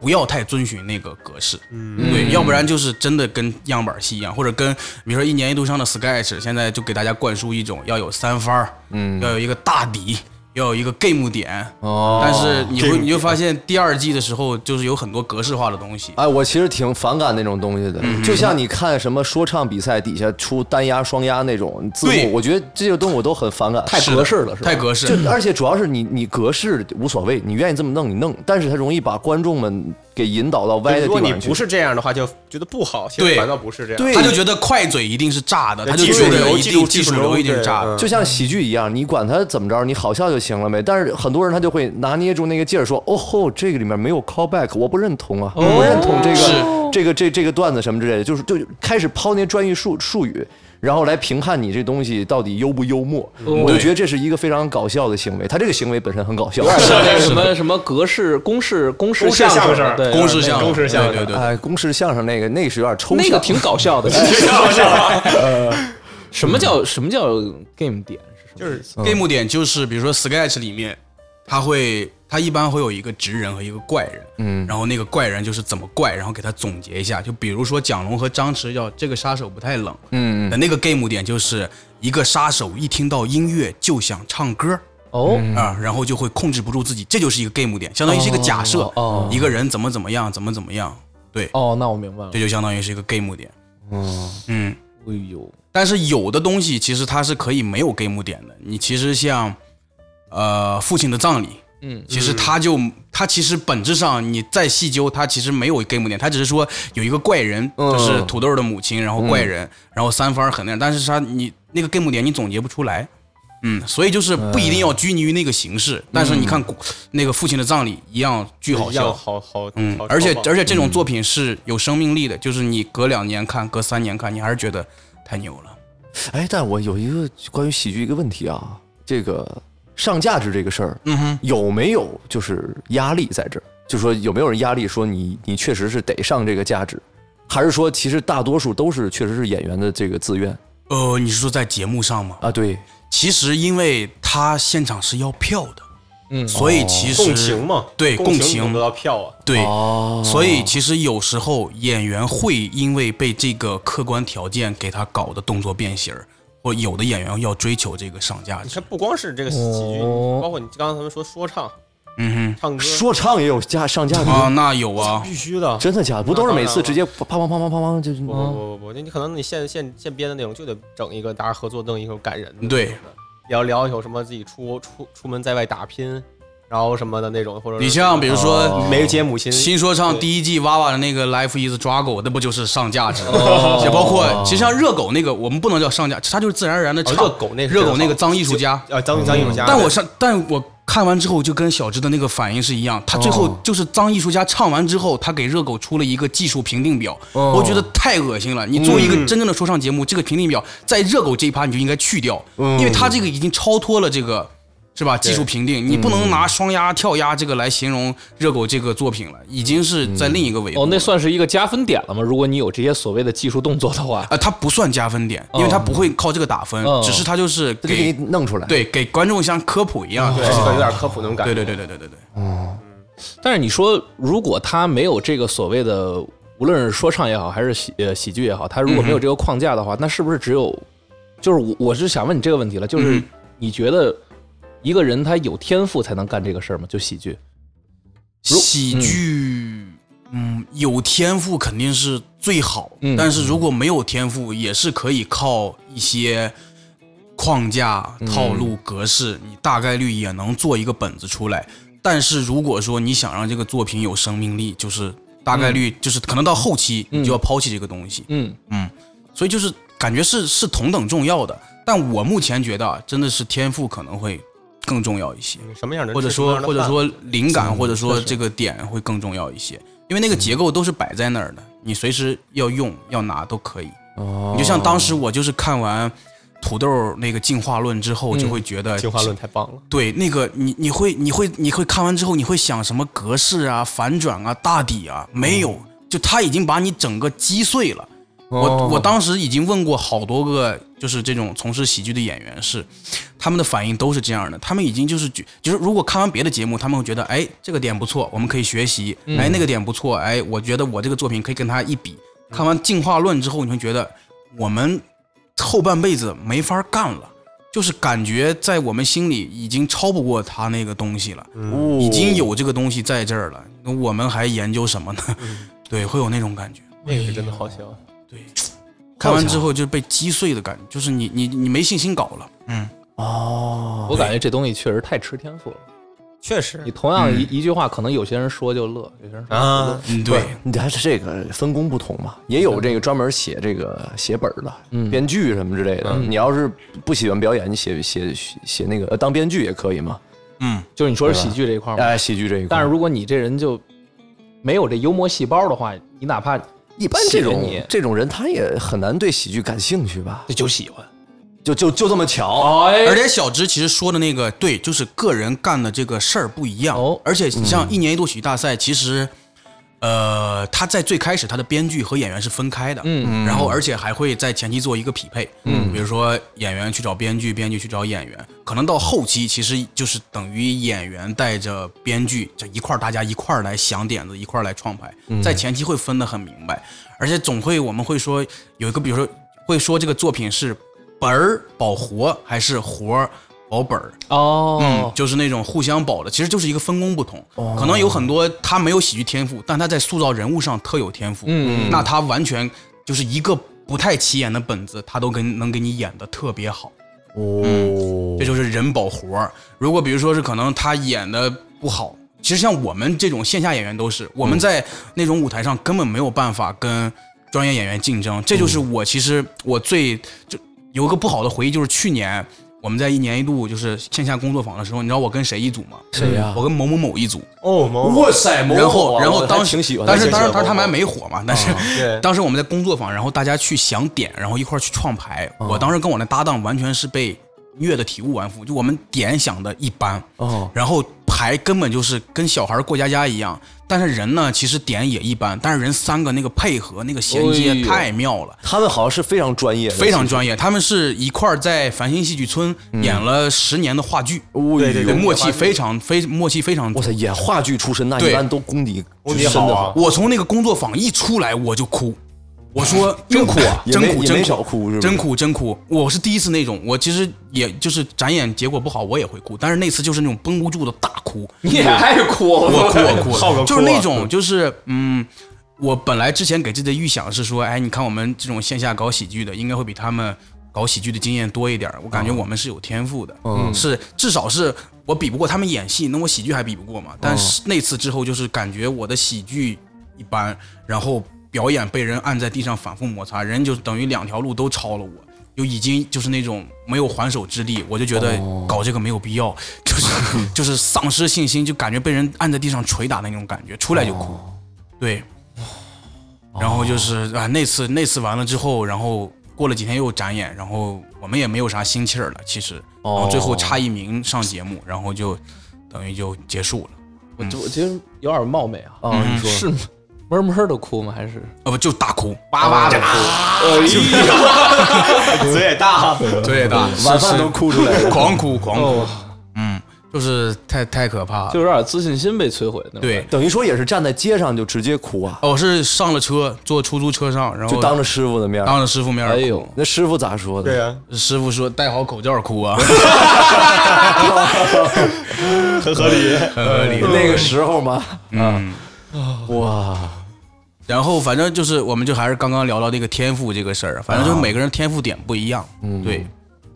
Speaker 4: 不要太遵循那个格式，
Speaker 2: 嗯
Speaker 4: 对，要不然就是真的跟样板戏一样，或者跟比如说一年一度上的 Sketch，现在就给大家灌输一种要有三番儿，
Speaker 2: 嗯
Speaker 4: 要有一个大底，要有一个 game 点，
Speaker 2: 哦
Speaker 4: 但是你
Speaker 1: 这
Speaker 4: 会
Speaker 1: 个
Speaker 4: 你就发现第二季的时候，就是有很多格式化的东西。
Speaker 2: 哎，我其实挺反感那种东西的，就像你看什么说唱比赛底下出单压、双压那种字幕
Speaker 4: 对，
Speaker 2: 我觉得这些东西我都很反感。
Speaker 3: 太格式了，是吧？
Speaker 4: 太格式
Speaker 2: 就而且主要是你你格式无所谓，你愿意这么弄你弄，但是它容易把观众们给引导到歪的
Speaker 1: 如果
Speaker 2: 地方
Speaker 1: 你
Speaker 2: 去。
Speaker 1: 不是这样的话，就觉得不好。现在
Speaker 4: 对
Speaker 1: 反倒不是这样。
Speaker 2: 对
Speaker 4: 他就觉得快嘴一定是炸的，
Speaker 1: 对
Speaker 4: 他就
Speaker 1: 技术
Speaker 4: 觉得
Speaker 1: 流
Speaker 4: 一
Speaker 1: 技
Speaker 4: 定
Speaker 1: 术
Speaker 4: 技术
Speaker 1: 流
Speaker 4: 流一定是
Speaker 1: 对
Speaker 4: 炸
Speaker 1: 嗯
Speaker 4: 的。
Speaker 2: 就像喜剧一样，你管它怎么着，你好笑就行了呗。但是很多人他就会拿捏住那个劲儿，说：“哦吼，这个里面没有 callback，我不认同啊，
Speaker 3: 哦
Speaker 2: 我不认同这个这个这这个段子什么之类的。”就是就开始抛那些专业术术语，然后来评判你这东西到底幽不幽默。
Speaker 3: 哦
Speaker 2: 我就觉得这是一个非常搞笑的行为，他这个行为本身很搞笑。
Speaker 3: 像那什么什么格式、公式、公式
Speaker 1: 公式相
Speaker 3: 声
Speaker 1: 声
Speaker 3: 对，
Speaker 4: 公式相声，
Speaker 1: 公式相声
Speaker 4: 对对对，
Speaker 2: 哎，公式相声那个那个是有点抽象，
Speaker 3: 那个挺搞笑 的。
Speaker 1: 笑笑，
Speaker 3: 什么叫什么叫 game 点是什
Speaker 1: 就是。
Speaker 3: 么？
Speaker 4: game 点就是，比如说 Sketch 里面，他会他一般会有一个直人和一个怪人，嗯，然后那个怪人就是怎么怪，然后给他总结一下。就比如说蒋龙和张弛叫这个杀手不太冷，嗯，那个 game 点就是一个杀手一听到音乐就想唱歌，
Speaker 3: 哦，
Speaker 1: 嗯
Speaker 4: 啊，然后就会控制不住自己，这就是一个 game 点，相当于是一个假设，
Speaker 3: 哦
Speaker 4: 一个人怎么怎么样，怎么怎么样，对，
Speaker 3: 哦，那我明白了
Speaker 4: 这。就相当于是一个 game 点。嗯
Speaker 3: 哎呦，
Speaker 4: 但是有的东西其实它是可以没有 game 点的。你其实像，呃，父亲的葬礼，
Speaker 3: 嗯，
Speaker 4: 其实它就它其实本质上你再细究，它其实没有 game 点，它只是说有一个怪人，
Speaker 2: 嗯
Speaker 4: 就是土豆的母亲，然后怪人，然后三番很那样，但是它你那个 game 点你总结不出来。嗯，所以就是不一定要拘泥于那个形式，但是你看古那个父亲的葬礼一样巨好笑，
Speaker 1: 好好，嗯
Speaker 4: 嗯，而且而且这种作品是有生命力的，就是你隔两年看，隔三年看，你还是觉得太牛了。
Speaker 2: 哎，但我有一个关于喜剧一个问题啊，这个上价值这个事儿，
Speaker 4: 嗯哼，
Speaker 2: 有没有就是压力在这儿？就说有没有人压力说你你确实是得上这个价值，还是说其实大多数都是确实是演员的这个自愿
Speaker 4: 呃，你是说在节目上吗？
Speaker 2: 啊？对，
Speaker 4: 其实因为他现场是要票的，
Speaker 3: 嗯
Speaker 4: 所以其实
Speaker 1: 共情嘛，
Speaker 4: 对
Speaker 1: 共
Speaker 4: 共情
Speaker 1: 能得到票啊，
Speaker 4: 对，
Speaker 2: 哦
Speaker 4: 所以其实有时候演员会因为被这个客观条件给他搞的动作变形儿，或有的演员要追求这个上价
Speaker 1: 你
Speaker 4: 值
Speaker 1: 看。不光是这个喜剧，
Speaker 3: 哦
Speaker 1: 包括你刚才他们说说唱、
Speaker 4: 嗯
Speaker 1: 唱歌，
Speaker 2: 说唱也有价上价值
Speaker 4: 哼，
Speaker 2: 吗，
Speaker 4: 啊，那有啊，
Speaker 1: 必须的。
Speaker 2: 真的假的？不都是每次
Speaker 1: 那当然了
Speaker 2: 直接啪啪啪啪啪啪啪就
Speaker 1: 不不不不，不，你可能你现现现编的内容就得整一个，大家合作弄一首感人的，
Speaker 4: 对，
Speaker 1: 聊聊一首什么自己出出出门在外打拼，然后什么的那种，或者
Speaker 4: 你像比如说
Speaker 2: 哦
Speaker 1: 梅姐母亲，
Speaker 4: 新说唱第一季娃娃的那个《Life Is Struggle》，那不就是上价值吗？
Speaker 1: 哦
Speaker 4: 也包括其实像热狗那个，我们不能叫上价，它就是自然而然的
Speaker 1: 哦
Speaker 4: 唱。
Speaker 1: 热狗那是
Speaker 4: 热狗那个脏艺术家，嗯
Speaker 1: 啊，张张艺术家，
Speaker 4: 但我上，但我看完之后就跟小智的那个反应是一样，他最
Speaker 2: 哦
Speaker 4: 后就是脏艺术家唱完之后，他给热狗出了一个技术评定表，
Speaker 2: 哦
Speaker 4: 我觉得太恶心了。你作为一个
Speaker 2: 嗯
Speaker 4: 真正的说唱节目，这个评定表在热狗这一趴你就应该去掉，
Speaker 2: 嗯
Speaker 4: 因为他这个已经超脱了这个。是吧？技术评定，你不
Speaker 2: 嗯
Speaker 4: 能拿双压、跳压这个来形容热狗这个作品了，已经是在
Speaker 2: 嗯
Speaker 4: 另一个维度了。
Speaker 3: 哦，那算是一个加分点了吗？如果你有这些所谓的技术动作 的话，
Speaker 4: 呃，它不算加分点，因为它不会靠这个打分，
Speaker 3: 哦
Speaker 4: 只是它就是
Speaker 2: 这就给你哦
Speaker 4: 给
Speaker 2: 弄出来。，
Speaker 4: 对给观众像科普一样，
Speaker 1: 对这个有点科普那种感
Speaker 4: 对
Speaker 1: 觉，
Speaker 4: 对对对对对对。
Speaker 3: 但是你说，如果他没有这个所谓的，无论是说唱也好，还是喜呃喜剧也好，他如果
Speaker 1: 嗯
Speaker 3: 没有这个框架的话，那是不是只有，就是我我是想问你这个问题了，就是
Speaker 4: 嗯
Speaker 3: 你觉得一个人他有天赋才能干这个事儿吗？就喜剧，如
Speaker 4: 喜剧，嗯，有天赋肯定是最好，
Speaker 3: 嗯
Speaker 4: 但是如果没有天赋，也是可以靠一些框架、套路、格式，你大概率也能做一个本子出来。但是如果说你想让这个作品有生命力，就是大概率、就是可能到后期你就要抛弃这个东西，
Speaker 3: 嗯，
Speaker 4: 所以就是感觉是是同等重要的。但我目前觉得啊，真的是天赋可能会更重要一些。
Speaker 1: 什么样的人
Speaker 4: 或者
Speaker 1: 吃什么
Speaker 4: 说
Speaker 1: 样的
Speaker 4: 或者
Speaker 1: 饭
Speaker 4: 说灵感，或者说这个点会更重要一些，因为那个结构都是摆在那儿的，你随时要用要拿都可以。
Speaker 2: 哦
Speaker 4: 你就像当时我就是看完土豆那个进化论之后，就会觉得
Speaker 1: 嗯进化论太棒了，
Speaker 4: 对那个你你会你会你会看完之后，你会想什么格式啊、反转啊、大底啊？没有，就他已经把你整个击碎了。我我当时已经问过好多个，就是这种从事喜剧的演员是，他们的反应都是这样的。他们已经就是觉，就是如果看完别的节目，他们会觉得，哎，这个点不错，我们可以学习；哎，那个点不错，哎，我觉得我这个作品可以跟他一比。看完《进化论》之后，你会觉得我们后半辈子没法干了，就是感觉在我们心里已经超不过他那个东西了，已经有这个东西在这儿了，那我们还研究什么呢？ 对，会有那种感觉。
Speaker 1: 那个是真的好笑。
Speaker 3: 哎
Speaker 4: 看完之后就被击碎的感觉，就是你你你没信心搞了。嗯，
Speaker 2: 哦，
Speaker 3: 我感觉这东西确实太吃天赋了。
Speaker 1: 确实
Speaker 3: 你，同
Speaker 1: 嗯
Speaker 3: 样一、一句话，可能有些人说就乐，有些人说就乐
Speaker 1: 啊
Speaker 4: 嗯，对，
Speaker 2: 你还是这个分工不同嘛，也
Speaker 4: 嗯
Speaker 2: 有这个专门写这个写本儿的，编剧什么之类的。
Speaker 4: 嗯
Speaker 2: 你要是不喜欢表演，你写写写写那个呃当编剧也可以嘛。
Speaker 4: 嗯，
Speaker 3: 就是你说是喜剧这一块
Speaker 4: 哦
Speaker 3: 儿嘛。
Speaker 2: 哎，喜剧这一块
Speaker 3: 但
Speaker 2: 儿，
Speaker 3: 是如果你这人就没有这幽默细胞的话，你哪怕
Speaker 2: 一般这种
Speaker 3: 写你
Speaker 2: 这种人他也很难对喜剧感兴趣吧？
Speaker 3: 就喜欢，
Speaker 2: 就就就这么
Speaker 4: 哦
Speaker 2: 巧，
Speaker 3: 哎
Speaker 4: 而且小直其实说的那个对，就是个人干的这个事儿不一样。
Speaker 3: 哦
Speaker 4: 而且你像一年一度喜剧大赛，其实，呃，他在最开始他的编剧和演员是分开的，嗯，然后而且还会在前期做一个匹配，嗯，比如说演员去找编剧，编剧去找演员，可能到后期其实就是等于演员带着编剧这一块儿大家一块儿来想点子，一块儿来创牌，在前期会分得很明白，而且总会我们会说有一个，比如说会说这个作品是本儿保活还是活儿保本儿，嗯
Speaker 3: 哦，，
Speaker 4: 就是那种互相保的，其实就是一个分工不同。可能有很多他没有喜剧天赋，但他在塑造人物上特有天赋，嗯，那他完全就是一个不太起眼的本子，他都跟能给你演的特别好。
Speaker 2: 哦
Speaker 4: 这就是人保活儿。如果比如说是可能他演的不好，其实像我们这种线下演员都是，
Speaker 3: 嗯
Speaker 4: 我们在那种舞台上根本没有办法跟专业演员竞争。这
Speaker 3: 嗯
Speaker 4: 就是我其实我最就有个不好的回忆，就是去年我们在一年一度就是线下工作坊的时候，你知道我跟谁一组吗？
Speaker 3: 谁呀
Speaker 4: 我跟某某某一组。
Speaker 1: 哦，毛毛
Speaker 2: 哇塞，某某
Speaker 4: 然后，
Speaker 2: 啊
Speaker 4: 然后
Speaker 2: 我还
Speaker 4: 当时
Speaker 2: 挺喜欢的，
Speaker 4: 但是
Speaker 2: 挺
Speaker 4: 当
Speaker 2: 喜
Speaker 4: 时
Speaker 2: 欢
Speaker 4: 当时他们还
Speaker 2: 某某
Speaker 4: 没火嘛。但是
Speaker 1: 对
Speaker 4: 当时我们在工作坊，然后大家去想点，然后一块儿去创牌。
Speaker 2: 嗯
Speaker 4: 我当时跟我那搭档完全是被音乐的体无完肤，就我们点想的一般，
Speaker 2: 哦
Speaker 4: 然后牌根本就是跟小孩过家家一样。但是人呢，其实点也一般，但是人三个那个配合那个衔
Speaker 3: 哎
Speaker 4: 接
Speaker 3: 呦
Speaker 4: 太妙了。
Speaker 2: 他们好像是非常专业的，
Speaker 4: 非常专业，他们是一块儿在繁星戏剧村
Speaker 2: 嗯
Speaker 4: 演了十年的话剧，
Speaker 2: 对对对
Speaker 4: 默契非常非默契非常足
Speaker 2: 哇。塞，演话剧出身那
Speaker 4: 对
Speaker 2: 一般都功底
Speaker 1: 功底
Speaker 2: 深
Speaker 1: 好
Speaker 2: 的
Speaker 1: 啊
Speaker 2: 很，
Speaker 4: 我从那个工作坊一出来我就哭，我说真哭啊，
Speaker 2: 也
Speaker 4: 真
Speaker 2: 没
Speaker 4: 哭
Speaker 2: 也
Speaker 4: 真
Speaker 2: 没
Speaker 4: 哭
Speaker 2: 少哭是吧
Speaker 4: 真哭真哭，我是第一次那种，我其实也就是展演结果不好我也会哭，但是那次就是那种绷不住的大 哭，
Speaker 3: 你也爱哭，我
Speaker 4: 我哭我哭，
Speaker 1: 浩哥哭啊
Speaker 4: 就是那种就是嗯。我本来之前给自己的预想是说，哎，你看我们这种线下搞喜剧的，应该会比他们搞喜剧的经验多一点儿。我感觉我们是有天赋的，嗯，是至少是我比不过他们演戏，那我喜剧还比不过嘛。但是那次之后，就是感觉我的喜剧一般，然后表演被人按在地上反复摩擦，人就等于两条路都超了我。就已经就是那种没有还手之力，我就觉得搞这个没有必要， 就是就是丧失信心，就感觉被人按在地上捶打的那种感觉，出来就哭。对，然后就是啊，那次那次完了之后，然后过了几天又展演，然后我们也没有啥心气儿了，其实，然后最后差一名上节目，然后就等于就结束了。
Speaker 3: 我就我觉得有点冒昧啊，
Speaker 2: 啊，你说
Speaker 3: 是 闷闷的哭吗？还是
Speaker 4: 呃，不就大哭，哇哇的哭，
Speaker 1: 哎嘴也大，
Speaker 4: 对的，
Speaker 2: 晚饭都哭出来了，
Speaker 4: 狂哭狂哭
Speaker 3: 哦，，
Speaker 4: 嗯，就是太太可怕了。
Speaker 3: 就有点自信心被摧毁那种
Speaker 4: 对
Speaker 3: 感觉，
Speaker 2: 等于说也是站在街上就直接哭啊，
Speaker 4: 哦，我是上了车，坐出租车上，然后
Speaker 2: 就当着师傅的面儿，
Speaker 4: 哦当着师傅面儿
Speaker 3: 哎
Speaker 4: 哭，
Speaker 3: 呦，
Speaker 2: 那师傅咋说的？
Speaker 1: 对啊呀，
Speaker 4: 师傅说戴好口罩哭 啊，
Speaker 1: 很合理。
Speaker 4: 很合理。
Speaker 2: 那个时候嘛，嗯，哇，
Speaker 4: 然后反正就是，我们就还是刚刚聊到这个天赋这个事儿，啊反
Speaker 2: 啊
Speaker 4: 正就是每个人天赋点不一样，
Speaker 2: 嗯
Speaker 4: 对，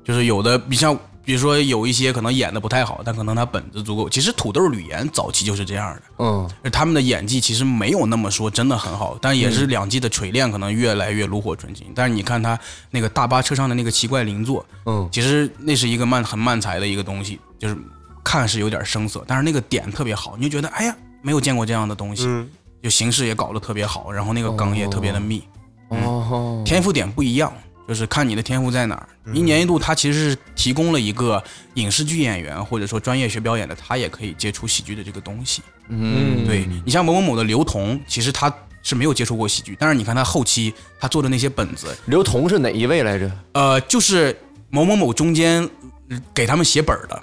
Speaker 4: 就是有的，你像比如说有一些可能演的不太好，但可能他本子足够。其实土豆吕岩早期就是这样的，
Speaker 2: 嗯，
Speaker 4: 而他们的演技其实没有那么说真的很好，但也
Speaker 2: 嗯
Speaker 4: 是两季的锤炼，可能越来越炉火纯青。但是你看他那个大巴车上的那个奇怪邻座，
Speaker 2: 嗯
Speaker 4: 其实那是一个漫很漫才的一个东西，就是看是有点生涩，但是那个点特别好，你就觉得哎呀，没有见过这样的东西，
Speaker 1: 嗯
Speaker 4: 就形式也搞得特别好，然后那个梗也特别的密，
Speaker 2: 哦，嗯
Speaker 4: 天赋点不一样，就是看你的天赋在哪儿。一年一度，它其实是提供了一个影视剧演员或者说专业学表演的，他也可以接触喜剧的这个东西。
Speaker 2: 嗯，
Speaker 4: 对你像某某某的刘同，其实他是没有接触过喜剧，但是你看他后期他做的那些本子，
Speaker 2: 刘同是哪一位来着？
Speaker 4: 呃，就是某某某中间嗯给他们写本儿的，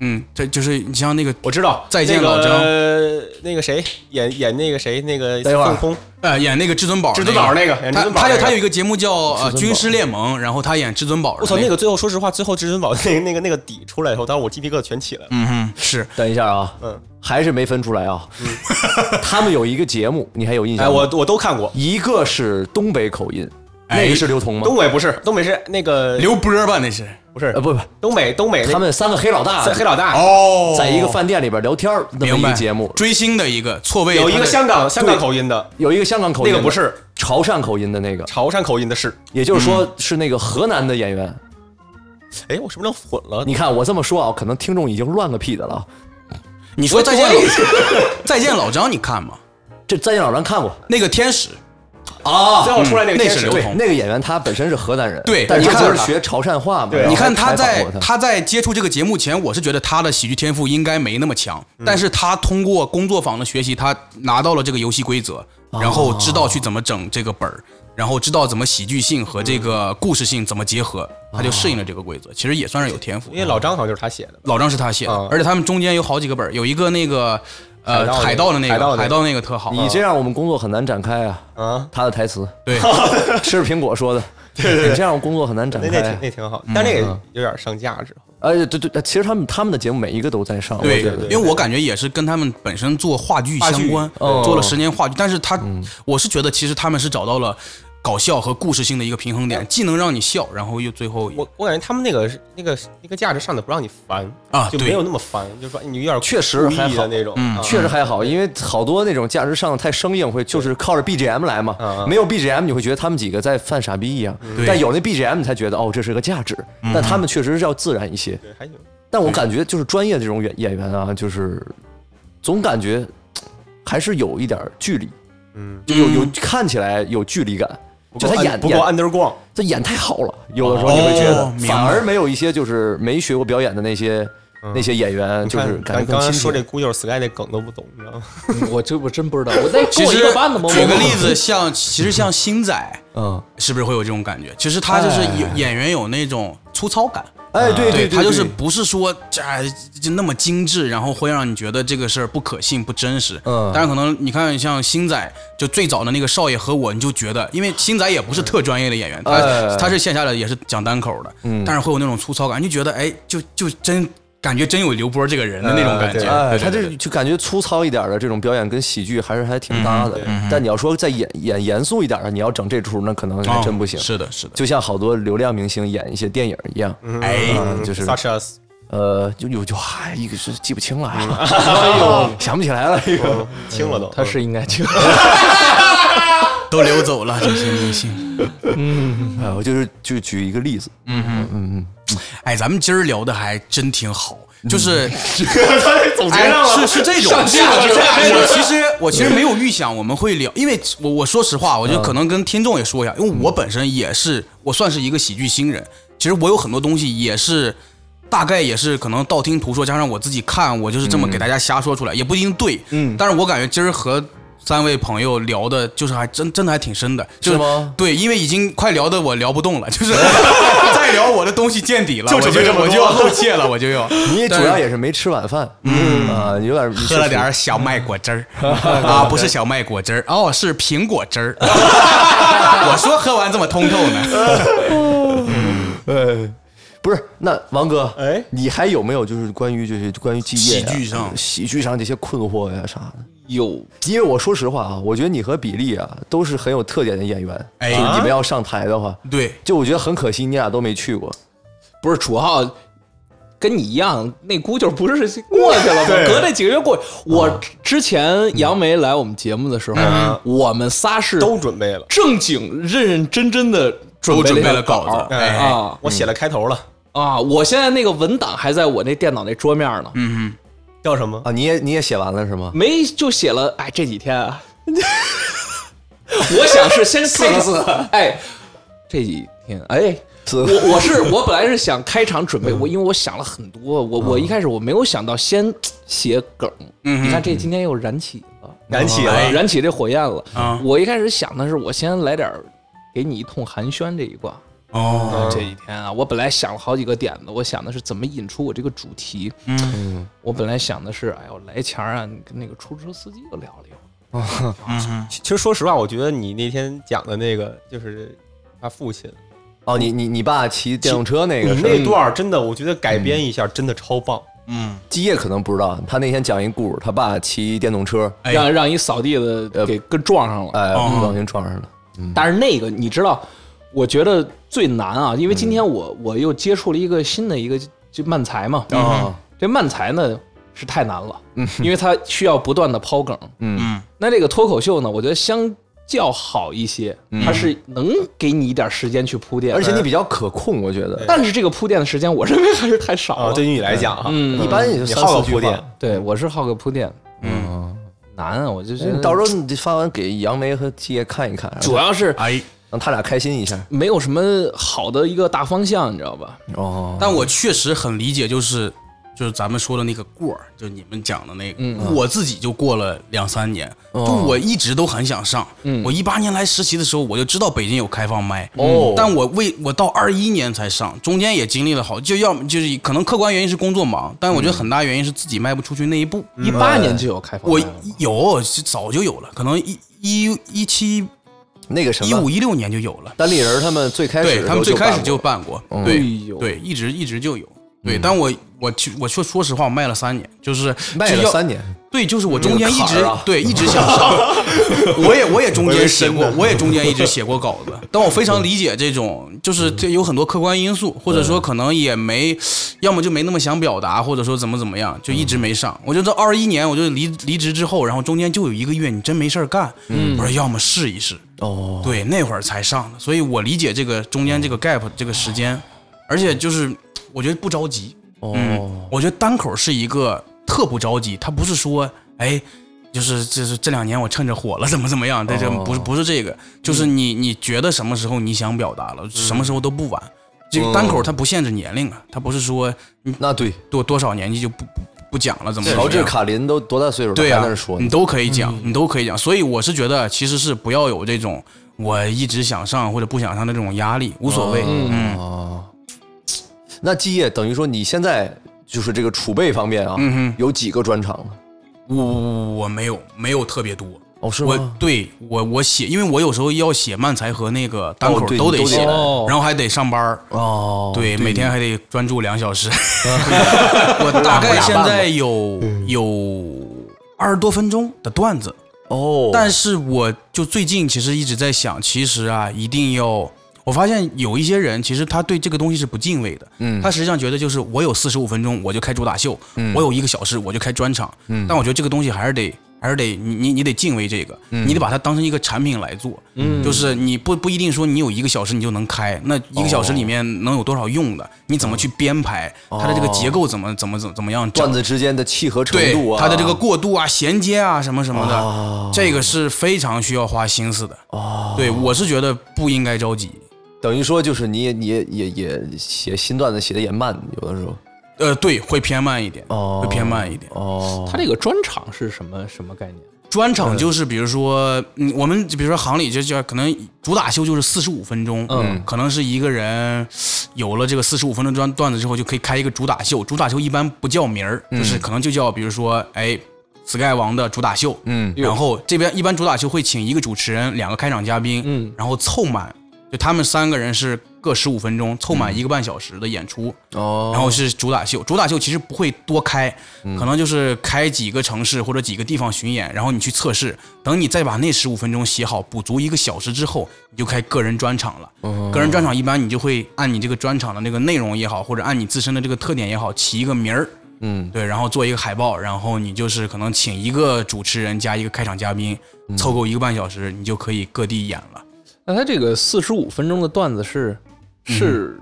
Speaker 4: 嗯，这就是你像那个
Speaker 1: 我知道，
Speaker 4: 再见老张
Speaker 1: 那个那个谁演演那个谁那个
Speaker 2: 等一会儿
Speaker 1: 孙悟空，
Speaker 4: 呃演那个至尊宝
Speaker 1: 至尊宝那个演至
Speaker 4: 他
Speaker 1: 尊宝
Speaker 4: 他有
Speaker 1: 那个
Speaker 4: 他有一个节目叫
Speaker 2: 至
Speaker 4: 呃
Speaker 2: 尊宝
Speaker 4: 军师联盟，然后他演至尊宝的，
Speaker 1: 我操，那个最后说实话，最后至尊宝那个那个那个底出来以后，当时我鸡皮疙瘩全起来了。
Speaker 4: 嗯哼是
Speaker 2: 等一下啊，
Speaker 1: 嗯，
Speaker 2: 还是没分出来啊， 他们有一个节目，你还有印象
Speaker 1: 哎，
Speaker 2: 吗？
Speaker 1: 我我都看过，
Speaker 2: 一个是东北口音，
Speaker 4: 哎
Speaker 2: 那个是刘同吗？
Speaker 1: 东北不是东北是那个
Speaker 4: 刘波吧那是
Speaker 1: 不是
Speaker 2: 呃，不不，
Speaker 1: 东北东北那
Speaker 2: 他们三个黑老大
Speaker 1: 哎三黑老大，
Speaker 4: 哦
Speaker 2: 在一个饭店里边聊天儿那么
Speaker 4: 明
Speaker 2: 一
Speaker 4: 白
Speaker 2: 个节目，
Speaker 4: 追星的一个错位，
Speaker 1: 有一
Speaker 4: 他
Speaker 1: 个
Speaker 4: 的
Speaker 1: 香港香港口音的，
Speaker 2: 有一个香港口音
Speaker 1: 那
Speaker 2: 的，
Speaker 1: 个不是
Speaker 2: 潮汕口音的那个，
Speaker 1: 潮汕口音的是，
Speaker 2: 也就是说
Speaker 4: 嗯
Speaker 2: 是那个河南的演员。
Speaker 1: 哎，我是不是弄混了？
Speaker 2: 你看我这么说啊，可能听众已经乱个屁的了。啊
Speaker 4: 你说再见老 再见老张你看吗？
Speaker 2: 这《再见老张》看过
Speaker 4: 那个天使
Speaker 2: 啊
Speaker 1: 最后出来那个
Speaker 4: 嗯那
Speaker 1: 天
Speaker 4: 是
Speaker 1: 使
Speaker 4: 刘
Speaker 2: 对
Speaker 4: 同，
Speaker 2: 那个演员他本身是河南人，
Speaker 4: 哦对
Speaker 2: 但
Speaker 4: 你
Speaker 2: 是
Speaker 4: 看
Speaker 2: 他就是
Speaker 4: 他
Speaker 2: 学潮汕话嘛。
Speaker 1: 对
Speaker 2: 然后
Speaker 4: 你看
Speaker 2: 采
Speaker 4: 他
Speaker 2: 访
Speaker 4: 在
Speaker 2: 过他
Speaker 4: 他在接触这个节目前，我是觉得他的喜剧天赋应该没那么强，但是他通过工作坊的学习，他拿到了这个游戏规则，然后知道去怎么整这个本儿，然后知道怎么喜剧性和这个故事性怎么结合，他就适应了这个规则，其实也算是有天赋
Speaker 1: 因。为老张好像就是他写的，
Speaker 4: 老张是他写的
Speaker 1: 啊，
Speaker 4: 而且他们中间有好几个本儿，有一个那个呃海
Speaker 1: 海
Speaker 4: 盗
Speaker 1: 盗的那
Speaker 4: 的那
Speaker 1: 个
Speaker 4: 个海
Speaker 1: 海盗的那个
Speaker 4: 盗那个特好，啊
Speaker 2: 你这样我们工作很难展开啊。
Speaker 1: 啊
Speaker 2: 他的台 词
Speaker 4: 对
Speaker 2: 是苹果说的，你这样我工作很难展
Speaker 1: 那
Speaker 2: 开
Speaker 1: 那
Speaker 2: 啊
Speaker 1: 挺。那挺好的，哎但那个有点上架之后。
Speaker 2: 而且对对，其实他们他们的节目每一个都在上，我
Speaker 4: 对
Speaker 2: 觉得，
Speaker 4: 因为我感觉也是跟他们本身做话剧相关，
Speaker 1: 话剧
Speaker 4: 做了十年话剧，但是他，我是觉得其实他们是找到了搞笑和故事性的一个平衡点，既能让你笑，然后又最后
Speaker 1: 我我感觉他们那个是那个那个架子上的不让你翻
Speaker 4: 啊
Speaker 1: 就
Speaker 4: 对
Speaker 1: 没有那么翻，就是说你有点
Speaker 2: 确实
Speaker 1: 故意
Speaker 2: 还
Speaker 1: 的
Speaker 2: 好
Speaker 1: 那种，啊
Speaker 2: 确实还好，因为好多那种价值上的太生硬，会就是靠着 BGM 来嘛。
Speaker 1: 嗯嗯
Speaker 2: 没有 BGM，你会觉得他们几个在犯傻逼一样。
Speaker 4: 啊对嗯
Speaker 2: 但有那 BGM，你才觉得哦，这是个价值。但他们确实是要自然一些。
Speaker 1: 对还行。
Speaker 2: 但我感觉就是专业这种演演员啊，就是总感觉嘖还是有一点距离，
Speaker 1: 嗯，
Speaker 2: 就有有看起来有距离感。就他演
Speaker 1: 不够
Speaker 2: 演
Speaker 1: underground，
Speaker 2: 他演太好了，有的时候你会觉得
Speaker 4: 哦，明白
Speaker 2: 反而没有一些就是没学过表演的那些那些演员，就
Speaker 1: 你
Speaker 2: 是
Speaker 1: 看
Speaker 2: 感觉
Speaker 1: 咱
Speaker 2: 更
Speaker 1: 刚才
Speaker 2: 亲
Speaker 1: 说
Speaker 2: 切
Speaker 1: 这。姑舅 Sky 那梗都不懂，你知道吗？
Speaker 3: 嗯我这我真不知道，我那
Speaker 4: 其
Speaker 3: 跟我
Speaker 4: 实
Speaker 3: 一个班的嘛。
Speaker 4: 举
Speaker 3: 我
Speaker 4: 个例子，像其实像星仔，
Speaker 2: 嗯，
Speaker 4: 是不是会有这种感觉？其实他就是有演员有那种粗糙感，
Speaker 2: 哎，对对，
Speaker 4: 啊他就是不是说这哎就那么精致，然后会让你觉得这个事儿不可信、不真实。
Speaker 2: 嗯
Speaker 4: 但是可能你看像星仔，就最早的那个少爷和我，你就觉得，因为星仔也不是特专业的演员，他、
Speaker 2: 哎嗯
Speaker 4: 他是线下的也是讲单口的，但是会有那种粗糙感，你就觉得哎，就就真感觉真有刘波这个人的那种感觉。
Speaker 2: 哎，
Speaker 4: 对
Speaker 2: 他
Speaker 4: 对
Speaker 2: 这
Speaker 4: 对
Speaker 2: 就感觉粗糙一点的这种表演跟喜剧还是还挺搭的。但你要说再演演严肃一点的，你要整这出，那可能还真不行。
Speaker 4: 哦是的，是的，
Speaker 2: 就像好多流量明星演一些电影一样，
Speaker 4: 哎，
Speaker 2: 嗯 就是
Speaker 1: such as
Speaker 2: 呃，就有就嗨，一个是记不清了，
Speaker 4: 嗯
Speaker 2: 哎 呦，想不起来了，
Speaker 4: 哎
Speaker 2: 这个
Speaker 1: 听了都，
Speaker 2: 嗯
Speaker 1: 嗯
Speaker 3: 他是应该听，
Speaker 4: 都流走了这些明星。
Speaker 2: 哎，我就是就举一个例子，
Speaker 4: 嗯哎，咱们今儿聊的还真挺好， 就是、
Speaker 1: 总
Speaker 4: 哎是是这种，是是我其实我其实没有预想我们会聊，因为我我说实话，我就可能跟听众也说一下，因为我本身也是我算是一个喜剧新人，其实我有很多东西也是。大概也是可能道听途说，加上我自己看，我就是这么给大家瞎说出来，也不一定对。嗯，但是我感觉今儿和三位朋友聊的，就是还真真的还挺深的，就是
Speaker 2: 吗？
Speaker 4: 对，因为已经快聊的我聊不动了， 就是再聊我的东西见底了，就准备我就要露怯了，我就 要。
Speaker 2: 你主要也是没吃晚饭，嗯啊，有点
Speaker 4: 喝了点儿小麦果汁儿啊， 不是小麦果汁儿，哦，是苹果汁儿。 我说喝完这么通透呢？
Speaker 2: 呃，不是，那王哥，
Speaker 1: 哎
Speaker 2: 你还有没有就是关于就是关于基业呀
Speaker 4: 喜剧上
Speaker 2: 呃喜剧上这些困惑呀啥的？
Speaker 3: 有
Speaker 2: 因为我说实话啊，我觉得你和比利啊都是很有特点的演员，
Speaker 4: 哎
Speaker 2: 就是你们要上台的话，
Speaker 4: 对，
Speaker 2: 就我觉得很可惜你俩都没去过。
Speaker 3: 不是主要跟你一样，那姑就不是过去了吗？隔那几个月过去。我之前杨梅来我们节目的时候，我们仨是
Speaker 1: 都准备了，
Speaker 3: 正经认认真真的准
Speaker 4: 都
Speaker 3: 备
Speaker 4: 准备
Speaker 3: 那
Speaker 4: 了
Speaker 3: 个
Speaker 4: 稿
Speaker 3: 稿
Speaker 4: 子，
Speaker 3: 儿
Speaker 4: 哎，
Speaker 3: 啊
Speaker 1: 我写了开头了，
Speaker 3: 啊！我现在那个文档还在我那电脑那桌面呢，
Speaker 4: 嗯，
Speaker 1: 叫什么？
Speaker 2: 啊，你也你也写完了是吗？
Speaker 3: 没就写了，哎，这几天啊， 我想是先开始，哎，这几天，哎，
Speaker 2: 四个
Speaker 3: 我我是我本来是想开场准备，我因为我想了很多，我我一开始我没有想到先写梗，你看这今天又燃起了，呃
Speaker 1: 燃起了，
Speaker 4: 哎
Speaker 3: 燃起这火焰了
Speaker 4: 啊，
Speaker 3: 我一开始想的是我先来点儿给你一通寒暄这一挂，
Speaker 4: 哦，
Speaker 3: 这几天啊，我本来想了好几个点子，我想的是怎么引出我这个主题。嗯，我本来想的是，哎呦，来前儿啊，跟那个出租车司机又聊了一会儿。
Speaker 1: 其其实说实话，我觉得你那天讲的那个就是他父亲
Speaker 2: 哦，你你你爸骑电动车那个
Speaker 1: 你
Speaker 2: 是嗯
Speaker 1: 那
Speaker 2: 吧？
Speaker 1: 段，真的，我觉得改编一下真的超棒。
Speaker 4: 嗯，
Speaker 2: 基业可能不知道，他那天讲一故事，他爸骑电动车，
Speaker 4: 哎
Speaker 3: 让让一扫地的给跟撞上了。
Speaker 2: 哎，
Speaker 4: 哦
Speaker 2: 不小心撞上了。
Speaker 3: 但是那个你知道，我觉得最难啊，因为今天我我又接触了一个新的一个就漫才嘛，嗯
Speaker 2: 啊，
Speaker 3: 这漫才呢是太难了，因为它需要不断的抛梗。
Speaker 4: 嗯，
Speaker 3: 那这个脱口秀呢，我觉得相较好一些，它是能给你一点时间去铺垫，
Speaker 2: 而且你比较可控，我觉得。
Speaker 3: 但是这个铺垫的时间，我认为还是太少了。
Speaker 1: 啊，对于你来讲啊，
Speaker 2: 一
Speaker 4: 嗯
Speaker 2: 般也就
Speaker 1: 你
Speaker 2: 哦嗯三
Speaker 1: 耗个
Speaker 2: 四
Speaker 1: 铺
Speaker 2: 句话
Speaker 1: 垫。，
Speaker 3: 对我是好个铺垫，嗯，难啊，我就觉得
Speaker 2: 到时候你发完给杨梅和基业看一看，
Speaker 3: 主要是
Speaker 4: 哎，
Speaker 2: 让他俩开心一下。
Speaker 3: 没有什么好的一个大方向，你知道吧？
Speaker 2: 哦，
Speaker 4: 但我确实很理解，就是就是咱们说的那个过儿，就你们讲的那个，我自己就过了两三年，就我一直都很想上。我一八年来实习的时候，我就知道北京有开放麦，
Speaker 2: 哦
Speaker 4: 但我为我到二一年才上，中间也经历了好，就要么就是可能客观原因是工作忙，但我觉得很大原因是自己迈不出去那一步。
Speaker 3: 一八年就有开放
Speaker 4: 我
Speaker 3: 麦了，
Speaker 4: 有早就有了，可能一一一七
Speaker 2: 那个什
Speaker 4: 一
Speaker 2: 么
Speaker 4: 五，一六年就有了。
Speaker 2: 单立人他们最开始
Speaker 4: 对他们最开始就办过，
Speaker 2: 嗯
Speaker 4: 对
Speaker 3: 哎呦
Speaker 4: 对，一直一直就有。对，但我我去我说说实话，我卖了三年，就是
Speaker 2: 卖
Speaker 4: 就
Speaker 2: 了
Speaker 4: 要
Speaker 2: 三年，
Speaker 4: 对，就是我中间一
Speaker 2: 那个
Speaker 4: 直
Speaker 2: 坎儿啊
Speaker 4: 对一直 想上，我也我也中
Speaker 1: 我以为
Speaker 4: 间写
Speaker 1: 真
Speaker 4: 过
Speaker 1: 的，
Speaker 4: 我也中间一直写过稿子，但我非常理解这种，就是这有很多客观因素，或者
Speaker 2: 嗯
Speaker 4: 说可能也没，要么就没那么想表达，或者说怎么怎么样，就一直没上。我就到二一年，我就离离职之后，然后中间就有一个月你真没事儿干，
Speaker 2: 嗯
Speaker 4: 我说要么试一试，
Speaker 2: 哦，
Speaker 4: 对，那会儿才上的，所以我理解这个中间这个 gap 这个时间，而且就是我觉得不着急，嗯，我觉得单口是一个特不着急，他不是说哎，就是就是这两年我趁着火了怎么怎么样，这这不是不是这个，就是你你觉得什么时候你想表达了，什么时候都不晚。这个单口它不限制年龄啊，它不是说你
Speaker 2: 那对，
Speaker 4: 多多少年纪就不不不讲了怎么怎么
Speaker 2: 乔
Speaker 4: 样。
Speaker 2: 治卡林都多大岁数了，
Speaker 4: 对
Speaker 2: 还
Speaker 4: 啊，
Speaker 2: 在那说
Speaker 4: 你
Speaker 2: 呢？
Speaker 4: 都可以讲，你都可以讲。所以我是觉得，其实是不要有这种我一直想上或者不想上的这种压力，无所谓。嗯，
Speaker 2: 哦，那基业等于说你现在就是这个储备方面啊，
Speaker 4: 嗯
Speaker 2: 有几个专场呢？
Speaker 4: 我嗯我没有没有特别多。
Speaker 2: 哦，是
Speaker 4: 我
Speaker 2: 吗？
Speaker 4: 对我我写，因为我有时候要写漫才和那个单口
Speaker 2: 哦对
Speaker 4: 都得
Speaker 2: 你都得
Speaker 4: 写，
Speaker 2: 来
Speaker 4: 然后还得上班儿
Speaker 2: 哦，嗯
Speaker 4: 对，每天还得专注两小时。 我 大概现在有有二十多分钟的段子，
Speaker 2: 哦，
Speaker 4: 但是我就最近其实一直在想，其实啊，一定要。我发现有一些人，其实他对这个东西是不敬畏的，嗯，他实际上觉得就是我有四十五分钟我就开主打秀，我有一个小时我就开专场，嗯，但我觉得这个东西还是得还是得你你你得敬畏这个，你得把它当成一个产品来做，嗯，就是你不不一定说你有一个小时你就能开，那一个小时里面能有多少用的，你怎么去编排，它的这个结构怎么怎么怎么怎么样整，
Speaker 2: 段子之间的契合程
Speaker 4: 对
Speaker 2: 度啊，哦
Speaker 4: 它的这个过渡啊、衔接啊什么什么的，这个是非常需要花心思的。对，我是觉得不应该着急。
Speaker 2: 等于说就是你也你也也也写新段子写的也慢，有的时候
Speaker 4: 呃，对，会偏慢一点，
Speaker 2: 哦
Speaker 4: 会偏慢一点。
Speaker 2: 哦，
Speaker 3: 他这个专场是什么什么概念？
Speaker 4: 专场就是比如说，嗯，我们比如说行里就叫可能主打秀就是四十五分钟，嗯，可能是一个人有了这个四十五分钟段段子之后，就可以开一个主打秀。主打秀一般不叫名儿，就是可能就叫比如说，哎。Sky 王的主打秀，嗯，然后这边一般主打秀会请一个主持人，两个开场嘉宾，嗯，然后凑满，就他们三个人是各十五分钟，凑满一个半小时的演出，
Speaker 2: 哦
Speaker 4: 然后是主打秀，主打秀其实不会多开，可能就是开几个城市或者几个地方巡演，然后你去测试，等你再把那十五分钟写好，补足一个小时之后，你就开个人专场了。个人专场一般你就会按你这个专场的那个内容也好，或者按你自身的这个特点也好，起一个名儿。
Speaker 2: 嗯
Speaker 4: 对，然后做一个海报，然后你就是可能请一个主持人加一个开场嘉宾，凑够一个半小时，你就可以各地演了。
Speaker 3: 那他这个四十五分钟的段子是是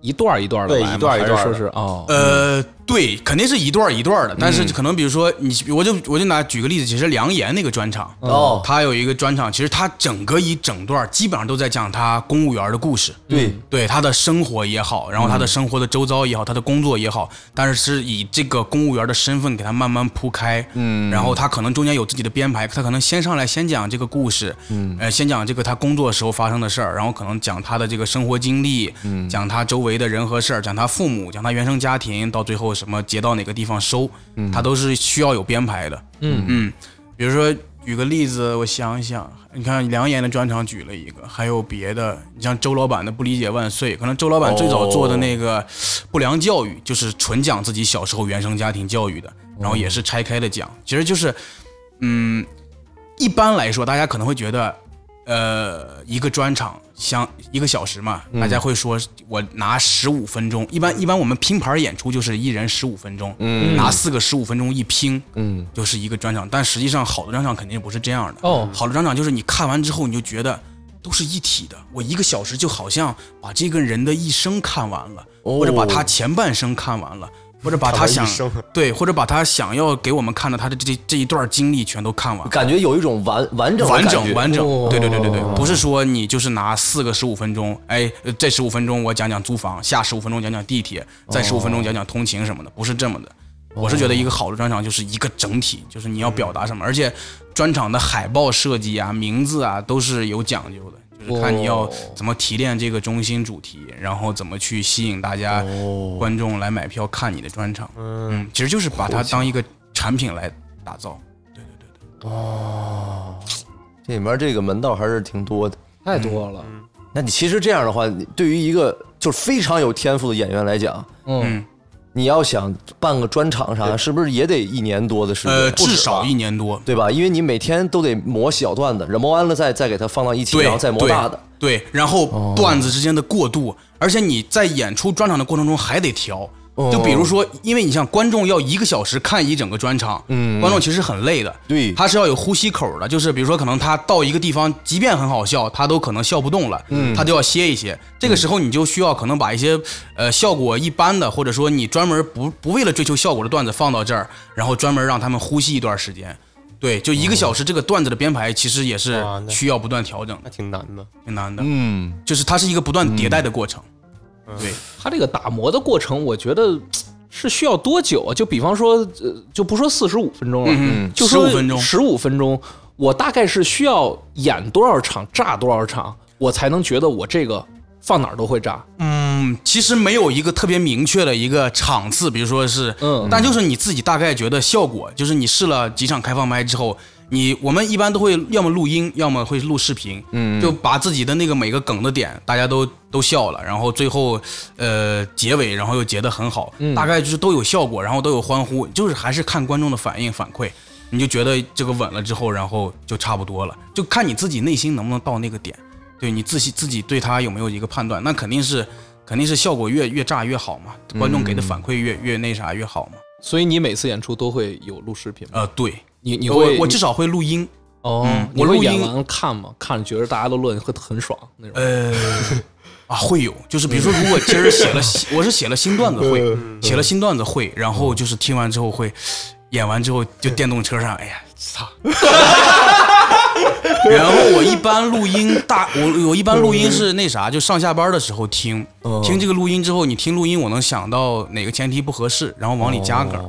Speaker 3: 一段儿一段儿的
Speaker 1: 对
Speaker 3: 来吗
Speaker 1: 一段儿一
Speaker 3: 还是
Speaker 1: 段儿
Speaker 3: 说
Speaker 1: 的
Speaker 3: 是哦，
Speaker 4: 呃，对，肯定是一段儿一段儿的，但是可能比如说你，我就我就拿举个例子，其实梁岩那个专场，
Speaker 2: 哦
Speaker 4: 他有一个专场，其实他整个一整段儿基本上都在讲他公务员的故事，
Speaker 2: 对
Speaker 4: 对他的生活也好，然后他的生活的周遭也好，他的工作也好，但是是以这个公务员的身份给他慢慢铺开，嗯，然后他可能中间有自己的编排，他可能先上来先讲这个故事，嗯，呃，先讲这个他工作时候发生的事儿，然后可能讲他的这个生活经历，嗯，讲他周围的人和事儿，讲他父母，讲他原生家庭，到最后什么结到哪个地方收，他都是需要有编排的，嗯嗯，比如说举个例子，我想一想，你看梁岩的专场举了一个，还有别的，你像周老板的《不理解万岁》，可能周老板最早做的那个《不良教育》，就是纯讲自己小时候原生家庭教育的，然后也是拆开的讲，其实就是，嗯，一般来说大家可能会觉得。呃，一个专场像一个小时嘛，大家会说我拿十五分钟，一般一般我们拼盘演出就是一人十五分钟，嗯，拿四个十五分钟一拼，嗯，就是一个专场。但实际上好的专场肯定不是这样的，
Speaker 3: 哦
Speaker 4: 好的专场就是你看完之后你就觉得都是一体的，我一个小时就好像把这个人的一生看完了，或者把他前半生哦看完了。或者把他想
Speaker 1: 看完一生
Speaker 4: 对，或者把他想要给我们看的他的这这一段经历全都看完了，
Speaker 2: 感觉有一种完完整的
Speaker 4: 完
Speaker 2: 感
Speaker 4: 整
Speaker 2: 觉
Speaker 4: 完整，对对对对对
Speaker 2: 哦，
Speaker 4: 不是说你就是拿四个十五分钟，哎，呃这十五分钟我讲讲租房，下十五分钟讲讲地铁，再十五
Speaker 2: 哦
Speaker 4: 分钟讲讲通勤什么的，不是这么的。我是觉得一个好的专场就是一个整体，就是你要表达什么，而且专场的海报设计啊、名字啊都是有讲究的。就是看你要
Speaker 2: 哦
Speaker 4: 怎么提炼这个中心主题，然后怎么去吸引大家
Speaker 2: 哦
Speaker 4: 观众来买票看你的专场。嗯，其实就是把它
Speaker 2: 啊
Speaker 4: 当一个产品来打造。
Speaker 2: 这里面这个门道还是挺多的。
Speaker 3: 太多了，
Speaker 2: 那你其实这样的话，你对于一个就是非常有天赋的演员来讲，
Speaker 4: 嗯，
Speaker 2: 你要想办个专场啥，是不是也得一年多的时间？
Speaker 4: 呃，
Speaker 2: 不止
Speaker 4: 至少
Speaker 2: 吧
Speaker 4: 一年多，
Speaker 2: 对吧？因为你每天都得磨小段子，然后磨完了再再给它放到一起，
Speaker 4: 对，
Speaker 2: 然后再磨
Speaker 4: 对
Speaker 2: 大的。哦
Speaker 4: 对，然后段子之间的过渡，而且你在演出专场的过程中还得调。
Speaker 2: 哦
Speaker 4: 就比如说，因为你像观众要一个小时看一整个专场，嗯，观众其实很累的，
Speaker 2: 对
Speaker 4: 他是要有呼吸口的，就是比如说，可能他到一个地方，即便很好笑，他都可能笑不动了，嗯，他就要歇一歇。这个时候你就需要可能把一些呃效果一般的，或者说你专门不不为了追求效果的段子放到这儿，然后专门让他们呼吸一段时间。对，就一个小时这个段子的编排其实也是
Speaker 1: 哇那
Speaker 4: 需要不断调整的。
Speaker 1: 那挺难的。
Speaker 4: 挺难的，
Speaker 2: 嗯，
Speaker 4: 就是它是一个不断迭代的过程。对，
Speaker 3: 他这个打磨的过程，我觉得是需要多久啊？就比方说，呃，就不说四十五分钟了，
Speaker 4: 嗯嗯
Speaker 3: 就说
Speaker 4: 15分钟
Speaker 3: 十五分钟，我大概是需要演多少场，炸多少场，我才能觉得我这个放哪儿都会炸。
Speaker 4: 嗯，其实没有一个特别明确的一个场次，比如说是，
Speaker 3: 嗯
Speaker 4: 但就是你自己大概觉得效果，就是你试了几场开放麦之后，你我们一般都会要么录音，要么会录视频，嗯，就把自己的那个每个梗的点，大家都都笑了，然后最后呃结尾，然后又结得很好，大概就是都有效果，然后都有欢呼，就是还是看观众的反应反馈。你就觉得这个稳了之后，然后就差不多了，就看你自己内心能不能到那个点，对你自己自己对他有没有一个判断，那肯定是肯定是效果越越炸越好嘛，观众给的反馈越、越那啥越好嘛。
Speaker 3: 所以你每次演出都会有录视频吗？
Speaker 4: 呃，对，
Speaker 3: 你你
Speaker 4: 我
Speaker 3: 会
Speaker 4: 我至少会录音，
Speaker 3: 哦，
Speaker 4: 嗯
Speaker 3: 你
Speaker 4: 我
Speaker 3: 会
Speaker 4: 录
Speaker 3: 演
Speaker 4: 音
Speaker 3: 完看吗？看着觉得大家都乐，你会很爽那种。
Speaker 4: 呃，啊会有，就是比如说如果今儿写了新，我是写了新段子会，写了新段子会，然后就是听完之后会，演完之后就电动车上，哎呀，操！然后我一般录音大，我我一般录音是那啥，就上下班的时候听，听这个录音之后，你听录音我能想到哪个前提不合适，然后往里加梗儿。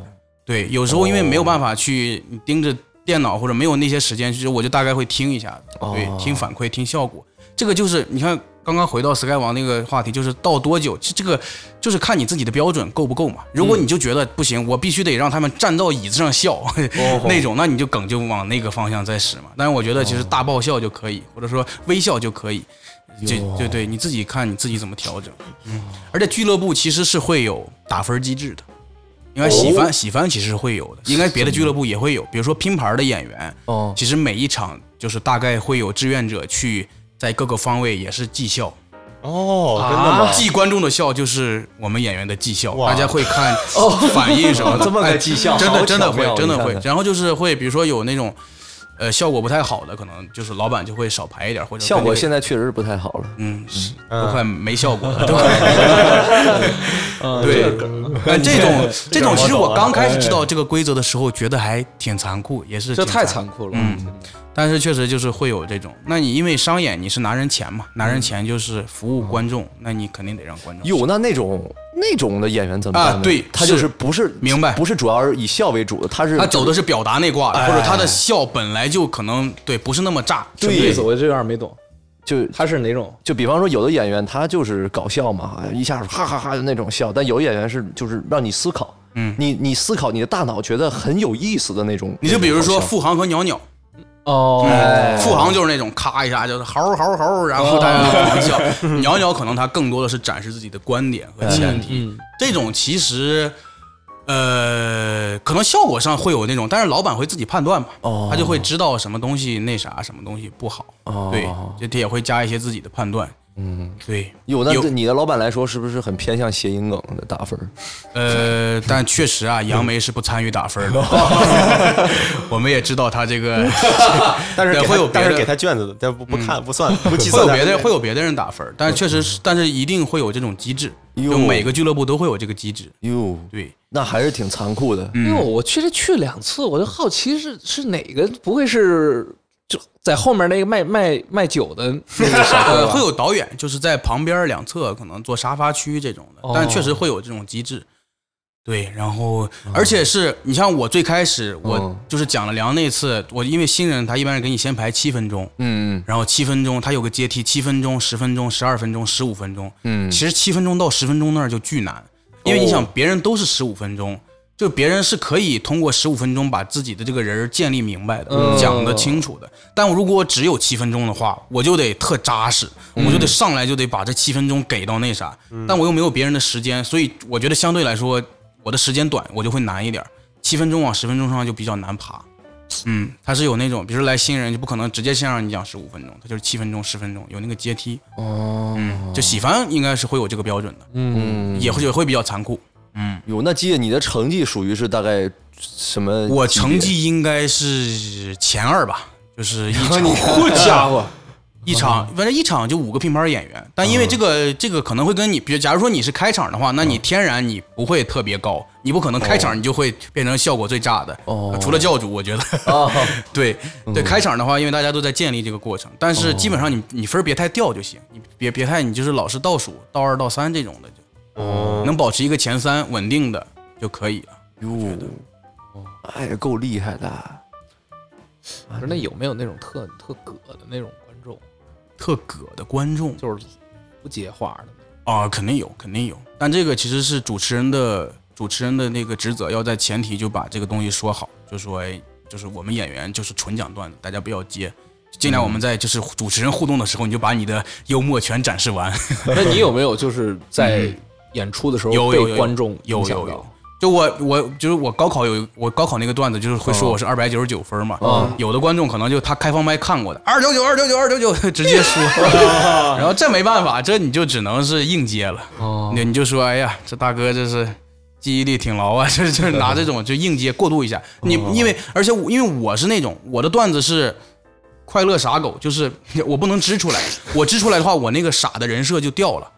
Speaker 4: 对，有时候因为没有办法去你盯着电脑或者没有那些时间，就是我就大概会听一下，对，听反馈，听效果。这个就是你看，刚刚回到 Sky 王那个话题，就是到多久，这这个就是看你自己的标准够不够嘛。如果你就觉得不行，我必须得让他们站到椅子上笑 那种，那你就梗就往那个方向再使嘛。但是我觉得其实大爆笑就可以，或者说微笑就可以，就对对，你自己看你自己怎么调整。嗯，而且俱乐部其实是会有打分机制的。应该
Speaker 2: 哦
Speaker 4: 喜番喜番其实是会有的，应该别的俱乐部也会有，比如说拼盘的演员，
Speaker 2: 哦
Speaker 4: 其实每一场就是大概会有志愿者去在各个方位也是绩效，
Speaker 1: 哦，
Speaker 3: 啊
Speaker 1: 真的吗？
Speaker 4: 记观众的笑就是我们演员的绩效，
Speaker 1: 哇
Speaker 4: 大家会 看反应什么
Speaker 2: 哦
Speaker 4: 的，
Speaker 2: 这么个绩效
Speaker 4: 哎真的
Speaker 2: 好
Speaker 4: 真的
Speaker 2: 巧妙
Speaker 4: 会真的
Speaker 2: 你
Speaker 4: 会
Speaker 2: 看看，
Speaker 4: 然后就是会比如说有那种呃效果不太好的，可能就是老板就会少排一点，或者
Speaker 2: 效果现
Speaker 4: 在
Speaker 2: 在确实是不太好了。
Speaker 4: 嗯是都快没效 果了，都快。对，
Speaker 1: 嗯
Speaker 4: 哎，这种这种，其实我刚开始知道这个规则的时候，觉得还挺残酷，也是
Speaker 3: 这
Speaker 4: 挺
Speaker 3: 太残酷了，
Speaker 4: 嗯，但是确实就是会有这种。那你因为商演你是拿人钱嘛，拿人钱就是服务观众，那你肯定得让观众
Speaker 2: 有那那种那种的演员怎么办呢？
Speaker 4: 啊对
Speaker 2: 他就是
Speaker 4: 是
Speaker 2: 不是
Speaker 4: 明白啊
Speaker 2: 不是主要是以笑为主的，他是
Speaker 4: 他走的是表达那挂的，或者他的笑本来就可能对不是那么炸。
Speaker 3: 什么
Speaker 2: 对
Speaker 3: 意思？我这有点没懂，
Speaker 2: 就
Speaker 3: 他是哪种？
Speaker 2: 就比方说有的演员他就是搞笑嘛，哎一下哈哈哈的那种笑，但有的演员是就是让你思考，
Speaker 4: 嗯
Speaker 2: 你你思考你的大脑觉得很有意思的那种。
Speaker 4: 你就比如说
Speaker 2: 那种搞笑
Speaker 4: 付航和袅袅，
Speaker 3: 哦
Speaker 1: 哎
Speaker 4: 付航就是那种咔一下就是嚎嚎嚎，然后大家狂笑。
Speaker 1: 哦
Speaker 4: 袅袅可能他更多的是展示自己的观点和前提，
Speaker 3: 嗯，
Speaker 4: 这种其实，呃，可能效果上会有那种，但是老板会自己判断嘛，
Speaker 2: 哦
Speaker 4: 他就会知道什么东西那啥，什么东西不好，
Speaker 2: 哦
Speaker 4: 对，就他也会加一些自己的判断，嗯，对，
Speaker 2: 有那对你的老板来说是不是很偏向谐音梗的打分？
Speaker 4: 呃，但确实
Speaker 1: 嗯
Speaker 4: 啊，杨梅是不参与打分 的， 我们也知道他这个，
Speaker 1: 但是
Speaker 4: 对
Speaker 1: 给
Speaker 4: 会有
Speaker 1: 他，但是
Speaker 4: 别
Speaker 1: 给
Speaker 4: 的嗯
Speaker 1: 他卷子的，但不不看不算不计
Speaker 4: 会
Speaker 1: 算
Speaker 4: 有
Speaker 1: 在
Speaker 4: 别
Speaker 1: 内。
Speaker 4: 的会有别的人打分，但确实是，但是一定会有这种机制，
Speaker 2: 嗯哟
Speaker 4: 就每个俱乐部都会有这个机制，
Speaker 2: 哟，
Speaker 4: 对，嗯
Speaker 2: 那还是挺残酷的。
Speaker 3: 因为我其实去两次，我就好奇是是哪个，不会是就在后面那个卖卖卖酒的那个 小哥
Speaker 4: 呃，
Speaker 3: 吧
Speaker 4: 会有导演，就是在旁边两侧可能做沙发区这种的，但确实
Speaker 2: 哦
Speaker 4: 会有这种机制。对，然后
Speaker 2: 嗯
Speaker 4: 而且是你像我最开始我就是讲了梁那次，我因为新人他一般是给你先排七分钟，
Speaker 2: 嗯
Speaker 4: 然后七分钟他有个阶梯，七分钟、十分钟、十二分钟、十五分钟，
Speaker 2: 嗯
Speaker 4: 其实七分钟到十分钟那儿就巨难，因为你想别人都是十五分钟，就别人是可以通过十五分钟把自己的这个人儿建立明白的，
Speaker 2: 嗯
Speaker 4: 讲得清楚的。但如果我只有七分钟的话，我就得特扎实，
Speaker 2: 嗯
Speaker 4: 我就得上来就得把这七分钟给到那啥。但我又没有别人的时间，所以我觉得相对来说我的时间短，我就会难一点儿。七分钟往十分钟上就比较难爬。嗯，他是有那种，比如说来新人就不可能直接先让你讲十五分钟，他就是七分钟、十分钟，有那个阶梯。
Speaker 2: 哦，
Speaker 4: 嗯，就喜欢应该是会有这个标准的，
Speaker 2: 嗯，
Speaker 4: 也会也会比较残酷。嗯，
Speaker 2: 有那季你的成绩属于是大概什么级
Speaker 3: 嗯
Speaker 2: 别？
Speaker 4: 我成绩应该是前二吧，就是一场
Speaker 2: 好家伙，
Speaker 4: 一
Speaker 2: 嗯
Speaker 4: 场，反正一场就五个拼盘演员。但因为这个这个可能会跟你，比如假如说你是开场的话，那
Speaker 2: 嗯
Speaker 4: 你天然你不会特别高，你不可能开场你就会变成效果最炸的。呃
Speaker 2: 哦
Speaker 4: 除了教主，我觉得
Speaker 2: 哦。
Speaker 4: 对对，开场的话，因为大家都在建立这个过程，但
Speaker 2: 哦
Speaker 4: 是基本上你你分儿别太掉就行，你别别太你就是老是倒数到二到三这种的，就
Speaker 2: 哦
Speaker 4: 能保持一个前三稳定的就可以了。
Speaker 2: 哟，哎，够厉害的。
Speaker 3: 不是那有没有那种特特葛的那种观众，
Speaker 4: 特葛的观众
Speaker 3: 就是不接话的？
Speaker 4: 啊，肯定有，肯定有。但这个其实是主持人的主持人的那个职责，要在前提就把这个东西说好，就说哎，就是我们演员就是纯讲段子，大家不要接。尽量我们在就是主持人互动的时候，你就把你的幽默全展示完。
Speaker 3: 那你有没有就是在演出的时候
Speaker 4: 嗯有有
Speaker 3: 被
Speaker 4: 有
Speaker 3: 观众
Speaker 4: 有
Speaker 3: 影响
Speaker 4: 有
Speaker 3: 到
Speaker 4: 有。就我我就是我高考有我高考那个段子，就是
Speaker 3: 嗯
Speaker 4: 会说我是二百九十九分嘛。有的观众可能就他开放麦看过的二九九二九九二九九 直接 说，然后这没办法，这你就只能是硬接了。
Speaker 3: 哦
Speaker 4: 那你就说，哎呀，这大哥这是记忆力挺牢啊， 这这拿这种就应接过渡一下。你因为而且我因为我是那种我的段子是快乐傻狗，就是 我不能支出来，我支出来的话，我那个傻的人设就掉了。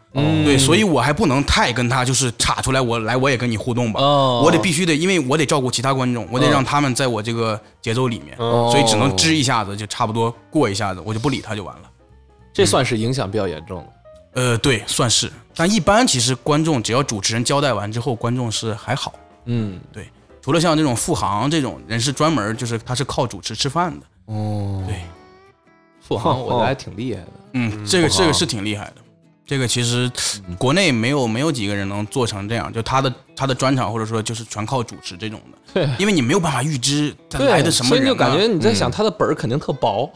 Speaker 4: 对，所以我还不能太跟他就是岔出来，我来我也跟你互动吧，
Speaker 3: 哦
Speaker 4: 我得必须得，因为我得照顾其他观众，我得让他们在我这个节奏里面，所以只能支一下子，就差不多过一下子，我就不理他就完了。
Speaker 3: 这
Speaker 4: 嗯
Speaker 3: 算是影响比较严重的。
Speaker 4: 呃，对，算是。但一般其实观众只要主持人交代完之后，观众是还好。
Speaker 3: 嗯，
Speaker 4: 对，除了像这种副行这种人是专门就是他是靠主持吃饭的。
Speaker 2: 哦，
Speaker 4: 对，
Speaker 3: 富航我觉得还挺厉害的。
Speaker 4: 嗯，这个这个是挺厉害的。这个其实国内没有没有几个人能做成这样，就他的他的专场或者说就是全靠主持这种的，
Speaker 3: 对
Speaker 4: 因为你没有办法预知他来
Speaker 3: 对，
Speaker 4: 的什么
Speaker 3: 所以
Speaker 4: 人、啊嗯
Speaker 3: 就感觉你在想他的本儿肯定特 薄，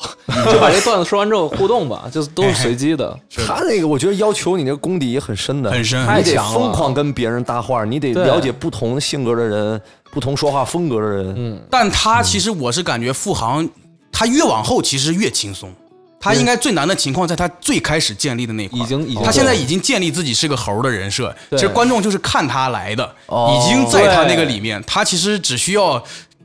Speaker 3: 就把这段子说完之后互动吧，就是都是随机的。
Speaker 2: 他那个我觉得要求你那个功底也很深的，
Speaker 4: 很深
Speaker 2: 你
Speaker 3: 太
Speaker 2: 得
Speaker 3: 强了
Speaker 2: 疯狂跟别人搭话，你得
Speaker 3: 对
Speaker 2: 了解不同性格的人，不同说话风格的人。嗯，
Speaker 4: 但他其实我是感觉付航，他越往后其实越轻松。他应该最难的情况在他最开始建立的那一块儿，
Speaker 3: 已经已经
Speaker 4: 他现在已经建立自己是个猴儿的人设，其
Speaker 3: 对
Speaker 4: 实观众就是看他来的，
Speaker 2: 哦
Speaker 4: 已经在他那个里面，他其实只需要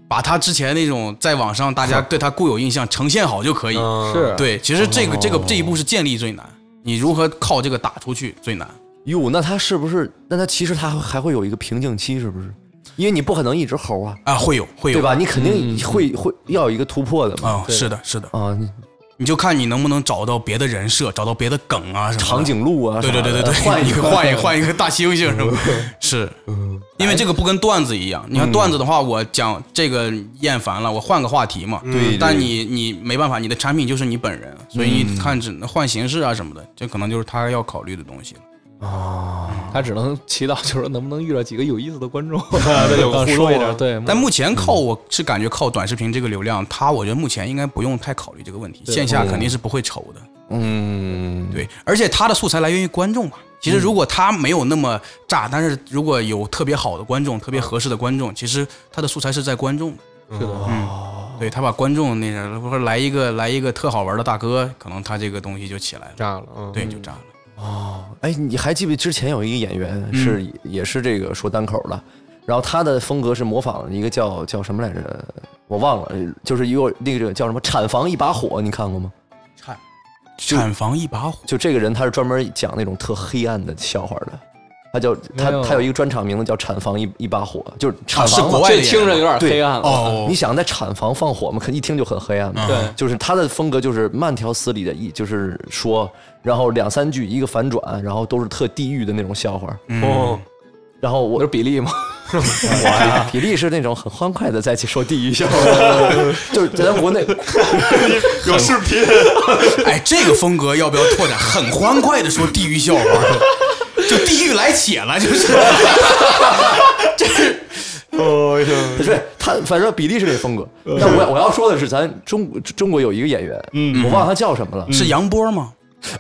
Speaker 4: 把他之前那种在网上大家对他固有印象呈现好就可以。
Speaker 1: 嗯
Speaker 3: 是
Speaker 4: 对，其实
Speaker 3: 哦
Speaker 4: 这个这个这一步是建立最难，你如何靠这个打出去最难。
Speaker 2: 哟，那他是不是？那他其实他还会有一个瓶颈期，是不是？因为你不可能一直猴啊，
Speaker 4: 啊，会有会有嗯
Speaker 2: 对吧？你肯定会会要有一个突破的嘛。
Speaker 4: 啊、是的，是的，
Speaker 2: 啊，你
Speaker 4: 你就看你能不能找到别的人设，找到别的梗啊什么的
Speaker 2: 长颈鹿啊，
Speaker 4: 对对对对对，
Speaker 2: 换一
Speaker 4: 个
Speaker 2: 个
Speaker 4: 换一个换一个大猩猩什么的， 是，因为这个不跟段子一样。你看段子的话，我讲这个厌烦了，我换个话题嘛。
Speaker 2: 对
Speaker 4: 但你你没办法，你的产品就是你本人，所以你看只能换形式啊什么的，这可能就是他要考虑的东西了。
Speaker 3: 他只能祈祷，就是能不能遇到几个有意思的观众，对，有
Speaker 1: 互
Speaker 3: 说
Speaker 1: 动
Speaker 3: 一
Speaker 1: 啊
Speaker 3: 点，对，
Speaker 4: 但目前靠我是感觉靠短视频这个流量，他我觉得目前应该不用太考虑这个问题，线下肯定是不会愁的。
Speaker 2: 嗯，
Speaker 4: 对，而且他的素材来源于观众嘛。其实如果他没有那么炸，但是如果有特别好的观众、
Speaker 2: 嗯
Speaker 4: 特别合适的观众，其实他的素材是在观众的。
Speaker 3: 是
Speaker 2: 哦
Speaker 3: 的，
Speaker 4: 嗯，对他把观众那啥，或者来一个来一个特好玩的大哥，可能他这个东西就起来了，
Speaker 3: 炸
Speaker 2: 嗯
Speaker 3: 了，
Speaker 4: 对，就炸了。
Speaker 2: 哎，你还记不记得之前有一个演
Speaker 4: 嗯
Speaker 2: 员是、也是这个说单口的，然后他的风格是模仿一个叫叫什么来着，我忘了，就是一个那个叫什么“产房一把火”，你看过吗？
Speaker 4: 产产房一把火，
Speaker 2: 就这个人他是专门讲那种特黑暗的笑话的，他叫他
Speaker 3: 没有
Speaker 2: 他有一个专场名字叫“产房一一把火”，就是产
Speaker 4: 啊是
Speaker 2: 房嘛、
Speaker 4: 国外
Speaker 3: 这
Speaker 4: 的
Speaker 3: 听着有点
Speaker 2: 对
Speaker 3: 黑暗了，
Speaker 4: 哦
Speaker 2: 你想在产房放火嘛，肯一听就很黑暗嘛。
Speaker 3: 对
Speaker 2: 就是他的风格就是慢条斯理的，一就是说，然后两三句一个反转，然后都是特地狱的那种笑话。
Speaker 1: 哦，
Speaker 2: 然后我
Speaker 3: 那是比 例吗？
Speaker 2: 我呀，比利是那种很欢快的在去说地 狱笑话，就是在咱国内，
Speaker 1: 有视频，
Speaker 4: 哎，这个风格要不要拓展？很欢快的说地狱笑话， 就地狱来且了，就是。这
Speaker 2: 他反正比利时这风格。
Speaker 4: 嗯
Speaker 2: 但我我要说的是，咱中中国有一个演员，嗯，我忘了他叫什么了。
Speaker 4: 是杨波吗？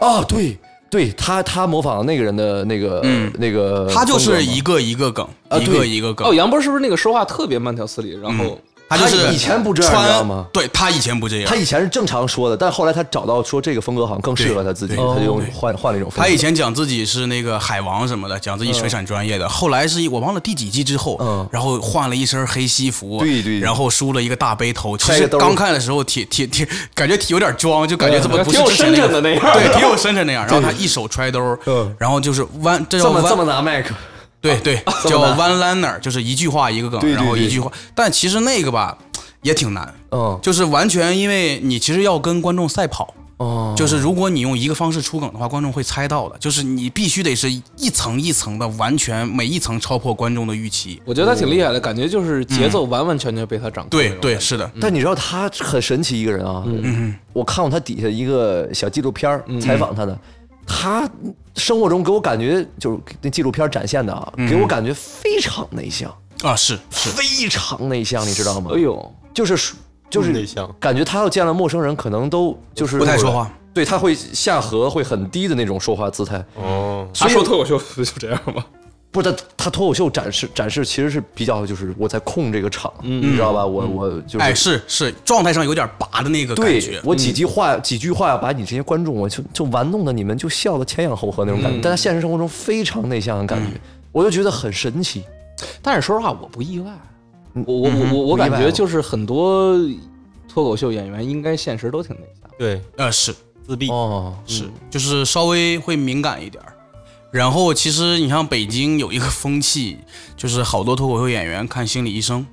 Speaker 2: 啊，对对，他他模仿那个人的那个那嗯个风格嘛，
Speaker 4: 嗯他就是一个一个梗，
Speaker 2: 啊
Speaker 4: 一个
Speaker 2: 对
Speaker 4: 一个梗
Speaker 3: 哦，。杨波是不是那个说话特别慢条斯理？然后
Speaker 4: 他就是
Speaker 2: 他以前不这样
Speaker 4: 穿
Speaker 2: 你知道吗
Speaker 4: 对他以前不这样，
Speaker 2: 他以前是正常说的，但后来他找到说这个风格好像更适合他自己，
Speaker 4: 对对
Speaker 2: 他就用换换了一种风格。
Speaker 4: 他以前讲自己是那个海王什么的，讲自己水产专业的。后来是一我忘了第几季之后，
Speaker 2: 嗯
Speaker 4: 然后换了一身黑西服，
Speaker 2: 对对
Speaker 4: 然后梳了一个大背头。其
Speaker 2: 揣
Speaker 4: 实
Speaker 2: 个兜儿
Speaker 4: 刚看的时候挺挺挺，感觉挺有点装，就感觉这么
Speaker 3: 嗯
Speaker 4: 不是
Speaker 3: 挺有
Speaker 4: 之
Speaker 3: 深
Speaker 4: 前个
Speaker 3: 圳的那样
Speaker 4: 对，挺有深圳那样。然后他一手揣兜儿，
Speaker 2: 嗯
Speaker 4: 然后就是弯，这叫
Speaker 2: 这么这
Speaker 4: 弯
Speaker 2: 么拿麦克，
Speaker 4: 嗯
Speaker 2: 啊
Speaker 4: 对对，叫 one liner，就是一句话一个梗，
Speaker 2: 对对
Speaker 4: 然后一
Speaker 2: 对
Speaker 4: 句话。但其实那个吧，也挺难，
Speaker 2: 嗯
Speaker 4: 就是完全因为你其实要跟观众赛跑。
Speaker 2: 哦，
Speaker 4: 就是如果你用一个方式出梗的话，观众会猜到的。就是你必须得是一层一层的，完全每一层超破观众的预期。
Speaker 3: 我觉得他挺厉害的，感觉就是节奏完完全全被他掌控。
Speaker 4: 对，对，是的，
Speaker 2: 但你知道他很神奇一个人啊，
Speaker 4: 嗯
Speaker 2: 我看过他底下一个小纪录片儿采访他
Speaker 4: 嗯
Speaker 2: 的，他生活中给我感觉就是那纪录片展现的啊，
Speaker 4: 嗯
Speaker 2: 给我感觉非常内向，
Speaker 4: 啊，是是，
Speaker 2: 非常内向，你知道吗
Speaker 3: 哎？呦，
Speaker 2: 就是就是
Speaker 1: 内向
Speaker 2: 感觉他要见了陌生人，可能都就是
Speaker 4: 不太说话，
Speaker 2: 对他会下颌会很低的那种说话姿态。
Speaker 1: 哦，
Speaker 3: 他说脱口秀不就这样吗？
Speaker 2: 不是他，他脱口秀展示展示其实是比较就是我在控这个场，你知道吧？我我就是、
Speaker 4: 哎，是是，状态上有点拔的那个感
Speaker 2: 对
Speaker 4: 觉。
Speaker 2: 我几句话、几句话把你这些观众我就就玩弄的你们就笑得前仰后合那种感觉，但他现实生活中非常内向的感觉，我就觉得很神奇。
Speaker 3: 但是说实话，我不意外。我我我我我感
Speaker 2: 不意外
Speaker 3: 觉
Speaker 2: 吗
Speaker 3: 就是很多脱口秀演员应该现实都挺内向。
Speaker 1: 对，
Speaker 4: 呃，是
Speaker 1: 自闭，
Speaker 2: 哦，
Speaker 4: 是，就是稍微会敏感一点儿。然后其实你像北京有一个风气，就是好多脱口秀演员看心理医生，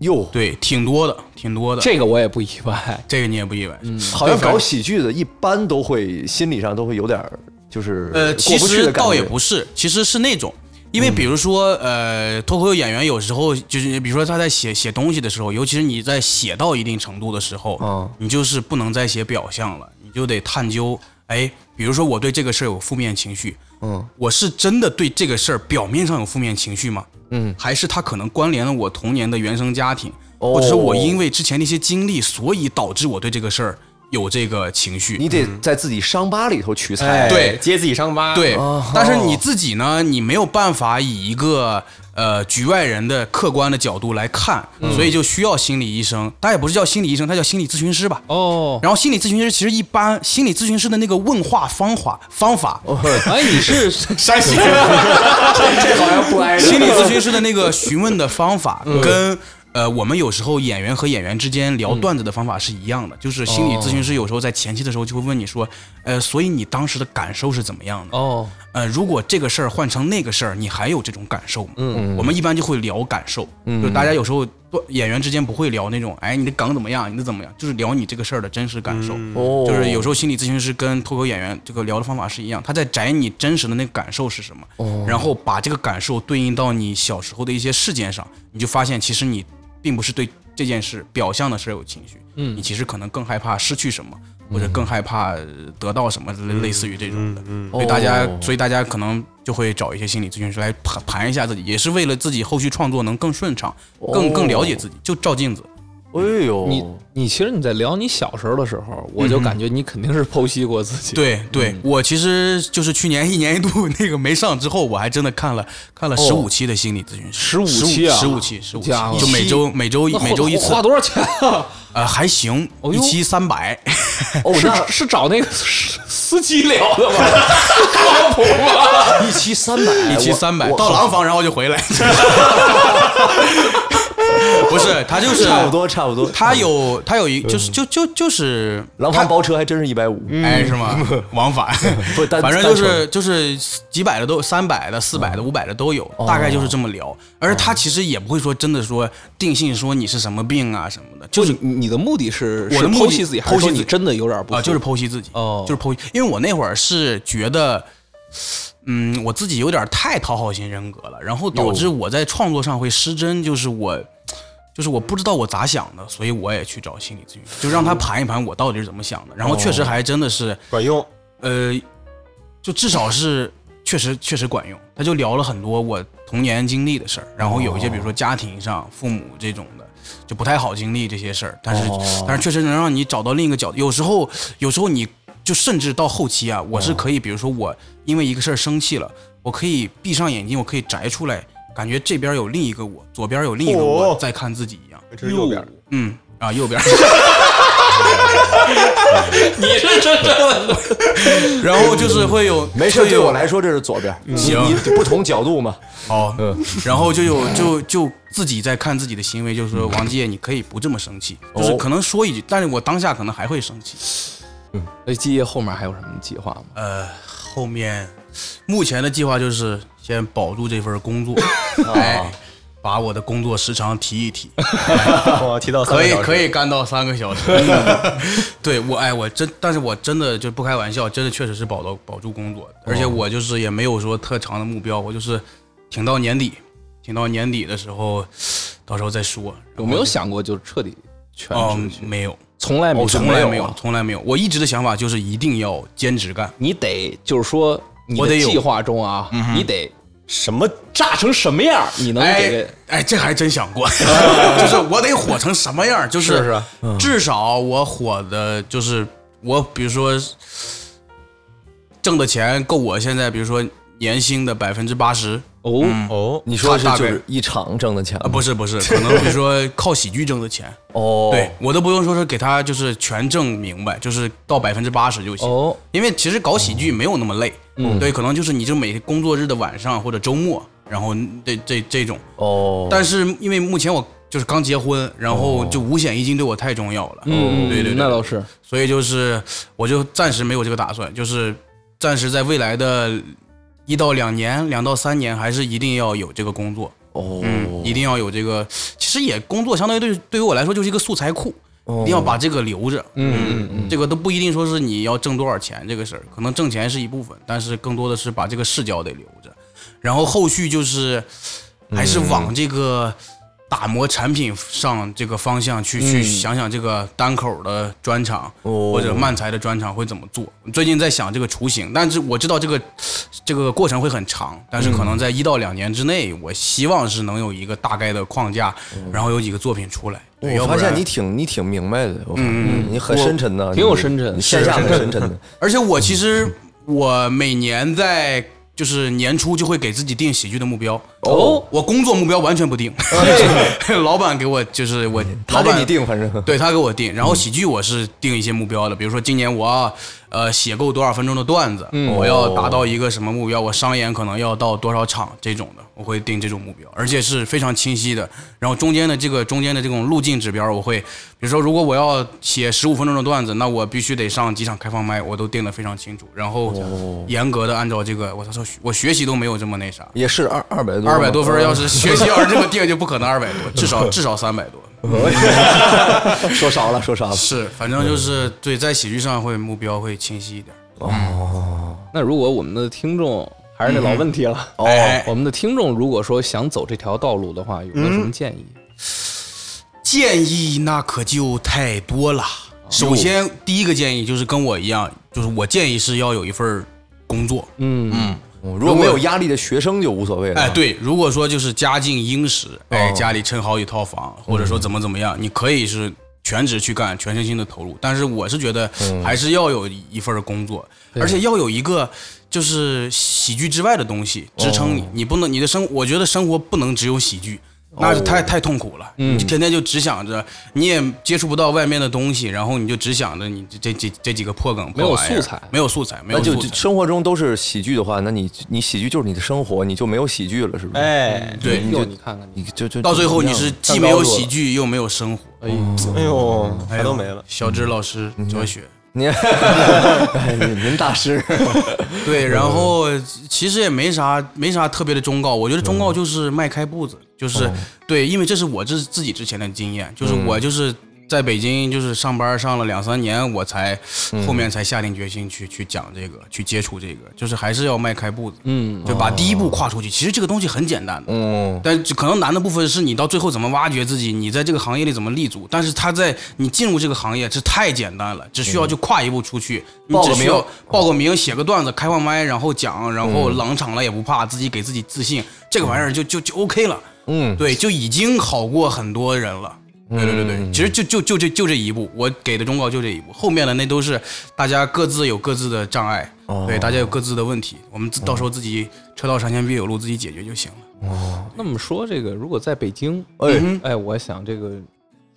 Speaker 2: 哟，
Speaker 4: 对，挺多的，挺多的。
Speaker 3: 这个我也不意外。
Speaker 4: 这个你也不意外，嗯，
Speaker 2: 好像搞喜剧的一般都会心理上都会有点儿就是
Speaker 4: 呃，
Speaker 2: 过
Speaker 4: 其
Speaker 2: 不去
Speaker 4: 实
Speaker 2: 的感
Speaker 4: 倒也
Speaker 2: 觉。
Speaker 4: 不是，其实是那种，因为比如说，呃，脱口秀演员有时候就是，比如说他在写写东西的时候，尤其是你在写到一定程度的时候，
Speaker 2: 嗯
Speaker 4: 你就是不能再写表象了，你就得探究，哎，比如说我对这个事儿有负面情绪，
Speaker 2: 嗯，
Speaker 4: 我是真的对这个事儿表面上有负面情绪吗？
Speaker 2: 嗯，
Speaker 4: 还是它可能关联了我童年的原生家庭，
Speaker 2: 哦
Speaker 4: 或者是我因为之前的一些经历，所以导致我对这个事儿有这个情绪。
Speaker 2: 你得在自己伤疤里头取材。
Speaker 4: 嗯哎对
Speaker 1: 揭自己伤疤，嗯
Speaker 4: 对
Speaker 2: 哦，
Speaker 4: 但是你自己呢，你没有办法以一个呃局外人的客观的角度来看，所以就需要心理医生。他也不是叫心理医生，他叫心理咨询师吧。
Speaker 3: 哦，
Speaker 4: 然后心理咨询师其实一般，心理咨询师的那个问话方法方法，
Speaker 3: 哎，你是
Speaker 4: 山西人，
Speaker 2: 这好像不挨 着。
Speaker 4: 心理咨询师的那个询问的方法跟。呃，我们有时候演员和演员之间聊段子的方法是一样的，就是心理咨询师有时候在前期的时候就会问你说，呃，所以你当时的感受是怎么样的？
Speaker 3: 哦，
Speaker 4: 呃，如果这个事儿换成那个事儿，你还有这种感受吗？嗯，我们一般就会聊感受，嗯、就是大家有时候段演员之间不会聊那种，哎，你的梗怎么样，你的怎么样，就是聊你这个事儿的真实感受。
Speaker 2: 哦
Speaker 4: 就是有时候心理咨询师跟脱口演员这个聊的方法是一样，他在摘你真实的那个感受是什么，然后把这个感受对应到你小时候的一些事件上，你就发现其实你并不是对这件事表象的事儿有情绪，嗯，你其实可能更害怕失去什么，或者更害怕得到什么，类类似于这种的，所以大家
Speaker 2: 哦
Speaker 4: 所以大家可能就会找一些心理咨询师来盘盘一下自己，也是为了自己后续创作能更顺畅，更更了解自己，就照镜子。
Speaker 2: 哎呦，
Speaker 3: 你你其实你在聊你小时候的时候，我就感觉你肯定是剖析过自 己。
Speaker 4: 对对，我其实就是去年一 年一度那个没上之后，我还真的看了看了十五期的心理咨询师，
Speaker 3: 15期啊
Speaker 4: 十五期，十五期
Speaker 3: 家伙，
Speaker 4: 就每周每周
Speaker 3: 那花，
Speaker 4: 每周一次
Speaker 3: 花，多少钱啊？
Speaker 4: 呃，还行，
Speaker 3: 呦
Speaker 4: 一期三百，
Speaker 2: 哦，
Speaker 3: 是
Speaker 2: 那
Speaker 3: 是找那个司司机聊 的吗？靠谱吗？
Speaker 2: 一期三百，
Speaker 4: 一期
Speaker 2: 我
Speaker 4: 三百，
Speaker 2: 我
Speaker 4: 到廊坊然后就回来， 不是，他就是
Speaker 2: 差不多，差不多。嗯
Speaker 4: 他有他有一就是就就就是
Speaker 2: 廊坊包车还真是一百五，
Speaker 3: 嗯
Speaker 4: 哎，是吗？ 往返，
Speaker 2: 不单
Speaker 4: 反正就
Speaker 2: 单
Speaker 4: 是
Speaker 2: 程
Speaker 4: 就是几百的都，三百
Speaker 3: 嗯
Speaker 4: 的、四百的、五百的都有，
Speaker 3: 哦
Speaker 4: 大概就是这么聊。而他其实也不会说真的说定性说你是什么病啊什么的，就
Speaker 3: 就是你你的目的是
Speaker 4: 我的
Speaker 3: 是
Speaker 4: 目
Speaker 3: 剖
Speaker 4: 的
Speaker 3: 析自己，还
Speaker 4: 剖
Speaker 3: 是
Speaker 4: 析
Speaker 3: 说
Speaker 4: 自
Speaker 3: 你
Speaker 4: 己
Speaker 3: 真的有点不
Speaker 4: 啊，就是
Speaker 3: 舒服
Speaker 4: 剖析自己，
Speaker 3: 哦
Speaker 4: 就是剖析。因为我那会儿是觉得，嗯，我自己有点太讨好型人格了，然后导致我在创作上会失真，就是我。就是我不知道我咋想的，所以我也去找心理咨询，就让
Speaker 3: 嗯
Speaker 4: 他盘一盘我
Speaker 3: 哦
Speaker 4: 到底是怎么想的。然后确实还真的是，
Speaker 1: 管用，
Speaker 4: 呃，就至少是确实确实管用。他就聊了很多我童年经历的事儿，然后有一些比如说家庭上、父母这种的就不太好经历这些事儿，但是、但是确实能让你找到另一个角度。有时候有时候你就甚至到后期啊，我是可以，比如说我因为一个事儿生气了，啊我可以闭上眼睛，我可以摘出来，感觉这边有另一个我，左边有另一个我
Speaker 1: 哦
Speaker 4: 在看自己一样。
Speaker 1: 这是右边。
Speaker 4: 嗯啊，右边。
Speaker 3: 你是真正的
Speaker 4: 然后就是会有
Speaker 2: 没事，
Speaker 4: 会有嗯
Speaker 2: 对我来说这是左边，你
Speaker 4: 行
Speaker 2: 你不同角度嘛，
Speaker 4: 好，
Speaker 2: 嗯
Speaker 4: 然后就有就就自己在看自己的行为，就是说
Speaker 2: 嗯
Speaker 4: 王继业，你可以不这么生气，
Speaker 2: 哦
Speaker 4: 就是可能说一句，但是我当下可能还会生气。
Speaker 3: 那基业后面还有什么计划吗？
Speaker 4: 呃，后面目前的计划就是先保住这份工 作，
Speaker 2: 啊
Speaker 4: 哎，把我的工作时长提一提，
Speaker 1: 我哦提到三
Speaker 4: 哎可
Speaker 1: 个
Speaker 4: 以
Speaker 1: 小时
Speaker 4: 可以干到三个 小时。 嗯对我哎，我真，但是我真的就不开玩笑，真的确实是保到保住工作，而
Speaker 3: 哦
Speaker 4: 且我就是也没有说特长的目标，我就是挺到年底，挺到年底的时候，到时候再说。
Speaker 3: 有没有想过就彻底全
Speaker 4: 嗯
Speaker 3: 职，去？
Speaker 4: 没有，
Speaker 3: 哦从来没
Speaker 4: 我从来没
Speaker 3: 有
Speaker 4: 有
Speaker 3: 啊，。
Speaker 4: 从来没有。我一直的想法就是一定要兼职干。
Speaker 3: 你得就是说你
Speaker 4: 我
Speaker 3: 的
Speaker 4: 得有
Speaker 3: 计划中啊，你得
Speaker 1: 什么？
Speaker 3: 炸成什么样，你能
Speaker 4: 哎
Speaker 3: 给
Speaker 4: 哎，这还真想过，就是我得火成什么样儿，就是
Speaker 1: 是啊
Speaker 4: 至少我火的，就是我比如说挣的钱够我现在，比如说年薪的百分之八十
Speaker 3: 哦
Speaker 1: 哦，
Speaker 2: 你说的是
Speaker 4: 嗯大大
Speaker 2: 就
Speaker 4: 概
Speaker 2: 是一场挣的钱
Speaker 4: 啊，不是不是，可能比如说靠喜剧挣的钱，
Speaker 2: 哦，
Speaker 4: 对我都不用说是给他就是全挣明白，就是到百分之八十就行。
Speaker 3: 哦，
Speaker 4: 因为其实搞喜剧没有那么累，对，可能就是你就每工作日的晚上或者周末，然后这这这种，
Speaker 2: 哦，
Speaker 4: 但是因为目前我就是刚结婚，然后就五险一金对我太重要了，嗯，对对对，
Speaker 3: 那倒是
Speaker 4: 所以就是我就暂时没有这个打算，就是暂时在未来的一到两年、两到三年，还是一定要有这个工作，
Speaker 2: 哦，
Speaker 4: 嗯，一定要有这个。其实也工作相当于对对于我来说就是一个素材库，一定要把这个留着。嗯嗯，这个都不一定说是你要挣多少钱这个事儿，可能挣钱是一部分，但是更多的是把这个视角得留着。然后后续就是还是往这个打磨产品上这个方向去、去想想这个单口的专场、
Speaker 2: 嗯哦
Speaker 4: 或者漫才的专场会怎么做。最近在想这个雏形，但是我知道这个这个过程会很长，但是可能
Speaker 2: 嗯
Speaker 4: 在一到两年之内，我希望是能有一个大概的框架，然后有几个作品出来。
Speaker 2: 哦
Speaker 4: 对，
Speaker 2: 我
Speaker 4: 要不
Speaker 2: 发
Speaker 4: 然嗯
Speaker 2: 现你挺你挺明白的，我发现你很深沉的，
Speaker 3: 挺有
Speaker 2: 你
Speaker 3: 深沉
Speaker 2: 你线 下很深沉的。
Speaker 4: 而且我其实我每年在就是年初就会给自己定喜剧的目标。
Speaker 3: 哦，
Speaker 4: 我工作目标完全不定， 老板给我就是我
Speaker 2: 哎他
Speaker 4: 老
Speaker 2: 给
Speaker 4: 板
Speaker 2: 你定，反正
Speaker 4: 对他给我定，然后喜剧我是定一些目标的，比如说今年我要呃写够多少分钟的段子，我要达到一个什么目标，我商演可能要到多少场这种的，我会定这种目标，而且是非常清晰的。然后中间的这个中间的这种路径指标，我会比如说如果我要写十五分钟的段子，那我必须得上几场开放麦，我都定得非常清楚，然后严格的按照这个，我操，我学习都没有这么那啥，
Speaker 2: 也是二二百多，
Speaker 4: 二百多分儿要是学习要是这么定，就不可能二百多，至少至少三百多。
Speaker 2: 嗯说少了，说少了。
Speaker 4: 是，反正就是对，在喜剧上会目标会清晰一点。
Speaker 3: 那如果我们的听众还是那老问题了，哦
Speaker 4: 哎
Speaker 3: 我们的听众如果说想走这条道路的话，有没有什么建议？
Speaker 4: 建议那可就太多了。首先，第一个建议就是跟我一样，就是我建议是要有一份儿工作。
Speaker 2: 嗯如果没有压力的学生就无所谓了。
Speaker 3: 啊
Speaker 2: 啊
Speaker 4: 哎，，对，如果说就是家境殷实，
Speaker 3: 哦
Speaker 4: 哎，家里趁好几套房，
Speaker 3: 嗯
Speaker 4: 或者说怎么怎么样，你可以是全职去干，全身心的投入。但是我是觉得
Speaker 3: 嗯
Speaker 4: 还是要有一份工作，而且要有一个就是喜剧之外的东西支撑
Speaker 3: 哦
Speaker 4: 你。你不能你的生，我觉得生活不能只有喜剧。那是太太痛苦了，
Speaker 3: 嗯
Speaker 4: 你就天天就只想着，你也接触不到外面的东西，然后你就只想着你这这这这几个破梗，
Speaker 3: 没有
Speaker 4: 破玩意儿
Speaker 3: 素材
Speaker 4: 没有素材，
Speaker 2: 那
Speaker 4: 没有
Speaker 2: 就
Speaker 4: 素
Speaker 2: 就
Speaker 4: 材。
Speaker 2: 生活中都是喜剧的话，那你你喜剧就是你的生活，你就没有喜剧了，是不是？，
Speaker 1: 哎，
Speaker 4: 对，
Speaker 3: 哟，你看看你
Speaker 2: 你就就
Speaker 4: 到最后你是既没有喜，剧又没有生活，
Speaker 1: 哎呦，啥都没了。
Speaker 4: 小芝老师哲学。
Speaker 2: 你 哎 您您大师，
Speaker 4: 对，然后其实也没啥没啥特别的忠告，我觉得忠告哦嗯就是迈开步子，就是对，因为这是我这自己之前的经验，就是我就是在北京就是上班上了两三年，我才后面才下定决心去去讲这个，去接触这个，就是还是要迈开步子，嗯，就把第一步跨出去。其实这个东西很简单的，
Speaker 2: 嗯，
Speaker 4: 但可能难的部分是你到最后怎么挖掘自己，你在这个行业里怎么立足。但是他在你进入这个行业，这太简单了，只需要就跨一步出去，你
Speaker 2: 报个
Speaker 4: 只需要
Speaker 2: 名
Speaker 4: 报个名、写个段子、开放麦，然后讲，然后冷场了也不怕，自己给自己自信，这个玩意儿就就就 OK 了。
Speaker 2: 嗯
Speaker 4: 对，就已经好过很多人了。对对对对，其实就就就这就这一步，我给的忠告就这一步，后面的那都是大家各自有各自的障碍，对，大家有各自的问题，我们自到时候自己车到山前必有路，自己解决就行了。
Speaker 3: 那么说，这个如果在北京，
Speaker 2: 哎，
Speaker 4: 嗯
Speaker 3: 哎，我想这个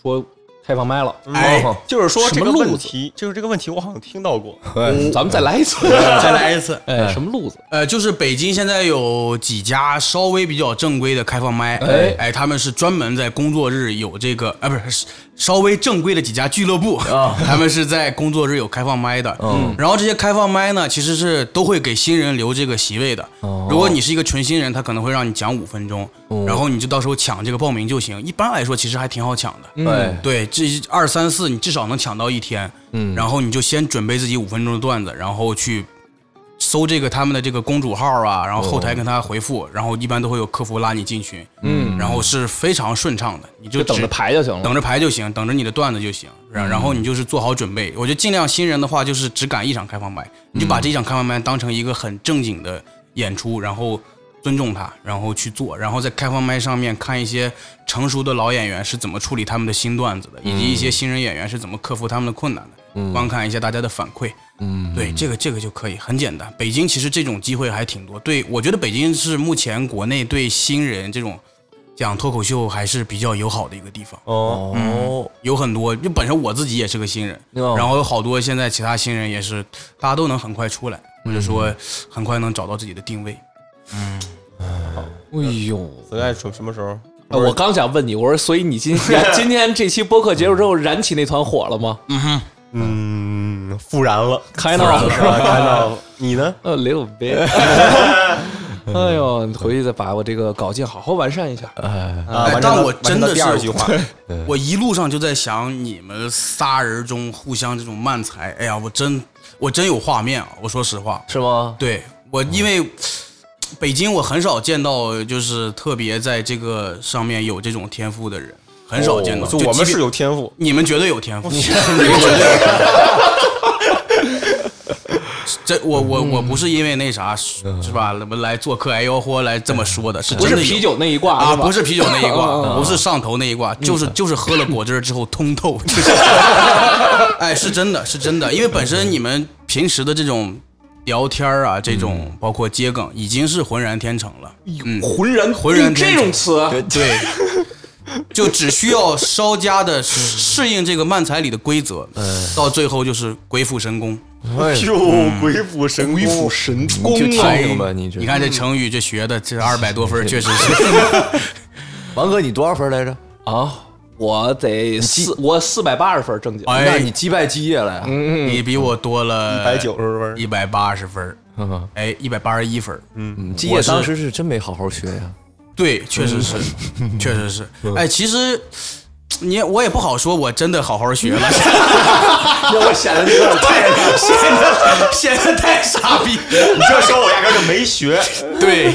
Speaker 3: 说开放麦了，
Speaker 4: 哎
Speaker 1: 嗯
Speaker 2: 哦
Speaker 1: 就是说
Speaker 3: 什
Speaker 1: 这
Speaker 3: 么
Speaker 1: 个
Speaker 3: 路
Speaker 1: 问
Speaker 3: 子
Speaker 1: 题，就是这个问题，我好像听到过。
Speaker 3: 嗯咱们再来一 次。
Speaker 4: 再来一次，
Speaker 3: 哎，什么路子？
Speaker 4: 呃，就是北京现在有几家稍微比较正规的开放麦，
Speaker 3: 哎
Speaker 4: 哎他们是专门在工作日有这个，啊，不是是稍微正规的几家俱乐部，他们是在工作日有开放麦的。嗯，然后这些开放麦呢，其实是都会给新人留这个席位的。如果你是一个纯新人，他可能会让你讲五分钟，然后你就到时候抢这个报名就行。一般来说，其实还挺好抢的。
Speaker 2: 哎，
Speaker 3: 嗯
Speaker 4: 对，这二三四你至少能抢到一天，嗯，然后你就先准备自己五分钟的段子，然后去搜这个他们的这个公主号啊，然后后台跟他回复，然后一般都会有客服拉你进群，嗯，然后是非常顺畅的，你就
Speaker 3: 就等
Speaker 4: 只
Speaker 3: 着排就行了。嗯
Speaker 4: 等着排就行，等着你的段子就行，然然后你就是做好准备。我觉得尽量新人的话，就是只赶一场开放
Speaker 3: 嗯
Speaker 4: 麦，你就把这一场开放麦当成一个很正经的演出，然后尊重它，然后去做，然后在开放麦上面看一些成熟的老演员是怎么处理他们的新段子的，
Speaker 3: 嗯
Speaker 4: 以及一些新人演员是怎么克服他们的困难的。观看一下大家的反馈，嗯，对，这个这个就可以，很简单。北京其实这种机会还挺多，对我觉得北京是目前国内对新人这种讲脱口秀还是比较友好的一个地方。
Speaker 1: 哦，
Speaker 2: 哦，
Speaker 4: 有很多，就本身我自己也是个新人，
Speaker 2: 哦
Speaker 4: 然后有好多现在其他新人也是，大家都能很快出来，或者说很快能找到自己的定位。
Speaker 3: 哎呦，
Speaker 1: 子盖什什么时候？
Speaker 3: 哎我刚想问你，我说，所以你今天 今天这期播客结束之后，燃起那团火了吗？
Speaker 1: 嗯，复燃了，
Speaker 3: 开闹了
Speaker 1: 是吧？看到了 你呢？
Speaker 3: 呃，雷有别。 哎呦，你回去再把我这个稿件好好完善一下。
Speaker 2: 呃
Speaker 1: 啊，完成
Speaker 4: 哎但
Speaker 1: 了
Speaker 4: 我
Speaker 1: 完成
Speaker 4: 真
Speaker 1: 了
Speaker 4: 的
Speaker 1: 第
Speaker 4: 是
Speaker 1: 二句话，
Speaker 4: 我一路上就在想，你们仨人中互相这种慢才，哎呀，我真我真有画面啊！我说实话，
Speaker 2: 是吗？
Speaker 4: 对我因为。北京我很少见到，就是特别在这个上面有这种天赋的人，很少见到。
Speaker 1: 哦就我
Speaker 4: 即
Speaker 1: 们
Speaker 4: 便
Speaker 1: 是有天赋，
Speaker 4: 你们绝对有天赋，你们绝对有天赋。这我我我不是因为那啥是是吧？我们来做客哎呦嚯来这么说的，是
Speaker 3: 嗯不
Speaker 4: 真
Speaker 3: 是
Speaker 4: 的有
Speaker 3: 啤酒那一挂
Speaker 4: 啊，
Speaker 3: 吧嗯
Speaker 4: 不是啤酒那一挂，不是上头那一挂，就是就是喝了果汁儿之后 通透， 就是，哎，是真的是真的，因为本身你们平时的这种聊天儿啊，这种
Speaker 3: 嗯
Speaker 4: 包括接梗，已经是浑然天成了，嗯，
Speaker 3: 浑然
Speaker 4: 浑然
Speaker 3: 用
Speaker 4: 天
Speaker 3: 这
Speaker 4: 成
Speaker 3: 种词，
Speaker 4: 对，就只需要稍加的适应这个漫才里的规 则，
Speaker 2: 哎
Speaker 4: 到最后就是鬼斧神工。
Speaker 1: 哟，鬼斧神鬼斧神
Speaker 2: 你就听
Speaker 1: 啊！
Speaker 2: 听吧，你这
Speaker 4: 你看这成语，这学的这二百 多分儿，确实是。
Speaker 2: 王哥，你多少分来着？
Speaker 3: 啊，我得四，我四百八十分正经。
Speaker 2: 那嗯
Speaker 4: 哎嗯
Speaker 2: 你，击败基业了呀？
Speaker 4: 你比我多了
Speaker 1: 一百九十分
Speaker 4: 一百八十分儿，哎，一百八十一分儿。
Speaker 2: 嗯基
Speaker 4: 我
Speaker 2: 业
Speaker 4: 是
Speaker 2: 当时是真没好好学呀。
Speaker 4: 对，确实是，
Speaker 2: 嗯
Speaker 4: 确 实是。哎，其实你也我也不好说，我真的好好学了。
Speaker 2: 那 我显得有点太……
Speaker 4: 显得显得太傻逼。
Speaker 1: 你这时候我压根就没学，
Speaker 4: 对，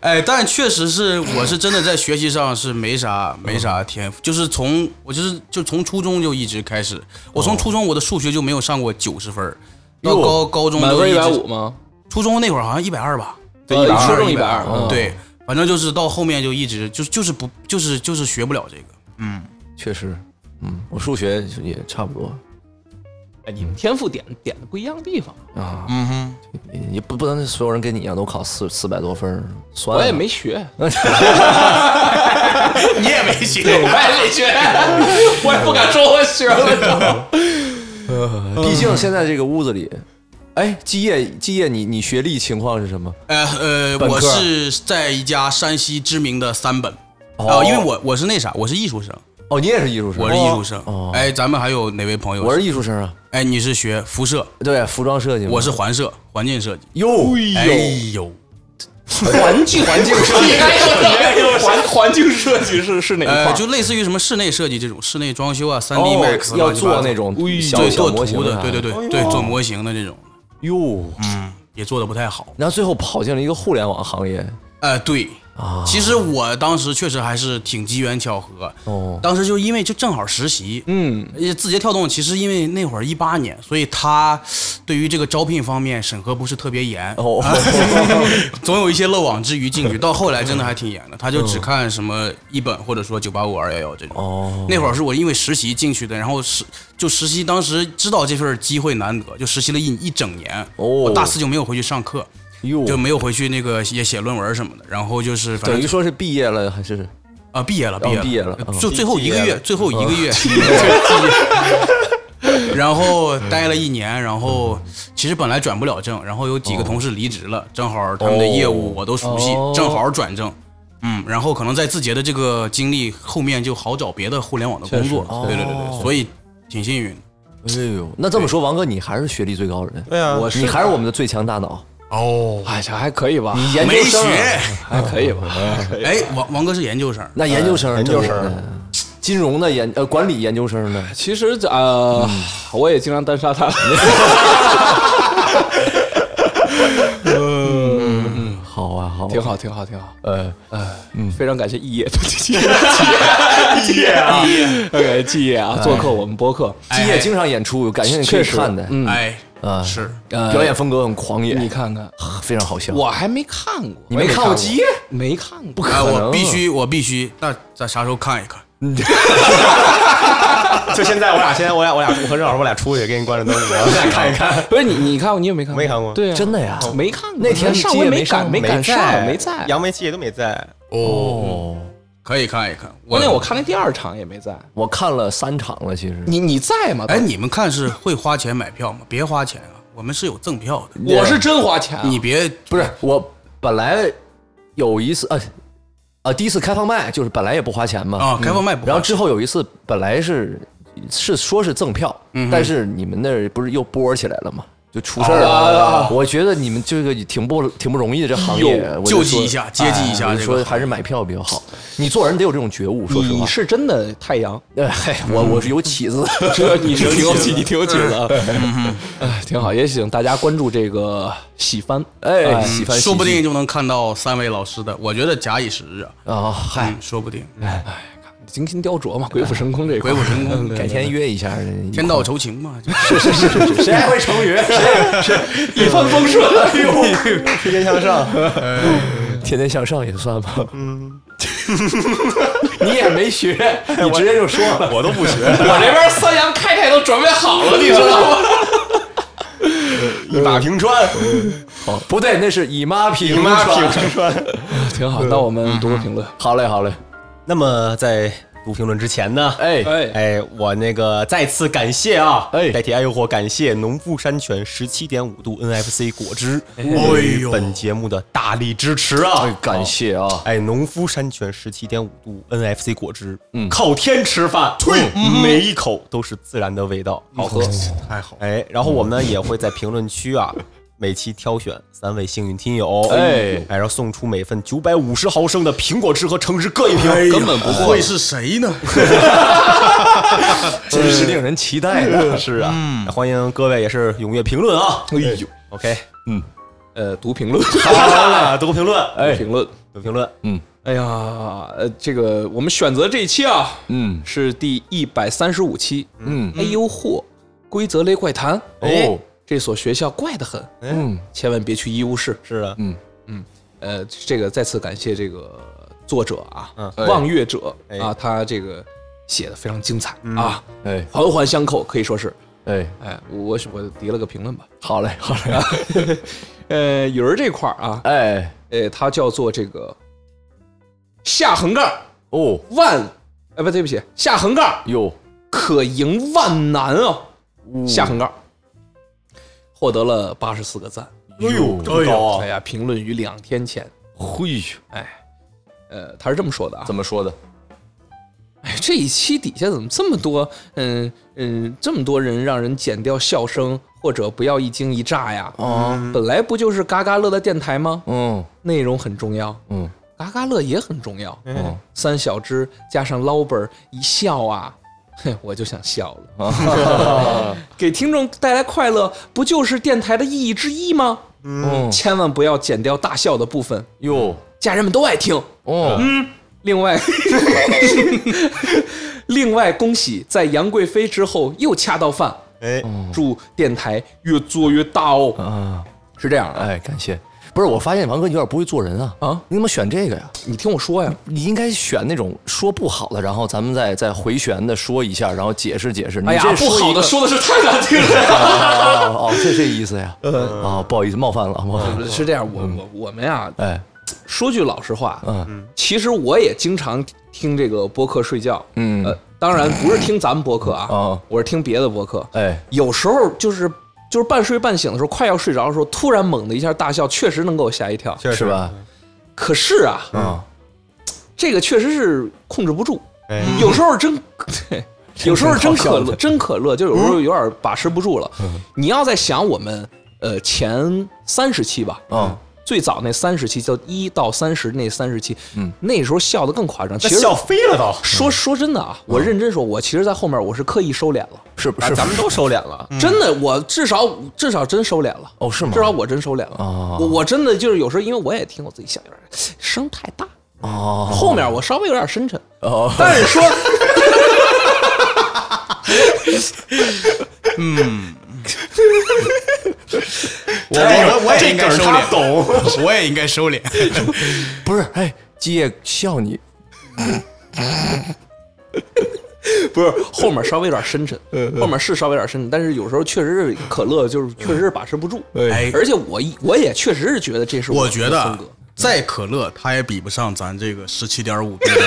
Speaker 4: 哎，但确实是，我是真的在学习上是没啥没啥天赋，就是从我就是就从初中就一直开始，我从初中我的数学就没有上过九十分儿，到高高中
Speaker 3: 满
Speaker 4: 都
Speaker 3: 分
Speaker 4: 一
Speaker 3: 一百
Speaker 4: 直
Speaker 3: 五，吗？
Speaker 4: 初中那会儿好像一百二吧，
Speaker 1: 对
Speaker 3: 呃
Speaker 1: 120
Speaker 3: 初中一百
Speaker 4: 120
Speaker 3: 二，
Speaker 4: 对，反正就是到后面就一直就是就是不就是就是学不了这个。
Speaker 2: 确实，嗯，我数学也差不多
Speaker 3: 哎你们天赋点点的不一样的地方，
Speaker 2: 啊，
Speaker 4: 嗯哼，
Speaker 2: 也也不不能所有人跟你一样都考四四百多分儿，算了
Speaker 3: 我也没学，
Speaker 4: 你也没学。
Speaker 3: 我也没 学，我也不敢说我学 了。
Speaker 2: 毕竟现在这个屋子里，哎，基业基业，你你学历情况是什么？
Speaker 4: 呃呃，
Speaker 2: 本科
Speaker 4: 我是在一家山西知名的三本，
Speaker 2: 哦
Speaker 4: 啊，因为我我是那啥，我是艺术生，
Speaker 2: 哦，你也是艺术生，
Speaker 4: 我是艺术生
Speaker 2: 哦。
Speaker 4: 哎，咱们还有哪位朋友？
Speaker 2: 我是艺术生啊，
Speaker 4: 哎，你是学辐射，
Speaker 2: 对，服装设计嘛，
Speaker 4: 我是环设，环境设计。
Speaker 2: 哟，
Speaker 4: 哎呦，
Speaker 3: 环境环境设计，环环境设计是是哪一块
Speaker 4: 呃，
Speaker 3: 儿？
Speaker 4: 就类似于什么室内设计这种，室内装修啊，三 D
Speaker 2: 哦
Speaker 4: Max
Speaker 2: 要
Speaker 4: 乱七八
Speaker 2: 做
Speaker 4: 糟
Speaker 2: 那种小
Speaker 4: 对
Speaker 2: 小
Speaker 4: 做
Speaker 2: 模型啊
Speaker 4: 图的，
Speaker 2: 啥
Speaker 4: 对对对对，做模型的这种，
Speaker 2: 哟，
Speaker 4: 嗯，也做的不太好。
Speaker 2: 然后最后跑进了一个互联网行业，
Speaker 4: 呃，对。
Speaker 2: 啊
Speaker 4: 其实我当时确实还是挺机缘巧合，
Speaker 2: 哦
Speaker 4: 当时就因为就正好实习，
Speaker 2: 嗯，
Speaker 4: 而且字节跳动其实因为那会儿一八年，所以他对于这个招聘方面审核不是特别严，
Speaker 2: 哦，
Speaker 4: 总有一些漏网之 鱼进去。到后来真的还挺严的，他就只
Speaker 2: 嗯
Speaker 4: 看什么一本或者说九八五二幺幺这种。
Speaker 2: 哦，
Speaker 4: 那会儿是我因为实习进去的，然后实就实习，当时知道这份机会难得，就实习了一一整年。
Speaker 2: 哦
Speaker 4: 我大四就没有回去上课，
Speaker 2: 哟，
Speaker 4: 就没有回去那个也写论文什么的。然后就是反
Speaker 2: 等
Speaker 4: 正
Speaker 2: 于说是毕业了还是？
Speaker 4: 啊，毕业了，毕
Speaker 2: 哦
Speaker 4: 业了，呃
Speaker 2: 毕业了嗯
Speaker 4: 就最后一个
Speaker 1: 毕业
Speaker 4: 月
Speaker 1: 了，
Speaker 4: 最后一个月，然后待了一年，然后其实本来转不了正，然后有几个同事离职了，正好他们的业务我都熟悉
Speaker 2: 哦，
Speaker 4: 正好转正。嗯，然后可能在字节的这个经历后面就好找别的互联网的工作，
Speaker 2: 确实
Speaker 4: 对对对
Speaker 2: 哦
Speaker 4: 对，所以挺幸运。
Speaker 2: 哎呦，那这么说，王哥你还是学历最高人，
Speaker 1: 对啊，
Speaker 3: 我
Speaker 2: 你还是我们的最强大脑，
Speaker 4: 哦，
Speaker 3: 哎，这还可以吧？嗯
Speaker 2: 你研究
Speaker 4: 没
Speaker 2: 生啊
Speaker 4: 学，
Speaker 3: 还可以吧？
Speaker 4: 哎，王王哥是研究生，
Speaker 2: 那研究生，
Speaker 1: 呃研究生
Speaker 2: 这个金融的研呃管理研究生呢？
Speaker 3: 其实呃，我也经常单杀他。
Speaker 2: 好啊，好啊，
Speaker 3: 挺好，挺好，挺好。
Speaker 2: 呃，
Speaker 3: 非常感谢一夜， 季夜，季夜嗯 啊，感谢季夜啊，做客我们播客。
Speaker 2: 季
Speaker 4: 哎
Speaker 2: 夜经常演出，感谢你可以
Speaker 3: 确实
Speaker 2: 看的，
Speaker 3: 嗯
Speaker 4: 哎，
Speaker 2: 啊
Speaker 4: 是
Speaker 3: 呃
Speaker 2: 表演风格很狂野，
Speaker 3: 你看看，
Speaker 2: 非常好笑。
Speaker 3: 我还没看过，
Speaker 2: 你没看过基业？
Speaker 3: 没看过，不
Speaker 4: 哎，
Speaker 2: 可能啊
Speaker 4: 我必须，我必须，那咱啥时候看一看？
Speaker 1: 就现在我俩现在我俩我俩我和任老师我俩出去给你关着灯，我们俩看一看。
Speaker 3: 不是你，你看过，你也没看过，
Speaker 1: 没看过
Speaker 3: 对啊，
Speaker 2: 真的呀
Speaker 3: 没看过。
Speaker 2: 那天
Speaker 3: 上
Speaker 2: 基
Speaker 3: 回
Speaker 2: 业
Speaker 3: 没
Speaker 2: 上
Speaker 3: 赶，没 赶上，没在。
Speaker 1: 杨梅七也都没在。
Speaker 4: 哦，可以看一看。我
Speaker 3: 关键我看那第二场也没在。
Speaker 2: 我看了三场了，其实
Speaker 3: 你你在吗？
Speaker 4: 哎，你们看是会花钱买票吗？别花钱啊，我们是有赠票的。
Speaker 3: 我是真花钱啊，
Speaker 4: 你别
Speaker 2: 不是我本来有一次呃啊第一次开放麦就是本来也不花钱嘛嗯
Speaker 4: 啊，开放麦不
Speaker 2: 然后
Speaker 4: 花
Speaker 2: 之后有一次本来是是说是赠票，
Speaker 4: 嗯
Speaker 2: 但是你们那儿不是又播起来了吗？就出事儿
Speaker 4: 哦
Speaker 2: 了。我觉得你们这个挺不挺不容易的这行业，我就
Speaker 4: 救济
Speaker 2: 说
Speaker 4: 一下接济一下
Speaker 2: 哎我就
Speaker 4: 这个
Speaker 2: 说还是买票比较好。你做人得有这种觉悟，说实
Speaker 3: 你
Speaker 2: 话。
Speaker 3: 是真的太阳，
Speaker 2: 哎， 嘿我我是有起子，
Speaker 3: 这你是 挺有气，你挺有气的啊，哎，挺好。也请大家关注这个喜番，嗯
Speaker 2: 哎，喜欢喜剧
Speaker 4: 嗯说不定就能看到三位老师的。我觉得假以时日啊，
Speaker 2: 啊，嗨，
Speaker 4: 嗯，说不定
Speaker 3: 精心雕琢嘛，鬼斧神工这一块
Speaker 4: 鬼，斧神工，
Speaker 2: 改天约一下。
Speaker 4: 天道酬勤嘛。就是
Speaker 2: 谁还会成 语？
Speaker 3: 一帆风顺。哎
Speaker 1: 天天向上，
Speaker 2: 天天向上也算吧。嗯，你也没学，你直接就说了。
Speaker 1: 我都不 学，
Speaker 3: 哎我这边三阳开泰都准备好了，你知道吗？
Speaker 1: 一马平川，
Speaker 2: 哦，不对，那是以妈
Speaker 1: 一
Speaker 2: 平
Speaker 1: 马
Speaker 2: 川
Speaker 1: 平川。
Speaker 3: 挺好，那我们读个评论。
Speaker 2: 好嘞，好嘞，
Speaker 1: 那么在读评论之前呢，
Speaker 2: 哎，
Speaker 3: 哎，
Speaker 1: 哎，我那个再次感谢啊，
Speaker 2: 哎
Speaker 1: 代替爱诱惑感谢农夫山泉十七点五度 NFC 果汁
Speaker 4: 哎
Speaker 1: 对于
Speaker 4: 呦
Speaker 1: 本节目的大力支持啊，
Speaker 2: 感谢啊，
Speaker 1: 哎，农夫山泉十七点五度 NFC 果汁，靠天吃饭，嗯每一口都是自然的味道，好喝。
Speaker 4: 太好，
Speaker 1: 哎，然后我们也会在评论区啊，每期挑选三位幸运听友，
Speaker 2: 哎
Speaker 1: 哎，然后送出每份九百五十毫升的苹果汁和橙汁各一瓶，
Speaker 4: 哎根本不会是谁呢？
Speaker 2: 真是令人期待 的。
Speaker 1: 是啊，欢迎各位也是踊跃评论啊。
Speaker 3: 哎呦，
Speaker 1: OK，
Speaker 3: 呃，读 评论，
Speaker 1: 好了，读个评论，
Speaker 3: 哎，评论。
Speaker 1: 读评论，
Speaker 3: 哎呀，呃，这个我们选择这一期啊，
Speaker 2: 嗯
Speaker 3: 是第一百三十五期。
Speaker 2: 嗯
Speaker 3: 哎呦嚯，规则类怪谈，哎
Speaker 2: 哦，
Speaker 3: 这所学校怪得很，
Speaker 2: 嗯，
Speaker 3: 千万别去医务室。
Speaker 1: 是的，
Speaker 3: 呃，这个再次感谢这个作者啊，
Speaker 2: 哎
Speaker 3: 望月者
Speaker 1: 哎
Speaker 3: 啊，他这个写的非常精彩啊，
Speaker 2: 哎
Speaker 3: 环环相扣，可以说是。
Speaker 2: 哎，
Speaker 3: 哎，我我提了个评论吧。
Speaker 2: 好嘞，好嘞，
Speaker 3: 呃，雨儿这块儿啊，
Speaker 2: 哎
Speaker 3: 呃，它叫做这个下横杠
Speaker 2: 哦
Speaker 3: 万，哎不对不起，下横杠
Speaker 2: 哟，
Speaker 3: 可迎万难啊，
Speaker 2: 嗯
Speaker 3: 下横杠获得了八十四个赞。
Speaker 2: 哎呦，
Speaker 1: 么高啊
Speaker 3: 哎！呀，评论于两天前，
Speaker 2: 嘿，
Speaker 3: 呃，他是这么说的啊
Speaker 2: 怎，么说的？
Speaker 3: 哎，这一期底下怎么这么多，嗯嗯，这么多人让人剪掉笑声或者不要一惊一乍呀。
Speaker 2: 哦
Speaker 3: 本来不就是嘎嘎乐的电台吗？
Speaker 2: 嗯
Speaker 3: 内容很重要，
Speaker 2: 嗯
Speaker 3: 嘎嘎乐也很重要。
Speaker 2: 嗯，
Speaker 3: 三小只加上捞本儿一笑啊， 嘿，我就想笑了。
Speaker 2: 哦
Speaker 3: 给听众带来快乐，不就是电台的意义之一吗？
Speaker 2: 嗯
Speaker 3: 千万不要剪掉大笑的部分，
Speaker 2: 哟
Speaker 3: 家人们都爱听。
Speaker 2: 哦，
Speaker 3: 另外， 另外恭喜在杨贵妃之后又恰到饭，
Speaker 1: 哎，
Speaker 3: 祝电台越做越大哦。
Speaker 2: 哦啊，
Speaker 3: 是这样啊，
Speaker 2: 哎，感谢。不是，我发现王哥你有点不会做人啊！
Speaker 3: 啊，
Speaker 2: 你怎么选这个呀？
Speaker 3: 你听我说呀，
Speaker 2: 你应该选那种说不好的，然后咱们再再回旋的说一下，然后解释解释。你
Speaker 3: 哎呀
Speaker 2: 这，
Speaker 3: 不
Speaker 2: 说
Speaker 3: 好
Speaker 2: 一
Speaker 3: 的
Speaker 2: 个
Speaker 3: 说的是太难听了。
Speaker 2: 哦，哦这这意思 呀？啊，不好意思，冒犯了，冒犯了。
Speaker 3: 是这样，我
Speaker 2: 嗯
Speaker 3: 我我们呀，
Speaker 2: 哎，
Speaker 3: 说句老实话，
Speaker 2: 嗯
Speaker 3: 其实我也经常听这个播客睡觉，
Speaker 2: 嗯
Speaker 3: 呃，当然不是听咱们播客啊，
Speaker 2: 哦
Speaker 3: 我是听别的播客，
Speaker 2: 哎，
Speaker 3: 有时候就是就是半睡半醒的时候，快要睡着的时候，突然猛的一下大笑，确实能给我吓一跳。
Speaker 1: 确实
Speaker 2: 是？吧？
Speaker 3: 可是啊，
Speaker 2: 啊，
Speaker 3: 这个确实是控制不住，
Speaker 1: 哎，
Speaker 3: 有时候真， 对，有时候真可
Speaker 2: 挺好笑
Speaker 3: 乐，
Speaker 2: 的嗯
Speaker 3: 真可乐，就有时候有点把持不住了。你要再想我们呃前三十期吧，
Speaker 2: 嗯，
Speaker 3: 最早那三十期叫一到三十那三十期，
Speaker 2: 嗯
Speaker 3: 那时候笑的更夸张。
Speaker 1: 那
Speaker 3: 其实
Speaker 1: 笑飞了都，
Speaker 3: 说说真的啊，我认真说，我其实，在后面我是刻意收敛了，啊
Speaker 2: 是不嗯是？嗯
Speaker 1: 咱们都收敛了。
Speaker 3: 真的，我至少至少真收敛了。
Speaker 2: 哦，是吗？
Speaker 3: 至少我真收敛了，
Speaker 2: 哦
Speaker 3: 我我真的就是有时候，因为我也听我自己笑，有点声太大，
Speaker 2: 哦
Speaker 3: 后面我稍微有点深沉，
Speaker 2: 哦，
Speaker 3: 但是说，
Speaker 4: 我我我也
Speaker 1: 这
Speaker 4: 应该
Speaker 1: 梗
Speaker 4: 收
Speaker 1: 他
Speaker 4: 敛，
Speaker 1: 懂，
Speaker 4: 我也应该收敛。
Speaker 2: 不是，哎，基业笑你，
Speaker 3: 不是后面稍微有点深沉，
Speaker 2: 嗯
Speaker 3: 后面是稍微有点深沉，但是有时候确实是可乐，就是确实是把持不住，
Speaker 4: 哎
Speaker 3: 而且我一我也确实是觉得这是
Speaker 4: 我
Speaker 3: 的
Speaker 4: 觉得
Speaker 3: 风
Speaker 4: 啊
Speaker 3: 格。
Speaker 4: 再可乐，它也比不上咱这个十七点五度的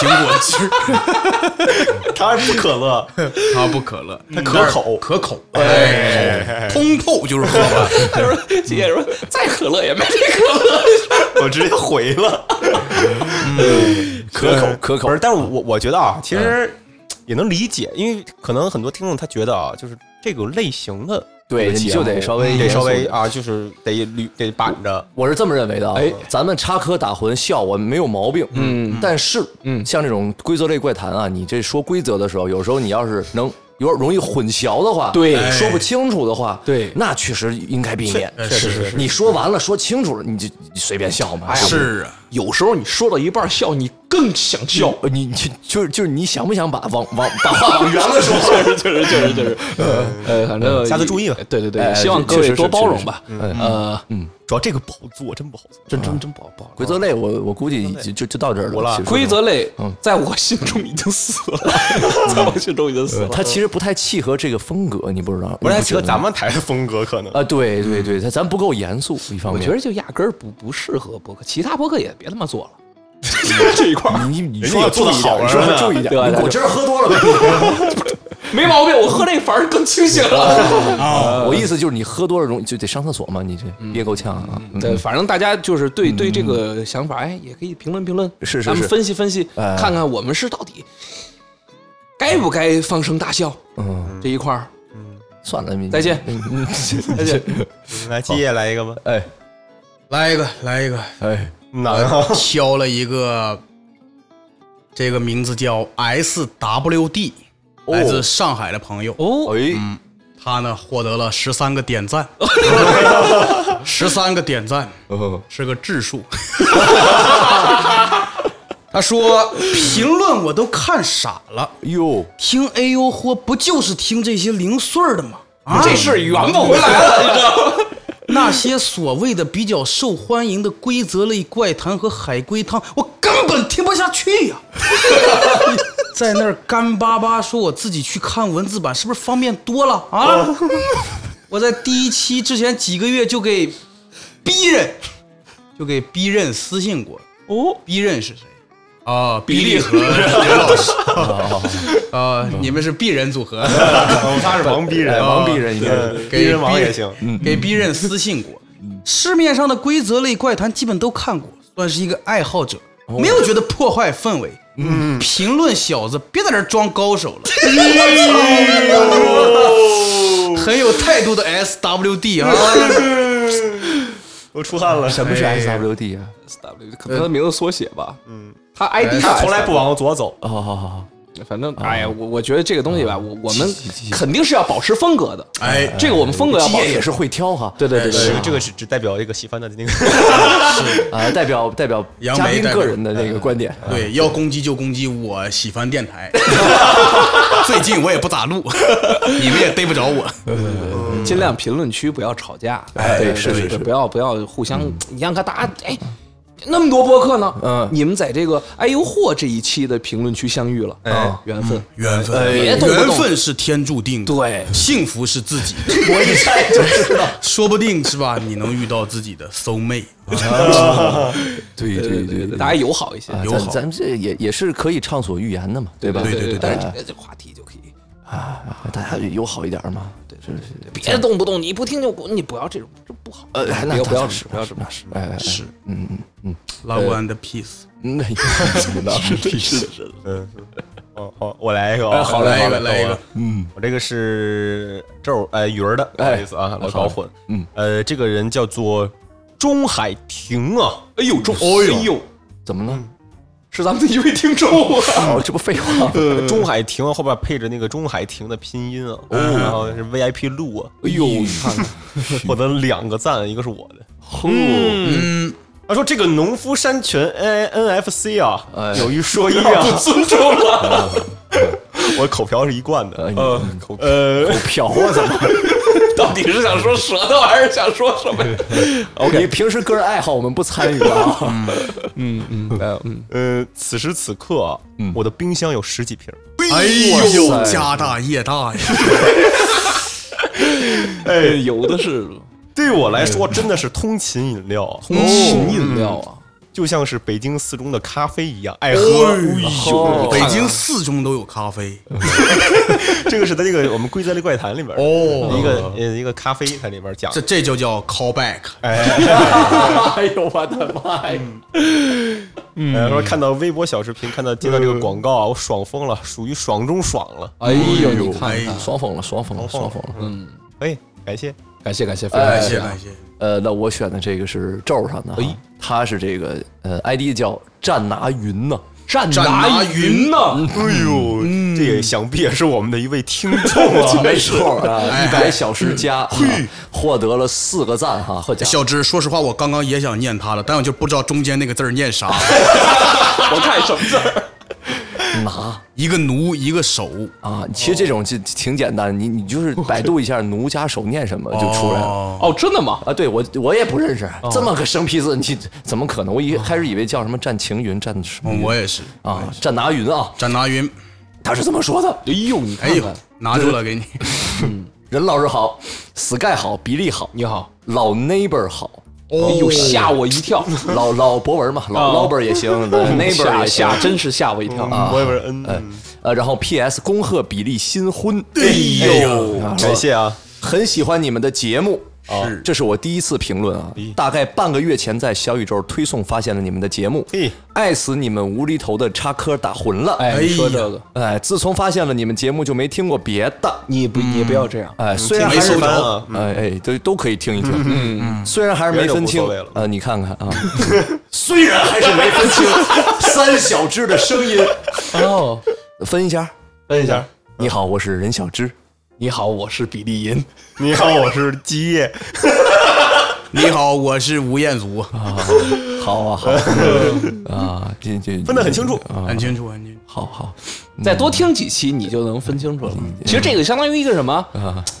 Speaker 4: 苹果汁儿，
Speaker 1: 他不可乐，
Speaker 4: 它不可乐，它
Speaker 1: 可口
Speaker 4: 可口，哎，通透就是喝完。
Speaker 3: 他说：“姐说再可乐也没这可乐。
Speaker 1: 我直接回了。
Speaker 2: 嗯可口可口嗯
Speaker 1: 不是，但是我我觉得啊，其实也能理解，因为可能很多听众他觉得啊，就是这个类型的
Speaker 2: 对
Speaker 1: 这个节
Speaker 2: 你就
Speaker 1: 目
Speaker 2: 得稍微
Speaker 1: 得
Speaker 2: 严肃
Speaker 1: 稍微
Speaker 2: 点
Speaker 1: 啊，就是得捋得板着。
Speaker 2: 我是这么认为的啊，
Speaker 3: 哎
Speaker 2: 咱们插科打诨笑我没有毛病，嗯，但是，嗯，像这种规则类怪谈啊，你这说规则的时候，有时候你要是能 有点容易混淆的话，
Speaker 3: 对
Speaker 2: 哎说不清楚的话，
Speaker 3: 对
Speaker 2: 那确实应该避免。
Speaker 4: 确实是
Speaker 2: 你说完了，说清楚了，你就你随便笑嘛。
Speaker 3: 呀
Speaker 4: 是啊，”
Speaker 3: 有时候你说到一半笑，你更想笑。
Speaker 2: 就你就就是就是你想不想把往往把 话往圆了说？
Speaker 3: 确实，确实，确实，确 实，呃，反正
Speaker 1: 嗯下次注意嗯吧
Speaker 3: 对对对，
Speaker 2: 哎
Speaker 3: 希望各
Speaker 2: 确实
Speaker 3: 位
Speaker 2: 是
Speaker 3: 多包容吧。
Speaker 2: 确
Speaker 3: 呃，
Speaker 1: 主要这个不好做，真不好做。啊
Speaker 3: 真真真不好不好。
Speaker 2: 规则类我我估计就就就到这儿
Speaker 1: 了
Speaker 2: 了。其实
Speaker 3: 规则类，在我心中已经死 了，在我心中已经死了。
Speaker 2: 它其实不太契合这个风格，你不知道？
Speaker 1: 不太契合
Speaker 2: 你觉得吗
Speaker 1: 咱们台的风格，可能
Speaker 2: 啊，对对对，它咱不够严肃一方
Speaker 3: 我
Speaker 2: 面。
Speaker 3: 觉得就压根儿不不适合播客，其他播客也别他妈做了。这一块儿
Speaker 2: 你你
Speaker 1: 人
Speaker 2: 说
Speaker 1: 家
Speaker 2: 要
Speaker 1: 做得
Speaker 2: 注意
Speaker 1: 好
Speaker 2: 点你说
Speaker 1: 着呢
Speaker 2: 要注意点。
Speaker 3: 对啊
Speaker 2: 你
Speaker 3: 对
Speaker 2: 我今儿喝多了呗。
Speaker 3: 没毛病，我喝这反而更清醒了。嗯
Speaker 2: 我意思就是你喝多了容易就得上厕所嘛，你这憋够呛啊。嗯
Speaker 3: 对，反正大家就是对对这个想法，哎，也可以评论评论，
Speaker 2: 是是
Speaker 3: 咱们
Speaker 2: 是
Speaker 3: 分析分析，
Speaker 2: 哎
Speaker 3: 看看我们是到底该不该放声大笑
Speaker 2: 嗯，
Speaker 3: 这一块儿。
Speaker 2: 算了，你
Speaker 3: 再见。
Speaker 2: 嗯嗯
Speaker 3: 再见。
Speaker 1: 来，基业来一个吧，
Speaker 2: 哎
Speaker 4: 来一个，来一个，
Speaker 2: 哎，
Speaker 1: 难啊！
Speaker 4: 挑了一个，这个名字叫 SWD，来自上海的朋友，嗯
Speaker 3: 哦，
Speaker 2: 哎，
Speaker 4: 他呢获得了十三个点 赞，十三个点赞
Speaker 2: 哦
Speaker 4: 是个质 数。他说评论我都看傻了，
Speaker 2: 哟，
Speaker 4: 听哎呦嚯不就是听这些零碎儿的吗？啊，
Speaker 3: 这事儿圆不回来 了，你知道吗？
Speaker 4: 那些所谓的比较受欢迎的规则类怪谈和海龟汤，我根本听不下 去呀、在那儿干巴巴说我自己去看文字版，是不是方便多了啊？
Speaker 3: 哦
Speaker 4: 我在第一期之前几个月就给逼人，就给逼人私信过。
Speaker 3: 哦，
Speaker 4: 逼人是谁？啊，比利和刘老 师。啊，你们是鄙人组合。
Speaker 1: 他是王逼人，
Speaker 2: 哎
Speaker 1: 啊
Speaker 2: 王逼人应该是
Speaker 1: 对逼人王也 行。
Speaker 2: 嗯
Speaker 4: 给逼人私信过。市面上的规则类怪谈基本都看过，算是一个爱好者，
Speaker 2: 哦
Speaker 4: 没有觉得破坏氛围。嗯，评论小子，别在这儿装高手了。很有哎态度的 SWD 啊，
Speaker 1: 我出汗了。
Speaker 2: 什么是 SWD 啊？
Speaker 3: SW 可能他的名字缩写吧，嗯，他 ID
Speaker 1: 他
Speaker 3: 是
Speaker 1: 从来不
Speaker 3: SW
Speaker 1: 往左走，
Speaker 2: 哦，好好好，
Speaker 3: 反正哎呀，我我觉得这个东西吧，
Speaker 2: 嗯
Speaker 3: 我我们
Speaker 2: 记记
Speaker 3: 肯定是要保持风格的，
Speaker 4: 哎
Speaker 3: 这个我们风格要
Speaker 2: 基
Speaker 3: 保
Speaker 2: 业
Speaker 3: 持
Speaker 2: 也。是会挑哈，
Speaker 3: 对对对对
Speaker 1: 这
Speaker 3: 对
Speaker 1: 个这个哎是只代表一个喜欢的那个。
Speaker 2: 啊，代表代表
Speaker 4: 杨
Speaker 2: 嘉
Speaker 4: 梅
Speaker 2: 宾
Speaker 4: 代
Speaker 2: 个
Speaker 4: 表哎
Speaker 2: 人的这个观点。
Speaker 4: 对，要攻击就攻击我喜欢电 台，最近我也不咋录，你们也逮不着我。
Speaker 3: 对，尽量评论区不要吵架，哎
Speaker 2: 嗯对是是是
Speaker 3: 不要不要互相，你让看大家哎。那么多播客呢，
Speaker 2: 嗯
Speaker 3: 你们在这个“哎呦嚯”这一期的评论区相遇了，
Speaker 2: 哎嗯
Speaker 3: 啊，缘分，
Speaker 4: 缘分，
Speaker 3: 别动不动
Speaker 4: 哎缘分是天注定的，
Speaker 3: 对
Speaker 4: 幸福是自己，
Speaker 2: 我一猜就知道。
Speaker 4: 说不定是吧？你能遇到自己的啊 soul mate。
Speaker 2: 对对对
Speaker 3: 大哎家友好一些，
Speaker 2: 啊
Speaker 4: 友
Speaker 2: 咱
Speaker 4: 好
Speaker 2: 咱们这也也是可以畅所欲言的嘛，对吧？
Speaker 4: 对对对
Speaker 3: 但是这这话题就可以，
Speaker 2: 啊大家友好一点嘛。对，是是。
Speaker 3: 别动不动你不听就滚，你不要这种，这不好，
Speaker 2: 呃，那
Speaker 3: 不要
Speaker 2: 吃，
Speaker 3: 不要
Speaker 2: 吃，那是，哎，是，
Speaker 4: Love and peace，
Speaker 2: 那是是是，
Speaker 1: 嗯，哦哦，我来一个啊、
Speaker 2: 哎好嘞
Speaker 1: 我
Speaker 4: 好嘞来一个，
Speaker 1: 嗯，我这个是咒呃鱼儿的，不好意思啊，我搞混，嗯，呃，这个人叫做钟海婷啊，
Speaker 3: 哎呦中，
Speaker 1: 哎呦
Speaker 3: 哎呦，
Speaker 2: 怎么了？
Speaker 3: 是咱们的一位听众啊，
Speaker 2: 哦，这不废话吗？
Speaker 1: 钟海婷啊后边配着那个钟海婷的拼音啊，哦，然后是 VIP 路啊，
Speaker 3: 哎呦，你看看，
Speaker 1: 获得两个赞，一个是我的。
Speaker 2: 哦，
Speaker 4: 嗯，
Speaker 1: 他说这个农夫山泉 N N F C 啊
Speaker 2: 哎，
Speaker 1: 有一说一啊，不尊重了。 我口瓢是一贯的，
Speaker 2: 哎
Speaker 1: 呃
Speaker 2: 你口
Speaker 1: 呃，
Speaker 2: 嫖啊，怎么？
Speaker 3: 到底是想说舌头还是想说什么呀？
Speaker 2: 你平时个人爱好我们不参与 啊。
Speaker 3: 嗯，来嗯，
Speaker 1: 呃，此时此刻啊，我的冰箱有十几瓶。
Speaker 4: 哎
Speaker 2: 哇
Speaker 4: 呦，
Speaker 2: 塞
Speaker 4: 家大业大呀，
Speaker 3: 有的是
Speaker 1: 对我来说，真的是通勤饮料啊，
Speaker 3: 通勤饮料啊，
Speaker 1: 就像是北京四中的咖啡一样，爱喝。
Speaker 2: 哦
Speaker 4: 哎北京四中都有咖啡
Speaker 1: 这个是在这个我们《规则类怪谈》里边的
Speaker 4: 哦
Speaker 1: 一个呃一个咖啡在里边讲
Speaker 4: 这
Speaker 1: 的。
Speaker 4: 这就叫 callback。
Speaker 3: 哎呦我的妈呀！
Speaker 1: 呃，说看到微博小视频，看到接到这个广告啊，我爽疯了，属于爽中爽了。
Speaker 3: 哎呦，你
Speaker 4: 哎
Speaker 3: 看
Speaker 4: 呀
Speaker 3: 看，
Speaker 2: 爽疯了，爽疯了，爽疯了。嗯，
Speaker 1: 哎，感谢。
Speaker 3: 感谢感谢，非常
Speaker 2: 哎
Speaker 4: 感谢
Speaker 3: 啊
Speaker 4: 感谢，
Speaker 2: 呃，那我选的这个是咒上的啊，
Speaker 4: 哎
Speaker 2: 他是这个呃，ID 叫战拿云呢。。
Speaker 3: 战
Speaker 4: 战拿云
Speaker 3: 呢？
Speaker 1: 哎呦，这也想必也是我们的一位听众啊
Speaker 2: 没错 啊，
Speaker 4: 哎
Speaker 2: 一百小时加，啊获得了四个赞哈，获奖。
Speaker 4: 嗯哦小芝，说实话，我刚刚也想念他了，但我就不知道中间那个字儿念啥，
Speaker 2: 嗯
Speaker 3: 我看什么字儿？
Speaker 2: 拿
Speaker 4: 一个奴，一个手，
Speaker 2: 啊，其实这种就挺简单，你你就是百度一下奴家手念什么就出来了。
Speaker 4: 哦
Speaker 3: 哦，真的吗？
Speaker 2: 啊，对我我也不认识这么个生僻字，你怎么可能？我一开始以为叫什么战晴云、战什么
Speaker 4: 嗯
Speaker 2: 云
Speaker 4: 我也是，
Speaker 2: 啊，战拿云啊，
Speaker 4: 展拿云，
Speaker 2: 他是这么说的。
Speaker 3: 哎呦，你
Speaker 4: 哎
Speaker 3: 看
Speaker 4: 呦
Speaker 3: 看，，
Speaker 4: 拿住了给你，
Speaker 2: 任老师好，Sky 好，比利好，
Speaker 3: 你好，
Speaker 2: 老 neighbor 好，
Speaker 3: 哎呦，
Speaker 4: 哦
Speaker 3: 吓我一 跳，
Speaker 2: 老老博文嘛，老老 b 也行 老，neighbor
Speaker 3: 哦吓
Speaker 2: 也行。
Speaker 3: 吓，真是吓我一跳啊！
Speaker 1: 我也不是嗯，
Speaker 2: 呃，然后 P.S. 恭贺比利新婚，
Speaker 1: 哎呦，感谢啊！
Speaker 2: 很喜欢你们的节目。哦
Speaker 4: 是
Speaker 2: 这是我第一次评论啊，
Speaker 3: 哎
Speaker 2: 大概半个月前在小宇宙推送发现了你们的节目
Speaker 1: 嘿，
Speaker 2: 爱死你们无厘头的插科打诨了。
Speaker 3: 哎，
Speaker 4: 哎
Speaker 3: 你说这
Speaker 4: 呀
Speaker 3: 个，
Speaker 2: 哎，自从发现了你们节目就没听过别的。
Speaker 3: 你不你不要这样，
Speaker 2: 哎，虽然
Speaker 1: 嗯没
Speaker 2: 还是
Speaker 1: 收着啊
Speaker 2: 哎哎，都都可以听一听。嗯嗯，虽然还是没分
Speaker 1: 别人就
Speaker 2: 清
Speaker 1: 无所谓了，
Speaker 2: 呃，你看看啊， 虽然还是没分清三小只的声音，
Speaker 3: 哦，
Speaker 2: 分一下。
Speaker 1: 摁一下。
Speaker 2: 你好，我是任小芝。
Speaker 3: 你好，我是比利银，
Speaker 1: 你好，我是基业。
Speaker 4: 你好，我是吴彦祖，
Speaker 2: 好 啊，好啊啊，这这
Speaker 1: 分得很清楚
Speaker 2: 啊，
Speaker 4: 很清楚，很清楚。
Speaker 2: 好好。
Speaker 3: 再
Speaker 2: 嗯
Speaker 3: 多听几期你就能分清楚了。其实这个相当于一个什么？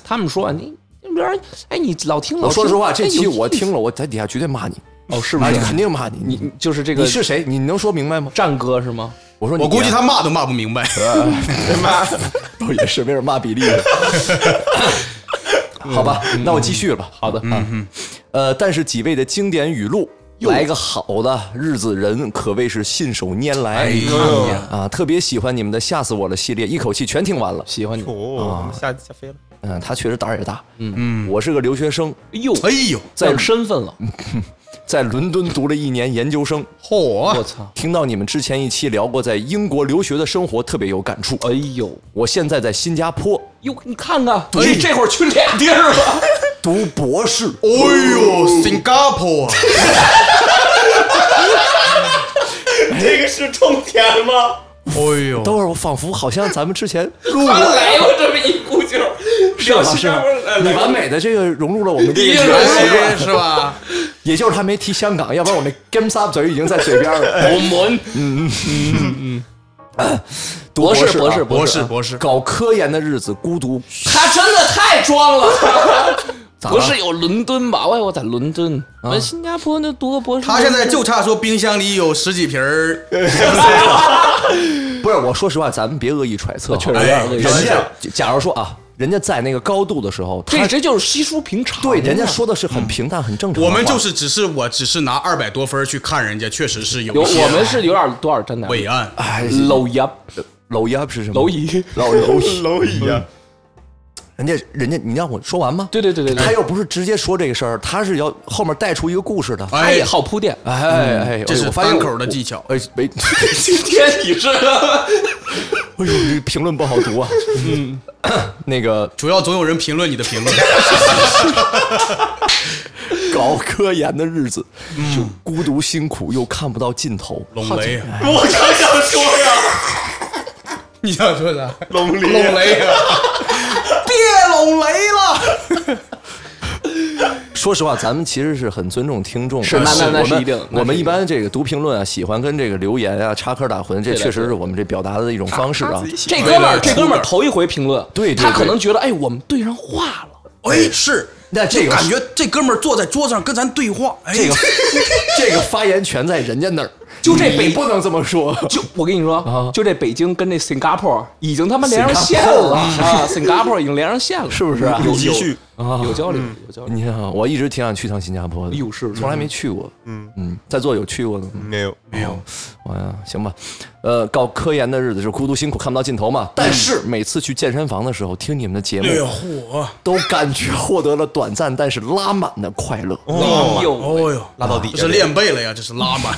Speaker 3: 他们说啊你。你比如说，哎，你老听老
Speaker 2: 我说实话，
Speaker 3: 哎
Speaker 2: 这期
Speaker 3: 有
Speaker 2: 我听了，我在底下绝对骂你，
Speaker 3: 哦，是不
Speaker 2: 啊，
Speaker 3: 是？
Speaker 2: 肯定骂你。你
Speaker 3: 你就是这个
Speaker 2: 你是谁？你能说明白吗？
Speaker 3: 战哥是吗？
Speaker 2: 我说你啊
Speaker 4: 我估计
Speaker 2: 呀
Speaker 4: 他骂都骂不明白。
Speaker 2: 倒也是没人骂比利的。 好吧，那我继续吧。好的，嗯呃，但是几位的经典语录，来个好的日子人可谓是信手拈来。
Speaker 4: 哎呀，
Speaker 2: 啊，特别喜欢你们的“吓死我了”系列，一口气全听完了。
Speaker 3: 喜欢你。哎
Speaker 1: 哦，吓吓飞了。
Speaker 2: 嗯，他确实胆儿也大。嗯嗯，我是个留学生，
Speaker 3: 呦，
Speaker 4: 哎呦，
Speaker 3: 在身份了，
Speaker 2: 在伦敦读了一年研究生。
Speaker 4: 嚯，啊
Speaker 3: 我操！
Speaker 2: 听到你们之前一期聊过在英国留学的生活，特别有感触。呃
Speaker 3: 哎呦
Speaker 2: 我现在在新加坡
Speaker 3: 哟，你看
Speaker 2: 哎
Speaker 3: 看，这这会儿去俩地儿了。
Speaker 2: 读博士，
Speaker 4: 哎呦，Singapore 啊
Speaker 5: 这个是重点吗？
Speaker 4: 哎呦，
Speaker 2: 等会儿我仿佛好像咱们之前录
Speaker 5: 他来过这么一 股劲儿，
Speaker 2: 是吧？啊是吧
Speaker 5: 吧？
Speaker 2: 你完美的这个融入了我们这个节目习惯
Speaker 4: 哎，是吧？
Speaker 2: 也就是他没提香港，要不然我那 game 撒嘴已经在嘴 边了。
Speaker 3: 我们
Speaker 2: 读
Speaker 3: 博士
Speaker 2: 博
Speaker 3: 士
Speaker 2: 啊
Speaker 4: 博
Speaker 3: 士
Speaker 4: 士，，博士，
Speaker 2: 搞科研的日子孤独，
Speaker 3: 他真的太装了。 不是有伦敦吧？我我在伦敦，我
Speaker 2: 啊
Speaker 3: 们新加坡那读个博士。
Speaker 4: 他现在就差说冰箱里有十几瓶儿，
Speaker 2: 不是我说实话，咱们别恶意揣测，啊
Speaker 3: 确实有点恶意
Speaker 2: 人
Speaker 3: 揣测
Speaker 2: 家假如说啊，人家在那个高度的时候，
Speaker 3: 这
Speaker 2: 他
Speaker 3: 这就是稀疏平常。
Speaker 2: 对人家说的是很平淡、很正常的
Speaker 4: 我
Speaker 2: 话。
Speaker 4: 们就是只是我只是拿二百多分儿去看人家，确实是有
Speaker 3: 有
Speaker 4: 一些
Speaker 3: 我们是有点多少真的啊
Speaker 4: 伟岸，
Speaker 2: 哎，
Speaker 3: low up
Speaker 2: 蝼蚁是什么？
Speaker 3: low，一。
Speaker 2: 蝼蝼蚁，
Speaker 5: 蝼蚁呀，
Speaker 2: 人家人家，你让我说完吗？
Speaker 3: 对对对对对，
Speaker 2: 他又不是直接说这个事儿，他是要后面带出一个故事的。
Speaker 3: 他
Speaker 4: 哎嗯
Speaker 3: 也，好铺垫。
Speaker 2: 哎哎，
Speaker 4: 这
Speaker 2: 哎
Speaker 4: 是
Speaker 2: 我发现
Speaker 4: 单
Speaker 2: 我
Speaker 4: 口的技巧。
Speaker 2: 哎， 没，
Speaker 5: 今天你 是
Speaker 2: 哎呦，这评论不好读啊。嗯， 那个
Speaker 4: 主要总有人评论你的评论，
Speaker 2: 搞科研的日子，
Speaker 3: 嗯
Speaker 2: 就孤独辛苦又看不到尽头。
Speaker 4: 龙雷啊，
Speaker 5: 我刚想说呀，
Speaker 4: 你想说 啥？
Speaker 5: 龙鳞
Speaker 4: 龙雷啊，别龙雷 了。
Speaker 2: 说实话，咱们其实是很尊重听众的，
Speaker 3: 是那那那
Speaker 2: 我们
Speaker 3: 是一定那是
Speaker 2: 我们一般这个读评论啊，喜欢跟这个留言啊插科打诨，这
Speaker 3: 对的
Speaker 2: 确实是我们这表达的一种方式啊。
Speaker 3: 这哥们儿，这哥们儿头一回评论，
Speaker 2: 对对对
Speaker 3: 他可能觉得，哎，我们对上话了。
Speaker 4: 哎，是，
Speaker 2: 那这个
Speaker 4: 就感觉这哥们儿坐在桌上跟咱对话，哎，
Speaker 2: 这个这个发言权在人家那儿，
Speaker 3: 就这北
Speaker 2: 你不能这么说。
Speaker 3: 就我跟你
Speaker 2: 啊
Speaker 3: 说，就这北京跟这 Singapore 已经他妈连上线
Speaker 2: Singapore
Speaker 3: 了啊！Singapore 已经连上线了，
Speaker 2: 是啊不是啊
Speaker 3: 有
Speaker 1: 继续
Speaker 3: 有有交流，有交流。
Speaker 2: 你看啊，我一直挺想去趟新加坡的，
Speaker 3: 哟哎是
Speaker 2: 从来没去过。嗯嗯，在座有去过的吗？
Speaker 1: 没有没有，
Speaker 2: 哎呀，行吧，呃，搞科研的日子是孤独辛苦看不到尽头
Speaker 3: 嗯
Speaker 2: 嘛。但是每次去健身房的时候听你们的节目，
Speaker 4: 嚯，
Speaker 2: 都感觉获得了短暂但是拉满的快乐。
Speaker 3: 哎呦嗯喂，
Speaker 4: 哦呦，
Speaker 1: 拉到底
Speaker 4: 这是练背了呀，这是拉 满，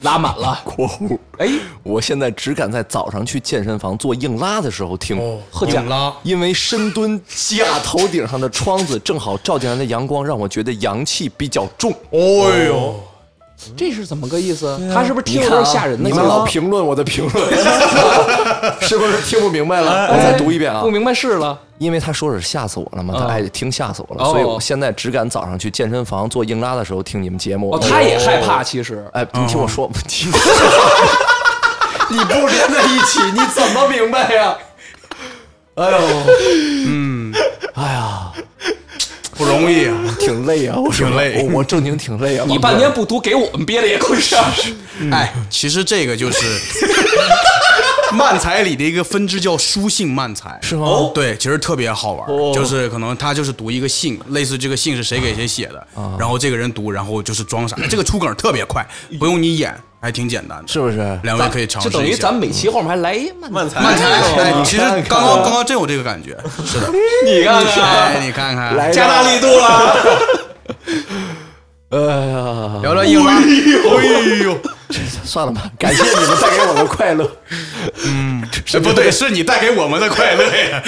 Speaker 3: 拉满了。
Speaker 2: 括弧，
Speaker 3: 哎，
Speaker 2: 我现在只敢在早上去健身房做硬拉的时候听，
Speaker 3: 喝假
Speaker 4: 硬拉，
Speaker 2: 因为深蹲架头顶上的窗子正好照进来的阳光，让我觉得阳气比较重。
Speaker 4: 哦呦，
Speaker 3: 这是怎么个意思？他是不是 听
Speaker 2: 你
Speaker 3: 着
Speaker 2: 看
Speaker 3: 有
Speaker 2: 啊
Speaker 3: 点吓人的
Speaker 2: 你
Speaker 3: 节奏？
Speaker 2: 们老评论我的评 论， 是不是听不明白了？
Speaker 3: 哎
Speaker 2: 我再读一遍啊
Speaker 3: 不，明白是了。
Speaker 2: 因为他说是吓死我了嘛，他爱听吓死我了，
Speaker 3: 嗯哦
Speaker 2: 所以我现在只敢早上去健身房做硬拉的时候听你们节目。
Speaker 3: 哦，他也害怕，其实。
Speaker 2: 哎，你听我说，你你不连在一起，你怎么明白呀？哎呦，
Speaker 4: 不容易啊，
Speaker 2: 挺累啊，我说
Speaker 4: 挺累
Speaker 2: 我我正经挺累啊。
Speaker 3: 你
Speaker 2: 王
Speaker 3: 半
Speaker 2: 哥
Speaker 3: 天不读，给我们憋的也够呛。嗯
Speaker 4: 哎，其实这个就是 漫才里的一个分支，叫书信漫才，
Speaker 2: 是吗
Speaker 4: 哦对，其实特别好
Speaker 3: 哦
Speaker 4: 玩，就是可能他就是读一个信，类似这个信是谁给谁写
Speaker 3: 啊
Speaker 4: 的，然后这个人读，然后就是装傻，这个出梗特别快，不用你演，还挺简单的，
Speaker 2: 是不是？
Speaker 4: 两位可以尝试
Speaker 3: 就
Speaker 4: 一下。
Speaker 3: 等于咱每期后面还来一慢
Speaker 1: 慢才
Speaker 4: 漫才，哎，其实
Speaker 2: 看看
Speaker 4: 刚刚刚刚真有这个感觉，是的，
Speaker 3: 你看看，
Speaker 4: 哎，你看看，
Speaker 2: 来
Speaker 5: 加大力度了，
Speaker 2: 哎呀，
Speaker 4: 聊聊硬拉，哎呦，
Speaker 2: 算了吧，感谢你们带给我的快乐。
Speaker 4: 哎不对，是你带给我们的快乐呀。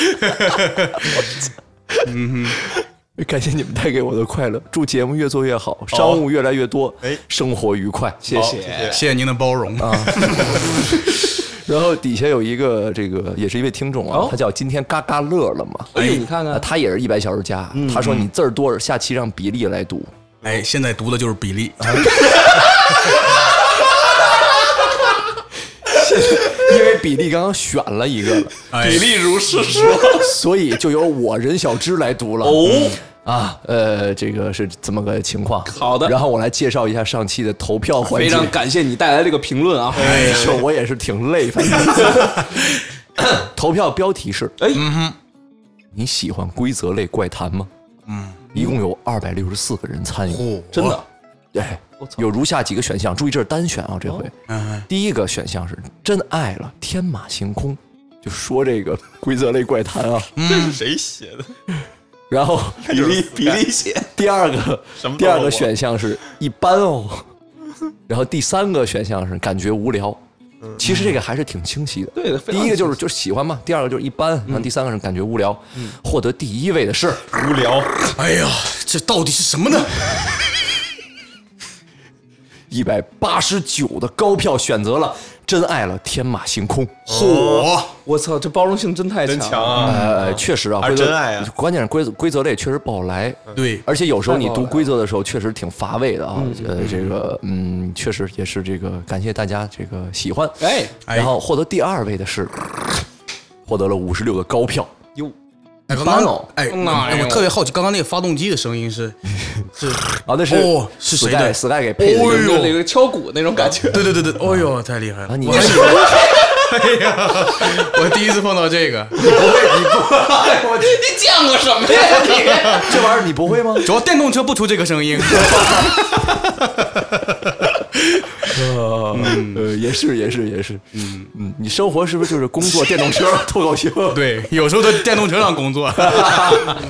Speaker 2: 感谢你们带给我的快乐，祝节目越做越好，商务越来越多，
Speaker 1: 哎
Speaker 2: 生活愉快，谢谢。
Speaker 4: 谢谢您的包容啊！
Speaker 2: 然后底下有一个这个也是一位听众啊，
Speaker 3: 哦
Speaker 2: 他叫今天嘎嘎乐了嘛，
Speaker 3: 哎呦，你看
Speaker 2: 啊
Speaker 3: 看，
Speaker 2: 他也是一百小时加，他说你字儿多，下期让比利来读。
Speaker 4: 哎，现在读的就是比利，
Speaker 2: 因为比利刚刚选了一个了，
Speaker 4: 哎
Speaker 5: 比例如是说，
Speaker 2: 所以就由我任小芝来读了。哦，啊，呃，这个是这么个情况。
Speaker 3: 好的
Speaker 2: 然后我来介绍一下上期的投票环
Speaker 3: 非
Speaker 2: 节。
Speaker 3: 常感谢你带来这个评论啊。
Speaker 2: 哎呦，我也是 挺累，反正。投票标题是：
Speaker 3: 哎
Speaker 2: 你喜欢规则类怪谈吗？嗯，一共有二百六十四个人参与。
Speaker 4: 哦
Speaker 3: 真的，
Speaker 2: 对
Speaker 3: 我操，
Speaker 2: 哎有如下几个选项，注意这是单选啊，这回。
Speaker 4: 嗯，
Speaker 2: 第一个选项是真爱了，天马行空，就说这个
Speaker 1: 嗯
Speaker 2: 规则类怪谈啊。
Speaker 1: 这是谁写的？
Speaker 2: 然后
Speaker 5: 比例比例写，
Speaker 2: 第二个
Speaker 5: 什么都
Speaker 2: 第二个
Speaker 5: 我
Speaker 2: 选项是一般哦， 然后第三个选项是感觉无聊。其实这个还是挺清晰的。
Speaker 3: 对的非
Speaker 2: 第
Speaker 3: 常
Speaker 2: 一个就是就是喜欢嘛，第二个就是一般，然后第三个是感觉无聊。获得第一位的是
Speaker 1: 无聊，
Speaker 4: 哎呀，这到底是什么呢？
Speaker 2: 一百八十九的高票选择了真爱了天马行空。
Speaker 4: 火，
Speaker 3: 我操，这包容性真太
Speaker 1: 真
Speaker 3: 强
Speaker 1: 强
Speaker 3: 了！
Speaker 1: 啊！
Speaker 2: 呃，确实啊，
Speaker 1: 还是
Speaker 2: 规则
Speaker 1: 真爱啊嗯
Speaker 2: 关键是规则规则类确实不好来。
Speaker 4: 对，
Speaker 2: 而且有时候你
Speaker 3: 太好
Speaker 2: 读
Speaker 3: 了
Speaker 2: 规则的时候，确实挺乏味的啊。呃，这个，嗯，确实也是这个，感谢大家这个喜欢。
Speaker 3: 哎，
Speaker 4: 哎
Speaker 2: 然后获得第二位的是，获得了五十六个高票。
Speaker 4: 哎刚
Speaker 2: 搬
Speaker 4: 刚
Speaker 2: 哦
Speaker 4: 哎，
Speaker 3: 妈呀
Speaker 4: 我特别好奇，刚刚那个发动机的声音是是，
Speaker 2: 啊，那是
Speaker 4: 哦是谁的
Speaker 2: Sky Sky 给配的
Speaker 4: 哦
Speaker 2: 音
Speaker 4: 哎呦
Speaker 3: 有那个敲鼓那种感觉，
Speaker 4: 对对对对，哦呦，太厉害了！
Speaker 2: 啊，你
Speaker 4: 我
Speaker 2: 是
Speaker 4: 我第一次碰到这个，
Speaker 3: 你见过什么呀
Speaker 2: 这玩意儿你不会吗？
Speaker 4: 主要电动车不出这个声音。
Speaker 2: 呃，也是也是也是，嗯嗯，你生活是不是就是工作、电动车、脱口秀？
Speaker 4: 对，有时候在电动车上工作。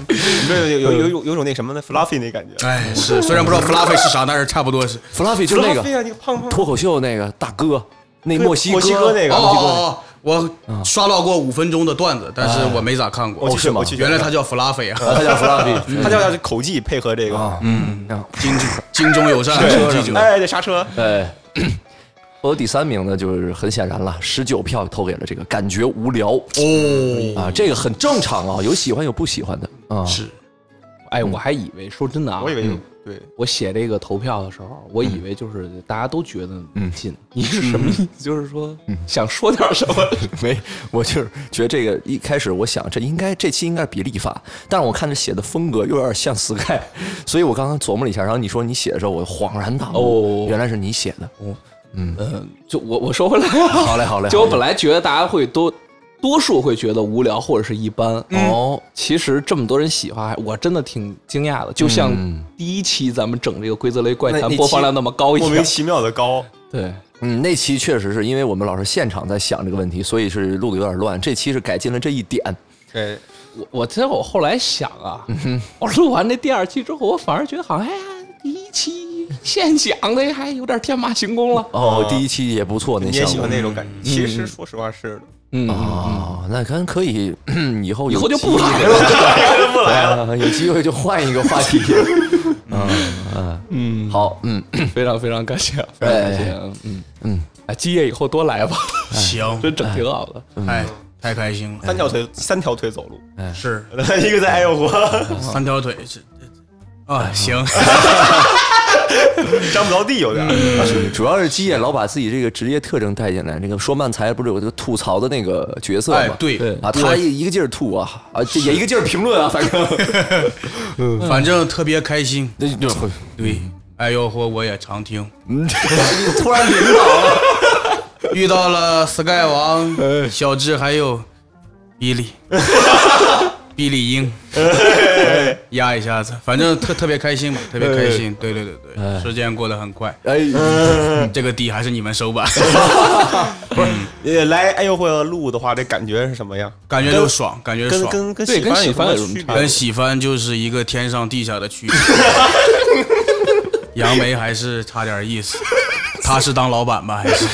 Speaker 1: 你这有有有有有种那什么的 fluffy 那感觉。
Speaker 4: 哎，是，虽然不知道 fluffy 是啥，但是差不多是。
Speaker 2: ，Fluffy 就是那
Speaker 1: fluffy 啊，
Speaker 2: 个
Speaker 1: 那个胖胖
Speaker 2: 脱口秀那个大哥，那墨西
Speaker 1: 墨西哥那
Speaker 4: 哦
Speaker 1: 个
Speaker 4: 哦哦，我刷到过五分钟的段子，但是我没咋看过哦
Speaker 1: 我。去
Speaker 2: 是吗
Speaker 1: 我去，呃
Speaker 4: 原来他叫 fluffy 啊，
Speaker 2: 他叫 Fluffy，
Speaker 1: 他叫他是口技配合这个，
Speaker 2: 啊，嗯，啊
Speaker 4: 精忠精忠友善，记者。
Speaker 1: 哎，得刹车，
Speaker 2: 哎，我有第三名呢，就是很显然了，十九票投给了这个感觉无聊
Speaker 4: 哦，
Speaker 2: 啊，这个很正常啊，有喜欢有不喜欢的啊，
Speaker 4: 是
Speaker 3: 哎，我还以为说真的啊，
Speaker 1: 我以为对，
Speaker 3: 我写这个投票的时候，我以为就是大家都觉得进，你是什么意思？就是说想说点什么？
Speaker 2: 没，我就是觉得这个一开始我想这应该这期应该是比例法，但是我看这写的风格又有点像 Sky，所以我刚刚琢磨了一下，然后你说你写的时候，我恍然大悟，
Speaker 3: 哦
Speaker 2: 原来是你写的。
Speaker 3: 嗯呃就我我说回来，啊
Speaker 2: 好嘞，好嘞。
Speaker 3: 就我本
Speaker 2: 来
Speaker 3: 来觉得大家会多多数会觉得无聊或者是一般，
Speaker 2: 哦，
Speaker 3: 其实这么多人喜欢，我真的挺惊讶的。就像第一期咱们整这个规则类怪
Speaker 1: 那
Speaker 3: 谈
Speaker 1: 那
Speaker 3: 播放
Speaker 1: 期
Speaker 3: 量那么高
Speaker 1: 莫
Speaker 3: 一
Speaker 1: 名
Speaker 3: 样，
Speaker 1: 其妙的高，
Speaker 3: 对，
Speaker 2: 嗯，那期确实是因为我们老师现场在想这个问题，所以是录的有点乱。这期是改进了这一点，
Speaker 1: 对，
Speaker 3: 我我其实我后来想啊，我录完这第二期之后，我反而觉得好像哎呀，第一期现讲的还有点天马行空了。
Speaker 2: 哦，第一期也不错，那
Speaker 1: 你
Speaker 2: 项
Speaker 1: 也
Speaker 2: 目
Speaker 1: 喜欢那种感觉。其实说实话是的，
Speaker 3: 嗯，
Speaker 2: 哦，那咱可以 以后以
Speaker 3: 以后就不来了。
Speaker 1: 不来了，
Speaker 2: 了，有机会就换一个话题。嗯嗯嗯，好，嗯
Speaker 3: 非常非常感谢，非常感谢，嗯嗯，哎，基业以后多来吧，
Speaker 4: 行，
Speaker 3: 真整挺好的。
Speaker 4: 哎，太开心了，
Speaker 1: 三条腿三嗯条腿走路，
Speaker 4: 是
Speaker 1: 一个在爱乐活，
Speaker 4: 三条腿是。
Speaker 1: 嗯
Speaker 4: 啊，行，
Speaker 1: 张不着地有点儿。
Speaker 2: 是嗯主要是基野老把自己这个职业特征带进来。那个说慢才不是有这个吐槽的那个角色吗？
Speaker 4: 哎，对，
Speaker 2: 啊，他一一个劲儿吐啊啊，这也一个劲儿评论啊，
Speaker 3: 哦
Speaker 2: 反正
Speaker 4: 反正特别开心，
Speaker 2: 那就
Speaker 4: 对，哎呦呵，我也常听，
Speaker 2: 突然领导了。
Speaker 4: 遇到了 Sky 王、小智，还有比利、比利鹰，压一下子，反正特特别开心吧，特别开心。对对对对，时间过得很快，
Speaker 2: 哎，
Speaker 4: 这个底还是你们收吧，嗯
Speaker 1: 呃，来爱乐活录的话，这感觉是什么样？
Speaker 4: 感觉就爽，感觉
Speaker 1: 跟
Speaker 4: 爽。
Speaker 1: 跟跟
Speaker 3: 对
Speaker 1: 喜
Speaker 3: 跟
Speaker 1: 欢
Speaker 3: 喜欢
Speaker 1: 有
Speaker 3: 有
Speaker 1: 什
Speaker 3: 什
Speaker 1: 么
Speaker 3: 么
Speaker 1: 区
Speaker 3: 差
Speaker 1: 别？
Speaker 4: 跟喜欢就是一个天上地下的区别。杨梅还是差点意思，他是当老板吧还是？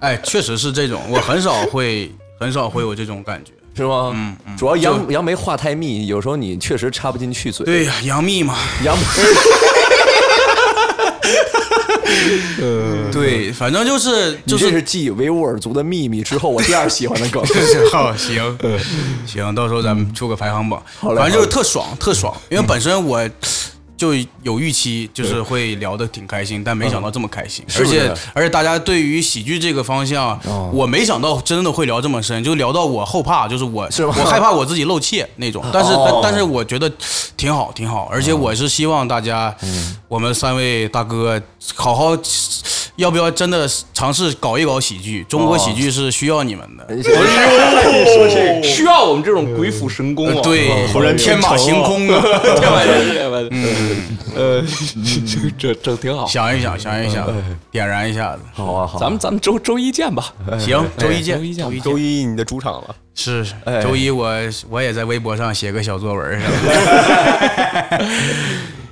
Speaker 4: 哎，确实是这种，我很少会很少会有这种感觉。
Speaker 2: 是吗？嗯嗯，主要杨杨梅话太密，有时候你确实插不进去嘴。
Speaker 4: 对呀，杨幂嘛，
Speaker 2: 杨梅，
Speaker 4: 对，反正就是
Speaker 2: 嗯你
Speaker 4: 就
Speaker 2: 这
Speaker 4: 是
Speaker 2: 是继《维吾尔族的秘密》之后我第二喜欢的 梗。
Speaker 4: 好，行行，到时候咱们出个排行榜，
Speaker 2: 嗯嘞嗯
Speaker 4: 反正就是特爽，特爽。因为本身我就有预期，就是会聊得挺开心，但没想到这么开心。
Speaker 2: 嗯
Speaker 4: 而
Speaker 2: 不是哦
Speaker 4: 且而且大家对于喜剧这个方向，我没想到真的会聊这么深，就聊到我后怕，就是我
Speaker 2: 是
Speaker 4: 我
Speaker 2: 吗哦
Speaker 4: 害怕我自己露怯那 种。但是但但是我觉得挺好，
Speaker 2: 嗯
Speaker 4: 挺好。而且我是希望大家，我们三位大哥好好。要不要真的尝试搞一搞喜剧？中
Speaker 2: 哦
Speaker 4: 国喜剧是需要你们的。
Speaker 3: 需要我们这种鬼斧神工啊！
Speaker 4: 呃对，
Speaker 1: 突然
Speaker 4: 天马行空 啊！
Speaker 3: 天外天外嗯，呃，这这这挺好。
Speaker 4: 想一想，想一想，点燃一下子。
Speaker 2: 好啊好啊，
Speaker 3: 咱们咱们周周一见吧。
Speaker 4: 行，哎周一哎见
Speaker 3: 周。一见吧。
Speaker 1: 周一你的主场了，
Speaker 4: 是周一我我也在微博上写个小作 文啥的。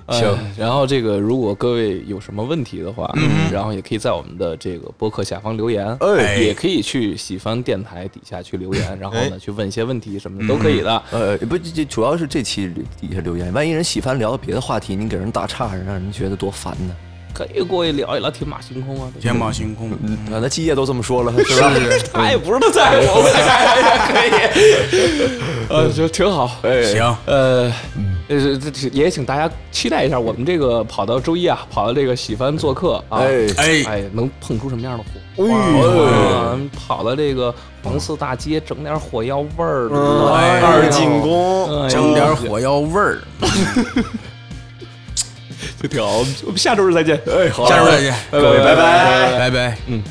Speaker 3: 行，然后这个如果各位有什么问题的话，然后也可以在我们的这个播客下方留言，
Speaker 4: 哎
Speaker 3: 也可以去喜番电台底下去留言，然后呢去问一些问题什么的都可以的。
Speaker 2: 呃，不，这这主要是这期底下留言，万一人喜欢聊别的话题，你给人打岔，让人觉得多烦呢。
Speaker 3: 可以过去聊一聊天马行空啊，对
Speaker 4: 天马行空，
Speaker 2: 啊，那季夜都这么说了，是吧？
Speaker 3: 他也不是他在乎，我也可以，呃，就挺好。
Speaker 4: 行，
Speaker 3: 呃，呃，这这也请大家期待一下，我们这个跑到周一啊，跑到这个喜番做客啊，
Speaker 2: 哎
Speaker 4: 哎
Speaker 3: 哎，能碰出什么样的火？
Speaker 2: 哎
Speaker 3: 嗯，跑到这个黄四大街整点火药味儿的，
Speaker 4: 哎
Speaker 1: 二进攻。
Speaker 3: 哎呦
Speaker 4: 整点火药味儿。
Speaker 3: 就挺好。我们我们下周日再见。哎，好
Speaker 4: 下周再见，
Speaker 1: 各位拜拜
Speaker 4: 拜拜。
Speaker 3: 嗯，